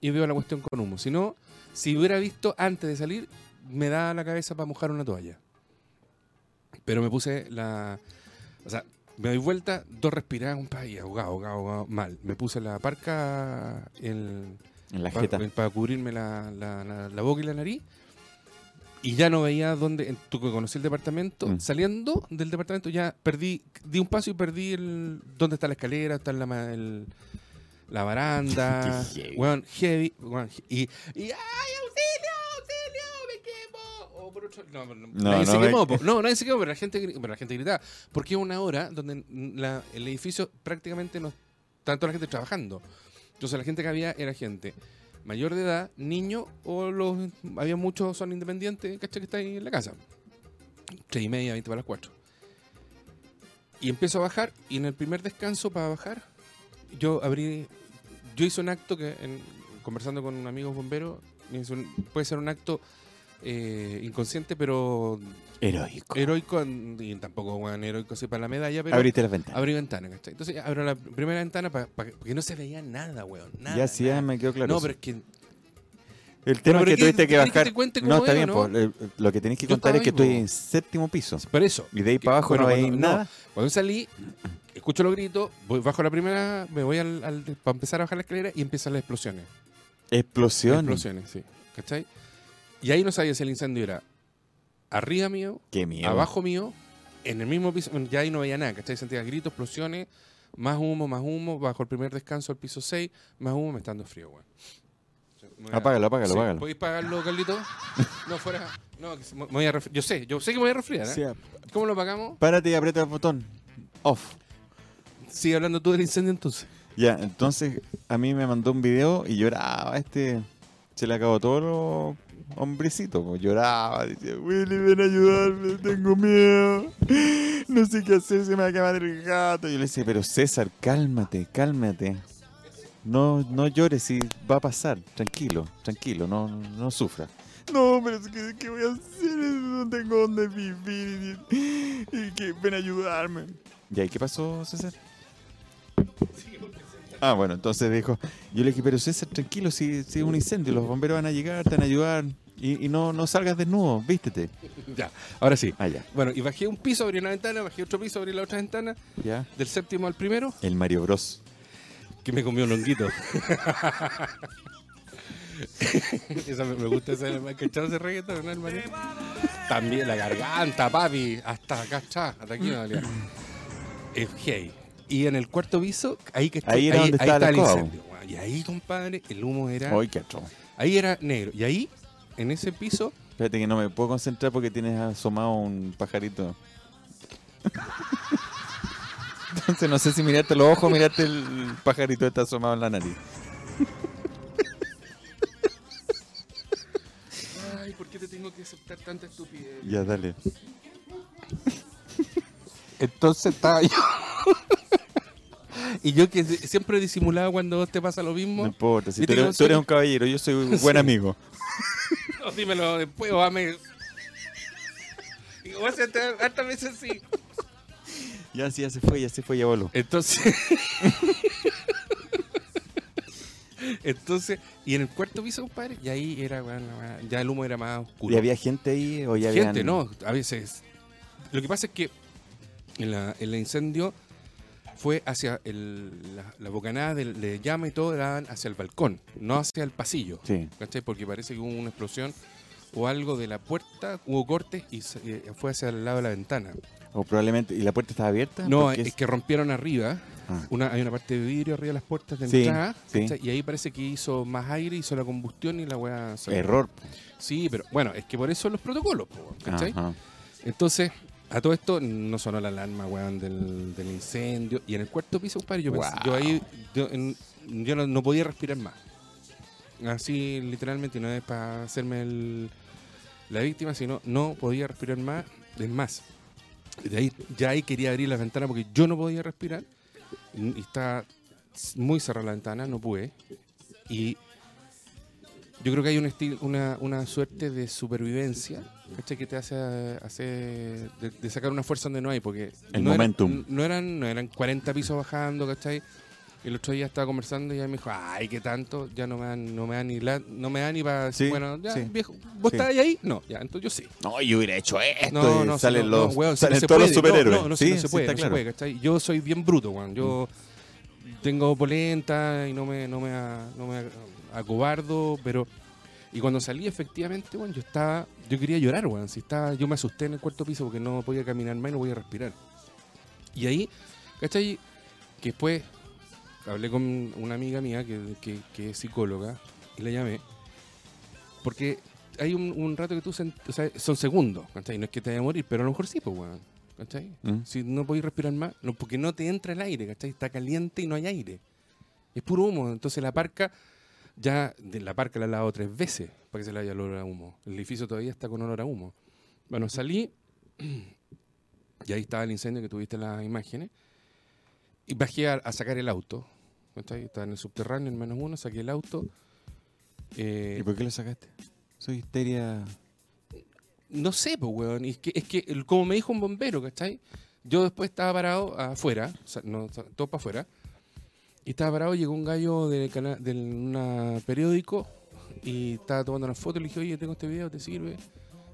[SPEAKER 2] y veo la cuestión con humo. Si no, si hubiera visto antes de salir, me da la cabeza para mojar una toalla. Pero me puse la. O sea, me doy vuelta, dos respiradas, un país, ahogado, ahogado, ahogado, mal. Me puse la parca, el,
[SPEAKER 1] En la
[SPEAKER 2] para,
[SPEAKER 1] jeta.
[SPEAKER 2] cubrirme la, la- la- la boca y la nariz. Y ya no veía dónde. en- Tu conocí el departamento.
[SPEAKER 1] Mm.
[SPEAKER 2] Saliendo del departamento ya perdí. Di un paso y perdí el. ¿Dónde está la escalera? ¿Está la, ma- el- la baranda?
[SPEAKER 1] *laughs* Qué heavy.
[SPEAKER 2] Weón, heavy. weón, y, y. ¡Ay, auxilio! ¡Auxilio! ¡Me quemo! O por otro- no, no, nadie
[SPEAKER 1] no
[SPEAKER 2] se
[SPEAKER 1] me-
[SPEAKER 2] quemó. *laughs* po. No, nadie se quemó, pero la gente, gri- pero la gente gritaba. Porque es una hora donde la- el edificio prácticamente no está toda la gente trabajando. Entonces la gente que había era gente mayor de edad, niño o los... Había muchos son independientes, ¿cachai? Que está ahí en la casa. Tres y media, 20 para las 4. Y empiezo a bajar y en el primer descanso para bajar, yo abrí... Yo hice un acto que, en- conversando con un amigo bombero, me hizo un- puede ser un acto eh, inconsciente, pero
[SPEAKER 1] Heroico.
[SPEAKER 2] heroico, en- y tampoco bueno, heroico así para la medalla, Eh, pero
[SPEAKER 1] Abriste las ventanas.
[SPEAKER 2] abrí ventana, ¿cachai? Entonces abro la primera ventana para que no se veía nada, weón. Nada,
[SPEAKER 1] ya sí,
[SPEAKER 2] nada.
[SPEAKER 1] ya me quedó claro.
[SPEAKER 2] No,
[SPEAKER 1] eso.
[SPEAKER 2] pero es que
[SPEAKER 1] el tema
[SPEAKER 2] no, pero
[SPEAKER 1] es que
[SPEAKER 2] ¿qué-
[SPEAKER 1] tuviste que
[SPEAKER 2] querés que
[SPEAKER 1] bajar.
[SPEAKER 2] te cuente cómo
[SPEAKER 1] no, está
[SPEAKER 2] veo,
[SPEAKER 1] bien,
[SPEAKER 2] no?
[SPEAKER 1] po, le- lo que tenés que
[SPEAKER 2] Yo
[SPEAKER 1] contar es que
[SPEAKER 2] estaba ahí,
[SPEAKER 1] estoy
[SPEAKER 2] po.
[SPEAKER 1] en séptimo piso.
[SPEAKER 2] por eso.
[SPEAKER 1] Y de ahí
[SPEAKER 2] Que-
[SPEAKER 1] para abajo
[SPEAKER 2] bueno,
[SPEAKER 1] no veis
[SPEAKER 2] cuando-
[SPEAKER 1] nada.
[SPEAKER 2] Cuando salí, escucho los gritos, voy, bajo la primera, me voy al, para empezar a bajar la escalera y empiezan las explosiones.
[SPEAKER 1] Explosión.
[SPEAKER 2] Explosiones, sí. ¿Cachai? Y ahí no sabía si el incendio era arriba mío,
[SPEAKER 1] Qué miedo.
[SPEAKER 2] abajo mío, en el mismo piso. bueno, ya ahí no veía nada, ¿cachai? Sentía gritos, explosiones, más humo, más humo, bajo el primer descanso al piso 6, más humo, me está dando frío, weón.
[SPEAKER 1] Apágalo, apágalo,
[SPEAKER 2] Sí,
[SPEAKER 1] apágalo.
[SPEAKER 2] ¿Podéis pagarlo, *laughs* Carlito? No, fuera. No, que se- me voy a resfriar. Yo sé, yo sé que me voy a resfriar. ¿eh?
[SPEAKER 1] Sí, ap-
[SPEAKER 2] ¿Cómo lo pagamos?
[SPEAKER 1] párate y aprieta el botón. Off.
[SPEAKER 2] Sigue hablando tú del incendio entonces.
[SPEAKER 1] Ya, entonces a mí me mandó un video y lloraba. Este se le acabó todo lo hombrecito. po, Lloraba. Dice, Willy, ven a ayudarme, tengo miedo. No sé qué hacer, se me va a quemar el gato. Yo le decía, pero César, cálmate, cálmate. No, no llores, si va a pasar. Tranquilo, tranquilo, no, no sufra. No, pero es que, ¿qué voy a hacer? No tengo dónde vivir. Y, y que ven a ayudarme. ¿Y ahí qué pasó, César? Ah, bueno, entonces dijo, yo le dije, pero César, tranquilo, si, si es un incendio, los bomberos van a llegar, te van a ayudar, y, y no, no salgas desnudo, vístete.
[SPEAKER 2] Ya, ahora sí.
[SPEAKER 1] Ah, ya.
[SPEAKER 2] Bueno, y bajé un piso, abrí una ventana, bajé otro piso, abrí la otra ventana,
[SPEAKER 1] Ya.
[SPEAKER 2] del séptimo al primero,
[SPEAKER 1] El Mario Bros.
[SPEAKER 2] que me comió un honguito. *laughs* esa me, me gusta esa el cachado ese reggaetón, ¿no, hermano? También la garganta, papi, hasta acá está, hasta aquí me dolía. Es gay. Y en el cuarto piso, ahí que
[SPEAKER 1] Ahí era donde estaba la
[SPEAKER 2] el
[SPEAKER 1] escoba,
[SPEAKER 2] incendio. weón. Y ahí, compadre, el humo era.
[SPEAKER 1] Ay, qué atroz.
[SPEAKER 2] Ahí era negro. Y ahí, en ese piso,
[SPEAKER 1] Espérate que no me puedo concentrar porque tienes asomado un *laughs* pajarito. Entonces no sé si mirarte los ojos o mirarte el pajarito está asomado en la nariz.
[SPEAKER 2] Ay, ¿por qué te tengo que aceptar tanta estupidez?
[SPEAKER 1] Ya, dale.
[SPEAKER 2] Entonces estaba yo. y yo que si- siempre disimulaba cuando te pasa lo
[SPEAKER 1] No
[SPEAKER 2] mismo.
[SPEAKER 1] importa, si
[SPEAKER 2] Viste
[SPEAKER 1] tú
[SPEAKER 2] que
[SPEAKER 1] eres,
[SPEAKER 2] no
[SPEAKER 1] tú eres
[SPEAKER 2] soy-
[SPEAKER 1] un caballero, yo soy *laughs* un buen
[SPEAKER 2] Sí.
[SPEAKER 1] amigo.
[SPEAKER 2] No, dímelo después, o ame. Y o sea, te- hartas veces sí.
[SPEAKER 1] Ya, sí, ya se fue, ya se fue, ya voló.
[SPEAKER 2] Entonces. *laughs* Entonces, y en el cuarto piso, compadre, y ahí era, bueno, ya el humo era más oscuro.
[SPEAKER 1] ¿Y había gente ahí o ya
[SPEAKER 2] Gente,
[SPEAKER 1] habían-
[SPEAKER 2] no, a veces. Lo que pasa es que en la- el incendio fue hacia el, la, la bocanada de, de llama y todo daban hacia el balcón, no hacia el pasillo.
[SPEAKER 1] Sí.
[SPEAKER 2] ¿Cachai? Porque parece que hubo una explosión o algo de la puerta, hubo cortes y se- eh, fue hacia el lado de la ventana.
[SPEAKER 1] O probablemente. ¿Y la puerta estaba abierta?
[SPEAKER 2] No,
[SPEAKER 1] Ah, Porque
[SPEAKER 2] es, que rompieron arriba.
[SPEAKER 1] Ah.
[SPEAKER 2] Una, hay una parte de vidrio arriba de las puertas de
[SPEAKER 1] Sí,
[SPEAKER 2] entrada.
[SPEAKER 1] sí.
[SPEAKER 2] ¿cachai? Y ahí parece que hizo más aire, hizo la combustión y la weá salió.
[SPEAKER 1] Error.
[SPEAKER 2] Sí, pero bueno, es que por eso los protocolos, po, ¿cachai?
[SPEAKER 1] Ajá.
[SPEAKER 2] Entonces, a todo esto no sonó la alarma, weón, del, del incendio. Y en el cuarto piso, compadre, yo, pensé-
[SPEAKER 1] Wow.
[SPEAKER 2] yo ahí yo, en- yo no, no podía respirar más. Así, literalmente, y no es para hacerme el- la víctima, sino no podía respirar más. Es más, de ahí, ya ahí quería abrir la ventana porque yo no podía respirar. Y está muy cerrada la ventana, no pude. Y yo creo que hay un estilo, una, una suerte de supervivencia, ¿cachai? Que te hace hacer de, de sacar una fuerza donde no hay, porque
[SPEAKER 1] El
[SPEAKER 2] no era-
[SPEAKER 1] momentum.
[SPEAKER 2] no eran, no eran 40 pisos bajando, ¿cachai? El otro día estaba conversando y ella me dijo, ay, qué tanto, ya no me dan, no me dan ni la, no me dan ni para
[SPEAKER 1] Sí,
[SPEAKER 2] bueno, ya,
[SPEAKER 1] sí.
[SPEAKER 2] viejo, ¿vos
[SPEAKER 1] Sí.
[SPEAKER 2] estás ahí? No, ya, entonces yo sí.
[SPEAKER 1] No, yo hubiera hecho esto.
[SPEAKER 2] No,
[SPEAKER 1] y
[SPEAKER 2] no, si
[SPEAKER 1] salen
[SPEAKER 2] no,
[SPEAKER 1] los,
[SPEAKER 2] no, weón, si no
[SPEAKER 1] salen
[SPEAKER 2] se
[SPEAKER 1] todos los
[SPEAKER 2] puede, no,
[SPEAKER 1] superhéroes.
[SPEAKER 2] No, no, si
[SPEAKER 1] sí,
[SPEAKER 2] no se
[SPEAKER 1] sí,
[SPEAKER 2] puede,
[SPEAKER 1] está
[SPEAKER 2] no se
[SPEAKER 1] claro.
[SPEAKER 2] puede, ¿cachai? Yo soy bien bruto, weón. Yo tengo polenta y no me, no me, a- no me a- acobardo, pero. Y cuando salí, efectivamente, weón, yo estaba. Yo quería llorar, weón. Si estaba, yo me asusté en el cuarto piso porque no podía caminar más y no podía respirar. Y ahí, ¿cachai? Que después hablé con una amiga mía que, que- que es psicóloga y la llamé. Porque hay un, un rato que tú. sent- o sea, son segundos, ¿cachai? No es que te vaya a morir, pero a lo mejor sí, pues, weón. ¿Cachai?
[SPEAKER 1] Mm.
[SPEAKER 2] Si no podéis respirar más, no, porque no te entra el aire, ¿cachai? Está caliente y no hay aire. Es puro humo. Entonces la parca, ya de la parca la he lavado tres veces para que se le haya olor a humo. El edificio todavía está con olor a humo. Bueno, salí *clears throat* y ahí estaba el incendio que tuviste en las imágenes. Y bajé a, a sacar el auto. ¿cachai? Estaba en el subterráneo, en menos uno, saqué el auto. Eh,
[SPEAKER 1] ¿Y por qué lo sacaste? Soy histeria.
[SPEAKER 2] no sé, pues, weón. Y es que, es que el- como me dijo un bombero, ¿cachai? Yo después estaba parado afuera, o sea, no, o sea, todo para afuera. Y estaba parado, llegó un gallo de, cana- de un periódico y estaba tomando una foto. Le dije, oye, tengo este video, ¿te sirve?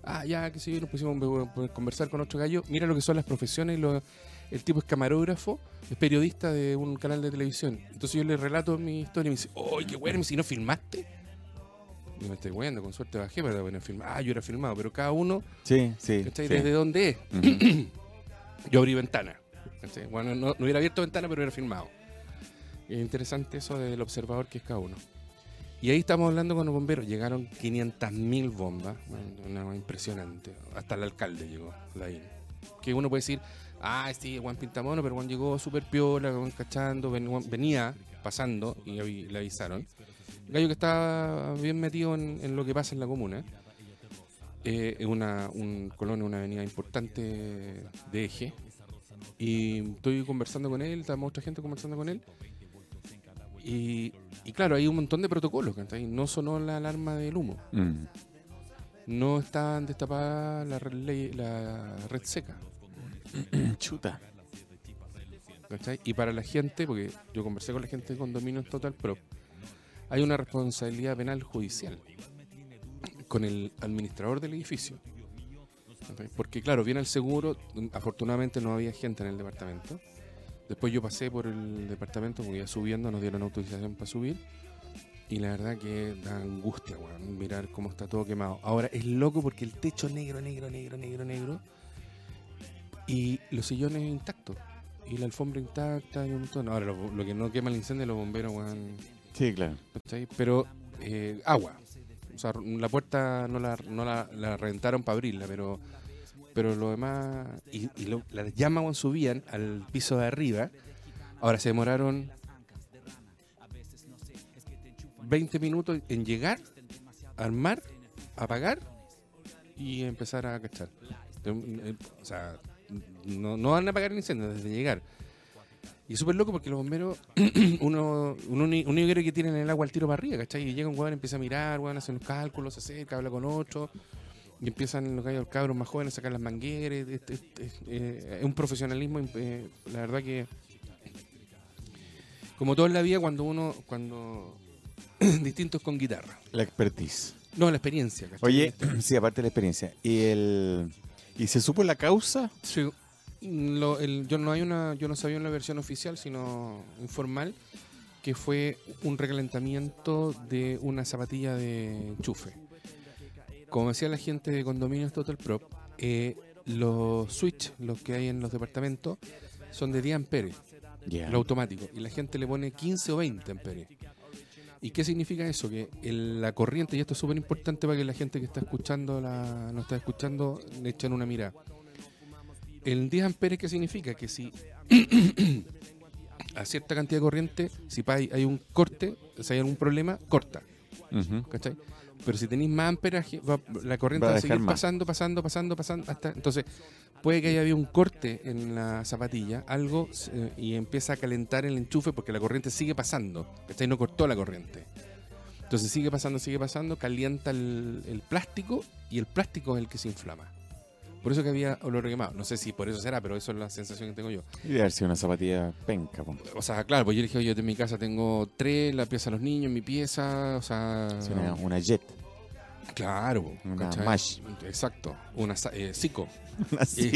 [SPEAKER 2] Ah, ya, qué sé yo. Nos pusimos a a conversar con otro gallo. Mira lo que son las profesiones. lo- el tipo es camarógrafo, es periodista de un canal de televisión. Entonces yo le relato mi historia y me dice, oye, qué weón, si no filmaste. Y me estoy weando, con suerte bajé para poder filmar. Ah, yo era filmado, pero cada uno
[SPEAKER 1] Sí, sí.
[SPEAKER 2] ¿cachai?
[SPEAKER 1] sí.
[SPEAKER 2] ¿Desde dónde es?
[SPEAKER 1] Ujú.
[SPEAKER 2] *clears throat* Yo abrí ventana. ¿cachai? Bueno, no, no hubiera abierto ventana, pero hubiera filmado. Es interesante eso del observador que es cada uno. Y ahí estamos hablando con los bomberos. Llegaron 500.000 bombas. Bueno, una- impresionante. Hasta el alcalde llegó, Lavín. Que uno puede decir, ah, sí, Juan Pintamono, pero Juan llegó súper piola, Juan cachando, ven- Juan venía pasando y avi- le avisaron. Gallo que estaba bien metido en, en lo que pasa en la comuna. Eh, es una, un colonia, una avenida importante de eje. Y estoy conversando con él, estamos otra gente conversando con él. Y, y claro, hay un montón de protocolos, ¿cachai? No sonó la alarma del humo.
[SPEAKER 1] Mm.
[SPEAKER 2] No estaban destapadas la red, ley- la red seca.
[SPEAKER 1] Chuta.
[SPEAKER 2] ¿cachai? Y para la gente, porque yo conversé con la gente de Condominios Total Pro, hay una responsabilidad penal judicial con el administrador del edificio. ¿cachai? Porque claro, viene el seguro, afortunadamente no había gente en el departamento. Después yo pasé por el departamento, porque iba subiendo, nos dieron autorización para subir. Y la verdad que da angustia, weón, mirar cómo está todo quemado. Ahora es loco porque el techo negro, negro, negro, negro, negro. Y los sillones intactos. Y la alfombra intacta y un montón. Ahora, lo, lo que no quema el incendio, los bomberos, weón.
[SPEAKER 1] Sí, claro.
[SPEAKER 2] ¿cachai? Pero eh, agua. O sea, la puerta no la, no la, la reventaron para abrirla, pero pero lo demás. Y, y lo- las llamas weón, subían al piso de arriba. Ahora se demoraron 20 minutos en llegar, armar, apagar y empezar a cachar. Eh, O sea, no, no van a apagar el incendio desde llegar. Y es súper loco porque los bomberos, *clears throat* uno, uno, ni- uno yo creo que tienen el agua al tiro para arriba, ¿cachai? Y llega un weón, empieza a mirar, weón, hace unos cálculos, se acerca, habla con otro. Y empiezan los gallos cabros más jóvenes a sacar las mangueras. Es, es- es- eh, es un profesionalismo, eh, la verdad que. Como todo en la vida, cuando uno. cuando *clears throat* Distintos con guitarra.
[SPEAKER 1] La expertise.
[SPEAKER 2] No, la experiencia, ¿cachai?
[SPEAKER 1] Oye, sí, aparte de la experiencia. ¿Y el. ¿Y se supo la causa?
[SPEAKER 2] Sí, lo- el- yo no hay una, yo no sabía una versión oficial, sino informal, que fue un recalentamiento de una zapatilla de enchufe. Como decía la gente de condominios Total Prop, eh, los switch, los que hay en los departamentos, son de 10 amperes,
[SPEAKER 1] Ya.
[SPEAKER 2] lo automático, y la gente le pone 15 o 20 amperes. ¿Y qué significa eso? Que el- la corriente, y esto es súper importante para que la gente que está escuchando, la, nos está escuchando, le echen una mirada. El 10 amperes, ¿qué significa? Que si *coughs* a cierta cantidad de corriente, si pa- hay, hay un corte, si hay algún problema, corta,
[SPEAKER 1] Ujú.
[SPEAKER 2] ¿cachai? Pero si tenéis más amperaje, va- la corriente
[SPEAKER 1] Va a
[SPEAKER 2] va a
[SPEAKER 1] dejar
[SPEAKER 2] seguir
[SPEAKER 1] más.
[SPEAKER 2] pasando, pasando, pasando, pasando, hasta... Entonces, puede que haya habido un corte en la zapatilla, algo, eh, y empieza a calentar el enchufe porque la corriente sigue pasando, ¿cachai? No cortó la corriente. Entonces sigue pasando, sigue pasando, calienta el, el plástico y el plástico es el que se inflama. Por eso que había olor a quemado. No sé si por eso será, pero eso es la sensación que tengo yo.
[SPEAKER 1] Y debe haber sido una zapatilla penca, po.
[SPEAKER 2] O sea, claro, pues yo le dije, oye, en mi casa tengo tres, la pieza de los niños, mi pieza, o sea...
[SPEAKER 1] Sí, Una, una
[SPEAKER 2] *laughs*
[SPEAKER 1] jet.
[SPEAKER 2] Claro, po,
[SPEAKER 1] Una
[SPEAKER 2] ¿cachai?
[SPEAKER 1] mash.
[SPEAKER 2] Exacto, una sa- eh, *laughs* psico.
[SPEAKER 1] Así.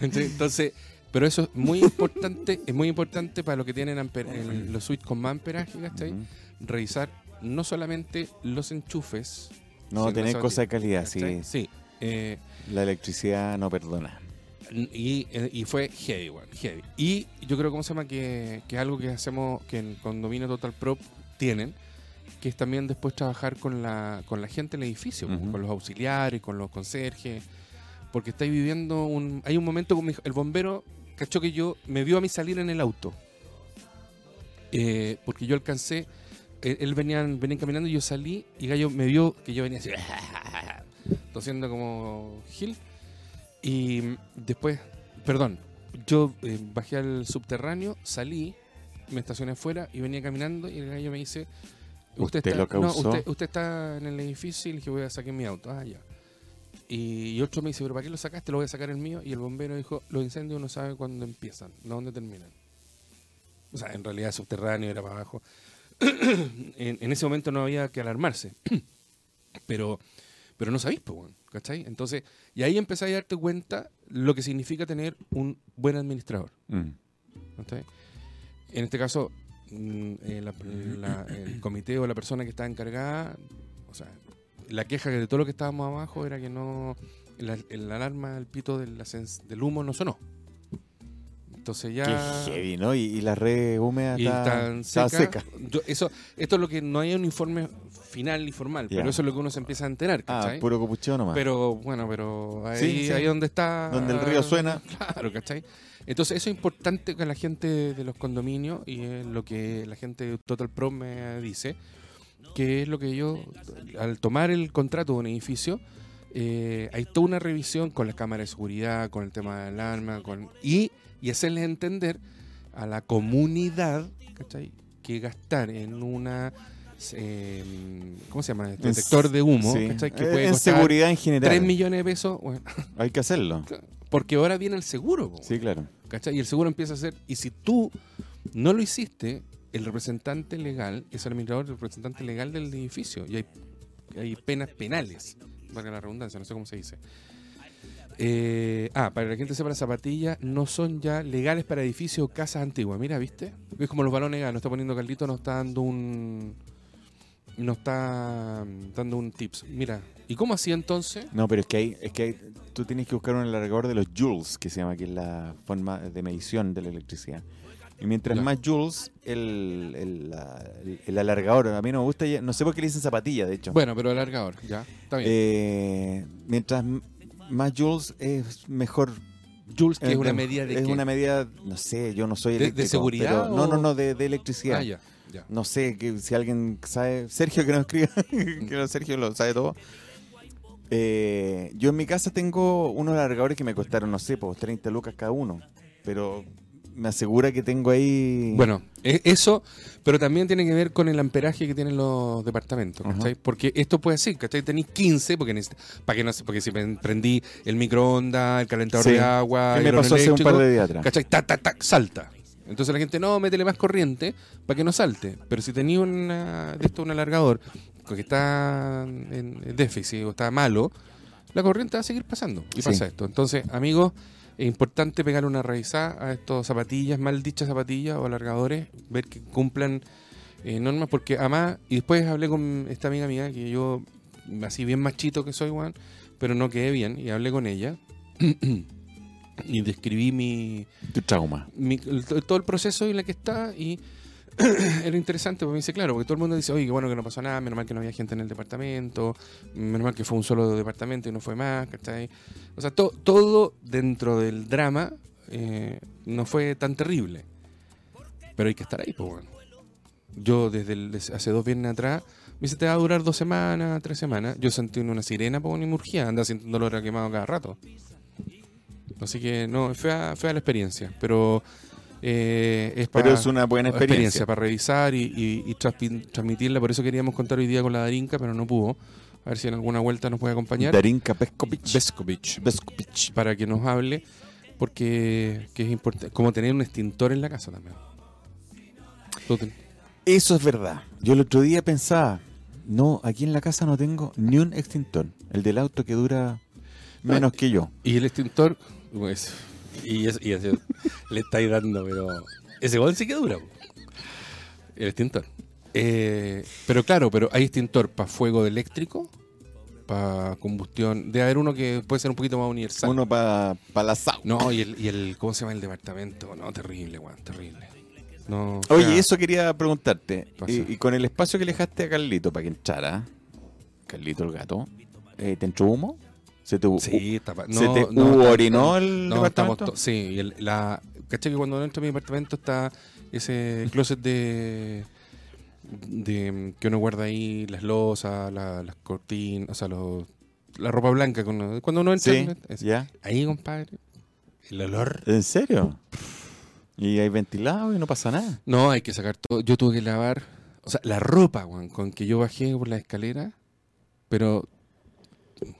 [SPEAKER 2] Entonces, entonces, pero eso es muy importante, es muy importante para los que tienen amper- el- los suites con más amperaje, ¿cachai?
[SPEAKER 1] Ujú.
[SPEAKER 2] Revisar no solamente los enchufes.
[SPEAKER 1] No,
[SPEAKER 2] Sí,
[SPEAKER 1] tener
[SPEAKER 2] una
[SPEAKER 1] cosas de calidad, sí.
[SPEAKER 2] ¿cachai? Sí. eh,
[SPEAKER 1] La electricidad no perdona.
[SPEAKER 2] y, eh, y fue heavy, weón, heavy. Y yo creo, ¿cómo se llama? Que, que es algo que hacemos, que en Condominio Total Prop tienen, que es también después trabajar con la, con la gente del edificio, pues,
[SPEAKER 1] Ujú.
[SPEAKER 2] con los auxiliares, con los conserjes, porque estáis viviendo un... Hay un momento con mi- el bombero, cachó que yo, me vio a mí salir en el auto, Eh, porque yo alcancé, él, él venía, venía caminando y yo salí, y Gallo me vio que yo venía así, *laughs* tosiendo como Gil, y mm, después, perdón, yo eh, bajé al subterráneo, salí, me estacioné afuera y venía caminando y el gallo me dice,
[SPEAKER 1] ¿Usted
[SPEAKER 2] usted, está,
[SPEAKER 1] lo
[SPEAKER 2] no,
[SPEAKER 1] causó?
[SPEAKER 2] usted, usted está en el edificio y le dije, voy a sacar mi auto. Ah, ya. Y, y otro me dice, pero ¿para qué lo sacaste? Lo voy a sacar el mío. Y el bombero dijo, los incendios no saben cuándo empiezan, no dónde terminan. O sea, en realidad subterráneo era para abajo. *clears throat* en, en ese momento no había que alarmarse. *clears throat* pero, pero no sabéis, pues, weón, ¿cachai? Entonces, y ahí empezáis a darte cuenta lo que significa tener un buen administrador.
[SPEAKER 1] Mm.
[SPEAKER 2] ¿cachai? En este caso, mm, eh, la- la- el comité o la persona que estaba encargada, o sea, la queja de todo lo que estábamos abajo era que no. La, el alarma, el pito del, ascens- del humo no sonó. Entonces ya.
[SPEAKER 1] Qué heavy, ¿no? Y, y la red húmeda
[SPEAKER 2] Y
[SPEAKER 1] está,
[SPEAKER 2] tan
[SPEAKER 1] está
[SPEAKER 2] seca.
[SPEAKER 1] seca.
[SPEAKER 2] Yo- eso, esto es lo que no hay un informe final y formal,
[SPEAKER 1] Ya.
[SPEAKER 2] pero eso es lo que uno se empieza a enterar,
[SPEAKER 1] Ah,
[SPEAKER 2] ¿cachai?
[SPEAKER 1] puro copucheo nomás.
[SPEAKER 2] Pero ah, bueno, pero ahí,
[SPEAKER 1] Sí, sí.
[SPEAKER 2] ahí donde está.
[SPEAKER 1] Donde el río suena.
[SPEAKER 2] Claro, ¿cachai? Entonces, eso es importante que la gente de los condominios y es lo que la gente de Total Pro me dice, que es lo que yo, al tomar el contrato de un edificio, eh, hay toda una revisión con la cámara de seguridad, con el tema de alarma, con, y, y hacerles entender a la comunidad, ¿cachai? Que gastar en una. eh, ¿Cómo se llama? Detector de humo,
[SPEAKER 1] Sí.
[SPEAKER 2] ¿cachai? Que
[SPEAKER 1] Eh,
[SPEAKER 2] puede
[SPEAKER 1] en
[SPEAKER 2] costar
[SPEAKER 1] seguridad en general.
[SPEAKER 2] 3 millones de pesos, bueno,
[SPEAKER 1] Hay que hacerlo.
[SPEAKER 2] porque ahora viene el seguro, po,
[SPEAKER 1] Sí, claro.
[SPEAKER 2] ¿cachai? Y el seguro empieza a ser, y si tú no lo hiciste, el representante legal es el administrador, el representante legal del edificio, y hay, hay penas penales, valga la redundancia, no sé cómo se dice. Eh, ah, para que la gente sepa, las zapatillas no son ya legales para edificios o casas antiguas. Mira, ¿viste? Es como los balones gas, nos está poniendo Carlito, nos está dando un... Nos está mm, dando un tips. Mira, ¿y cómo así entonces?
[SPEAKER 1] No, pero es que hay, es que hay- tú tienes que buscar un alargador de los joules, que se llama, que es la forma de medición de la electricidad. Y mientras
[SPEAKER 2] Ya.
[SPEAKER 1] más joules, el, el, la- el- el alargador, a mí no me gusta, ya- no sé por qué le dicen zapatilla, de hecho.
[SPEAKER 2] Bueno, pero alargador, ya, está bien.
[SPEAKER 1] Eh, mientras m- más joules es mejor.
[SPEAKER 2] Jules, que
[SPEAKER 1] Eh,
[SPEAKER 2] es una
[SPEAKER 1] em,
[SPEAKER 2] medida de
[SPEAKER 1] Es
[SPEAKER 2] qué?
[SPEAKER 1] una medida, no sé, yo no soy
[SPEAKER 2] ¿De- de
[SPEAKER 1] eléctrico.
[SPEAKER 2] seguridad
[SPEAKER 1] pero- no, no,
[SPEAKER 2] o-
[SPEAKER 1] no, de, de electricidad.
[SPEAKER 2] Ah, ya, ya.
[SPEAKER 1] No sé, que si alguien sabe, Sergio que nos escriba, *laughs* que lo- Sergio lo sabe todo. Eh, yo en mi casa tengo unos alargadores que me costaron, no sé, pues 30 lucas cada uno, pero me asegura que tengo ahí...
[SPEAKER 2] Bueno, e- eso, pero también tiene que ver con el amperaje que tienen los departamentos,
[SPEAKER 1] Ajá.
[SPEAKER 2] ¿cachai? Porque esto puede ser, ¿cachai? Tenéis 15, porque, necesit- para que no, se- porque si pen- prendí el microondas, el calentador
[SPEAKER 1] Sí.
[SPEAKER 2] de agua,
[SPEAKER 1] ¿Qué
[SPEAKER 2] el
[SPEAKER 1] me
[SPEAKER 2] horno
[SPEAKER 1] pasó hace un
[SPEAKER 2] eléctrico,
[SPEAKER 1] par de días atrás?
[SPEAKER 2] ¿Cachai? Tac, tac, tac, salta. Entonces la gente, no, métele más corriente para que no salte. Pero si tenía una, de esto un alargador que está en déficit o está malo, la corriente va a seguir pasando. Y
[SPEAKER 1] Sí.
[SPEAKER 2] pasa esto. Entonces, amigos, es importante pegar una revisada a estos zapatillas, mal dichas zapatillas o alargadores, ver que cumplan eh, normas, porque además, y después hablé con esta amiga mía, que yo, así bien machito que soy, Juan, pero no quedé bien, y hablé con ella. *clears throat* y describí mi,
[SPEAKER 1] Tu trauma.
[SPEAKER 2] mi- el- to- todo el proceso en la que está y *laughs* era interesante porque me dice, claro, porque todo el mundo dice, oye, qué bueno que no pasó nada, menos mal que no había gente en el departamento, menos mal que fue un solo departamento y no fue más, ¿cachai? O sea, to- todo dentro del drama eh, no fue tan terrible. Pero hay que estar ahí, pues bueno. Yo desde el- des- hace dos viernes atrás, me dice, te va a durar dos semanas, tres semanas. Yo sentí una sirena, pues, y me urgía, anda sintiendo dolor a quemado cada rato. Así que no, fea, fea la experiencia, pero eh, es para
[SPEAKER 1] Pero es una buena experiencia.
[SPEAKER 2] para revisar y, y- y traspin- transmitirla. Por eso queríamos contar hoy día con la Darinka, pero no pudo. A ver si en alguna vuelta nos puede acompañar.
[SPEAKER 1] Darinka Peskovic.
[SPEAKER 2] Beskovic.
[SPEAKER 1] Beskovic.
[SPEAKER 2] Para que nos hable, porque que es importante. Como tener un extintor en la casa también. Tú ten-
[SPEAKER 1] Eso es verdad. Yo el otro día pensaba, no, aquí en la casa no tengo ni un extintor. El del auto que dura menos que yo.
[SPEAKER 2] Y el extintor, pues, y, es- y ese- le estáis dando, pero ese gol sí que dura. po. El extintor. Eh, pero claro, pero hay extintor para fuego eléctrico, para combustión. Debe haber uno que puede ser un poquito más universal.
[SPEAKER 1] Uno para la SAU.
[SPEAKER 2] No, y el, y el, ¿cómo se llama el departamento? No, terrible, weón, terrible. No, o
[SPEAKER 1] Oye,
[SPEAKER 2] sea,
[SPEAKER 1] eso quería preguntarte.
[SPEAKER 2] Pasa.
[SPEAKER 1] Y, y con el espacio que le dejaste a Carlito para que entrara, Carlito el gato, eh, ¿te entró humo? ¿Se te, hu-
[SPEAKER 2] Sí, está pa-
[SPEAKER 1] ¿se
[SPEAKER 2] no,
[SPEAKER 1] te
[SPEAKER 2] no,
[SPEAKER 1] hu-
[SPEAKER 2] está-
[SPEAKER 1] orinó el
[SPEAKER 2] no,
[SPEAKER 1] departamento?
[SPEAKER 2] estamos to- sí, y el- la, ¿cachai que cuando entro a mi departamento está ese closet de, de que uno guarda ahí las losas, la- las cortinas, o sea, los- la ropa blanca. que uno- cuando uno entra,
[SPEAKER 1] Sí,
[SPEAKER 2] es-
[SPEAKER 1] ¿ya?
[SPEAKER 2] ahí, compadre, el olor.
[SPEAKER 1] ¿En serio? Y hay ventilado y no pasa nada.
[SPEAKER 2] No, hay que sacar todo. Yo tuve que lavar, o sea, la ropa, weón, con que yo bajé por la escalera, pero...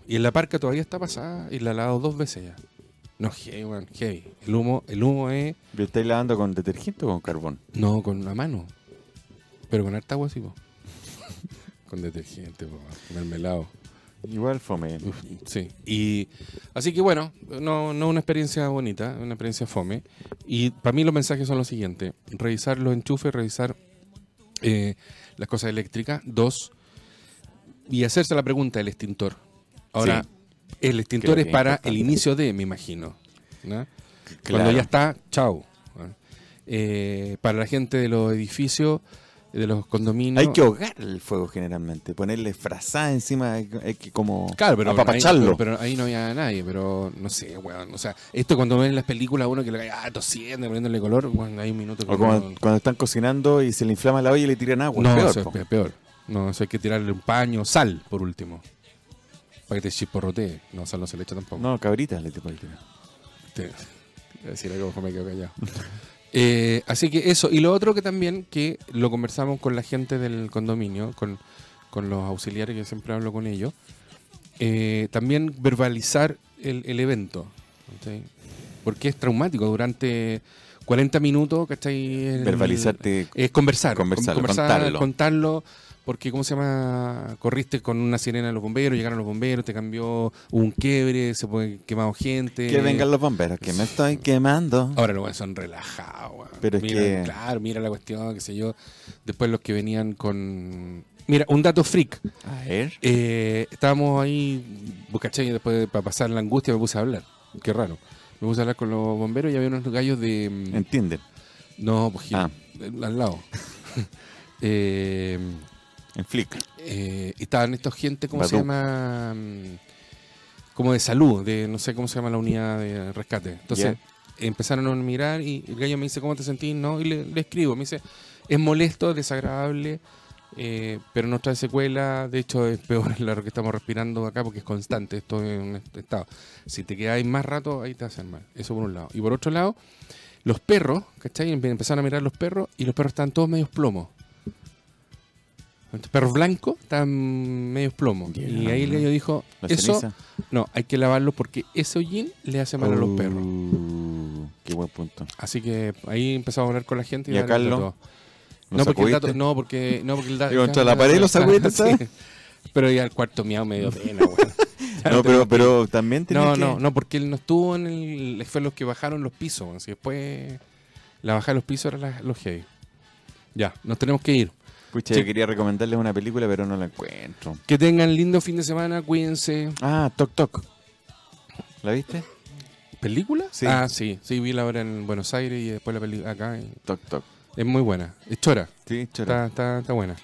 [SPEAKER 2] Y en la parca todavía está pasada y la he lavado dos veces ya. No, heavy, weón, heavy. El humo, el humo es...
[SPEAKER 1] ¿Lo estáis lavando con detergente o con carbón?
[SPEAKER 2] No, con la mano. Pero con harta agua sí, po. con detergente, po, mermelado.
[SPEAKER 1] Igual fome.
[SPEAKER 2] Uf, sí. Y así que bueno, no, no una experiencia bonita, una experiencia fome. Y para mí los mensajes son los siguientes: revisar los enchufes, revisar eh, las cosas eléctricas. Dos, y hacerse la pregunta del extintor. Ahora,
[SPEAKER 1] Sí.
[SPEAKER 2] el
[SPEAKER 1] Creo
[SPEAKER 2] extintor
[SPEAKER 1] que
[SPEAKER 2] es
[SPEAKER 1] es
[SPEAKER 2] para
[SPEAKER 1] importante.
[SPEAKER 2] el inicio de, me imagino. ¿no?
[SPEAKER 1] Claro.
[SPEAKER 2] Cuando ya está, chao. ¿no? Eh, para la gente de los edificios, de los condominios.
[SPEAKER 1] Hay que ahogar el fuego generalmente, ponerle frazada encima, hay hay que como
[SPEAKER 2] Claro, pero
[SPEAKER 1] apapacharlo.
[SPEAKER 2] Ahí, pero, pero ahí no había nadie, pero no sé, weón. O sea, esto cuando ven las películas, uno que le cae ah, tosiendo, poniéndole color, weón, hay un minuto que
[SPEAKER 1] o como
[SPEAKER 2] uno-
[SPEAKER 1] cuando están cocinando y se le inflama la olla y le tiran agua.
[SPEAKER 2] No,
[SPEAKER 1] peor,
[SPEAKER 2] eso
[SPEAKER 1] po.
[SPEAKER 2] es peor. No, eso hay que tirarle un paño, sal, por último. Para que te chisporrotee. No, sal no se le echa tampoco.
[SPEAKER 1] no cabritas le te pueden tirar.
[SPEAKER 2] Te- te iba a decir algo, mejor me quedo callado. *laughs* Eh, así que eso. Y lo otro que también, que lo conversamos con la gente del condominio, con, con los auxiliares que siempre hablo con ellos, eh, también verbalizar el, el evento. ¿cachai? Porque es traumático. Durante 40 minutos, ¿cachai? El- eh,
[SPEAKER 1] Verbalizarte.
[SPEAKER 2] es conversar,
[SPEAKER 1] Conversarlo,
[SPEAKER 2] con- conversar,
[SPEAKER 1] contarlo.
[SPEAKER 2] contarlo. porque ¿cómo se llama? Corriste con una sirena de los bomberos, llegaron los bomberos, te cambió hubo un quiebre, se fue quemado gente.
[SPEAKER 1] que vengan los bomberos, que me estoy quemando.
[SPEAKER 2] Ahora los weones son relajados, weón.
[SPEAKER 1] Pero es
[SPEAKER 2] Mira,
[SPEAKER 1] que-
[SPEAKER 2] Claro, mira la cuestión, qué sé yo. Después los que venían con... Mira, un dato freak.
[SPEAKER 1] A ver.
[SPEAKER 2] Eh, estábamos ahí, vos cachai, después de- para pasar la angustia me puse a hablar. Qué raro. Me puse a hablar con los bomberos y había unos gallos de... mm,
[SPEAKER 1] Entienden.
[SPEAKER 2] No, pues
[SPEAKER 1] Ah.
[SPEAKER 2] Gil, al lado. *laughs* eh...
[SPEAKER 1] En Flick.
[SPEAKER 2] Eh, y estaban estos gente, ¿cómo se
[SPEAKER 1] Badú.
[SPEAKER 2] llama? Mm, Como de salud, de no sé cómo se llama la unidad de rescate. Entonces empezaron a mirar y el gallo me dice, ¿cómo te sentís? No, y le, le escribo, me dice, es molesto, desagradable, eh, pero no trae secuela, de hecho es peor *laughs* lo que estamos respirando acá porque es constante, esto es un est- estado. Si te quedáis más rato, ahí te hacen mal. Eso por un lado. Y por otro lado, los perros, ¿cachai? Empe- Empezaron a mirar los perros y los perros estaban todos medios plomo. Los perros blancos estaban medios plomo.
[SPEAKER 1] Ya.
[SPEAKER 2] Y ahí el gallo dijo,
[SPEAKER 1] La
[SPEAKER 2] eso
[SPEAKER 1] ceniza.
[SPEAKER 2] no, hay que lavarlo porque ese hollín le hace mal a
[SPEAKER 1] Oh.
[SPEAKER 2] los perros.
[SPEAKER 1] Uh, Qué buen punto.
[SPEAKER 2] Así que ahí empezamos a hablar con la gente.
[SPEAKER 1] ¿Y a
[SPEAKER 2] darle el
[SPEAKER 1] Carlos?
[SPEAKER 2] dato.
[SPEAKER 1] ¿Lo
[SPEAKER 2] No porque, el
[SPEAKER 1] sacudiste?
[SPEAKER 2] dato, no, porque, no, porque el dato.
[SPEAKER 1] Digo, entre la pared y
[SPEAKER 2] *laughs*
[SPEAKER 1] los sacudiste, ¿sabes?
[SPEAKER 2] Pero ya el cuarto miau me dio pena, weón.
[SPEAKER 1] No, pero, pero
[SPEAKER 2] *laughs*
[SPEAKER 1] también tenés
[SPEAKER 2] No,
[SPEAKER 1] que-
[SPEAKER 2] no, no, porque él no estuvo en el. Fue los que bajaron los pisos. weón. Si después la bajada de los pisos era la- los heavy. Ya, nos tenemos que ir.
[SPEAKER 1] Pucha,
[SPEAKER 2] Sí.
[SPEAKER 1] yo quería recomendarles una película, pero no la encuentro.
[SPEAKER 2] Que tengan lindo fin de semana, cuídense.
[SPEAKER 1] Ah, Toc Toc. ¿La viste?
[SPEAKER 2] ¿Película?
[SPEAKER 1] Sí.
[SPEAKER 2] Ah, sí, sí, vi la hora en Buenos Aires y después la película acá. y-
[SPEAKER 1] Toc Toc.
[SPEAKER 2] Es muy buena. Es chora.
[SPEAKER 1] Sí, chora.
[SPEAKER 2] Está, está, está buena.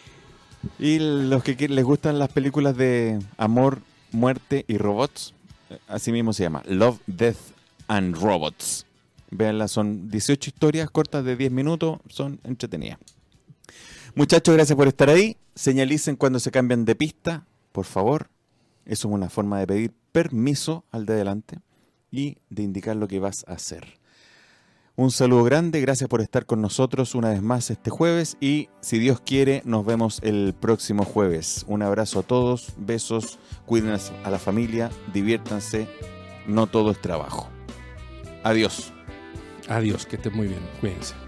[SPEAKER 1] Y los que qui- les gustan las películas de amor, muerte y robots, eh, así mismo se llama Love, Death and Robots. Veanlas, son 18 historias cortas de 10 minutos, son entretenidas. Muchachos, gracias por estar ahí. Señalicen cuando se cambian de pista, por favor. Eso es una forma de pedir permiso al de adelante y de indicar lo que vas a hacer. Un saludo grande, gracias por estar con nosotros una vez más este jueves y si Dios quiere nos vemos el próximo jueves. Un abrazo a todos, besos, cuiden a a la familia, diviértanse, no todo es trabajo. Adiós.
[SPEAKER 2] Adiós, que estés muy bien. Cuídense.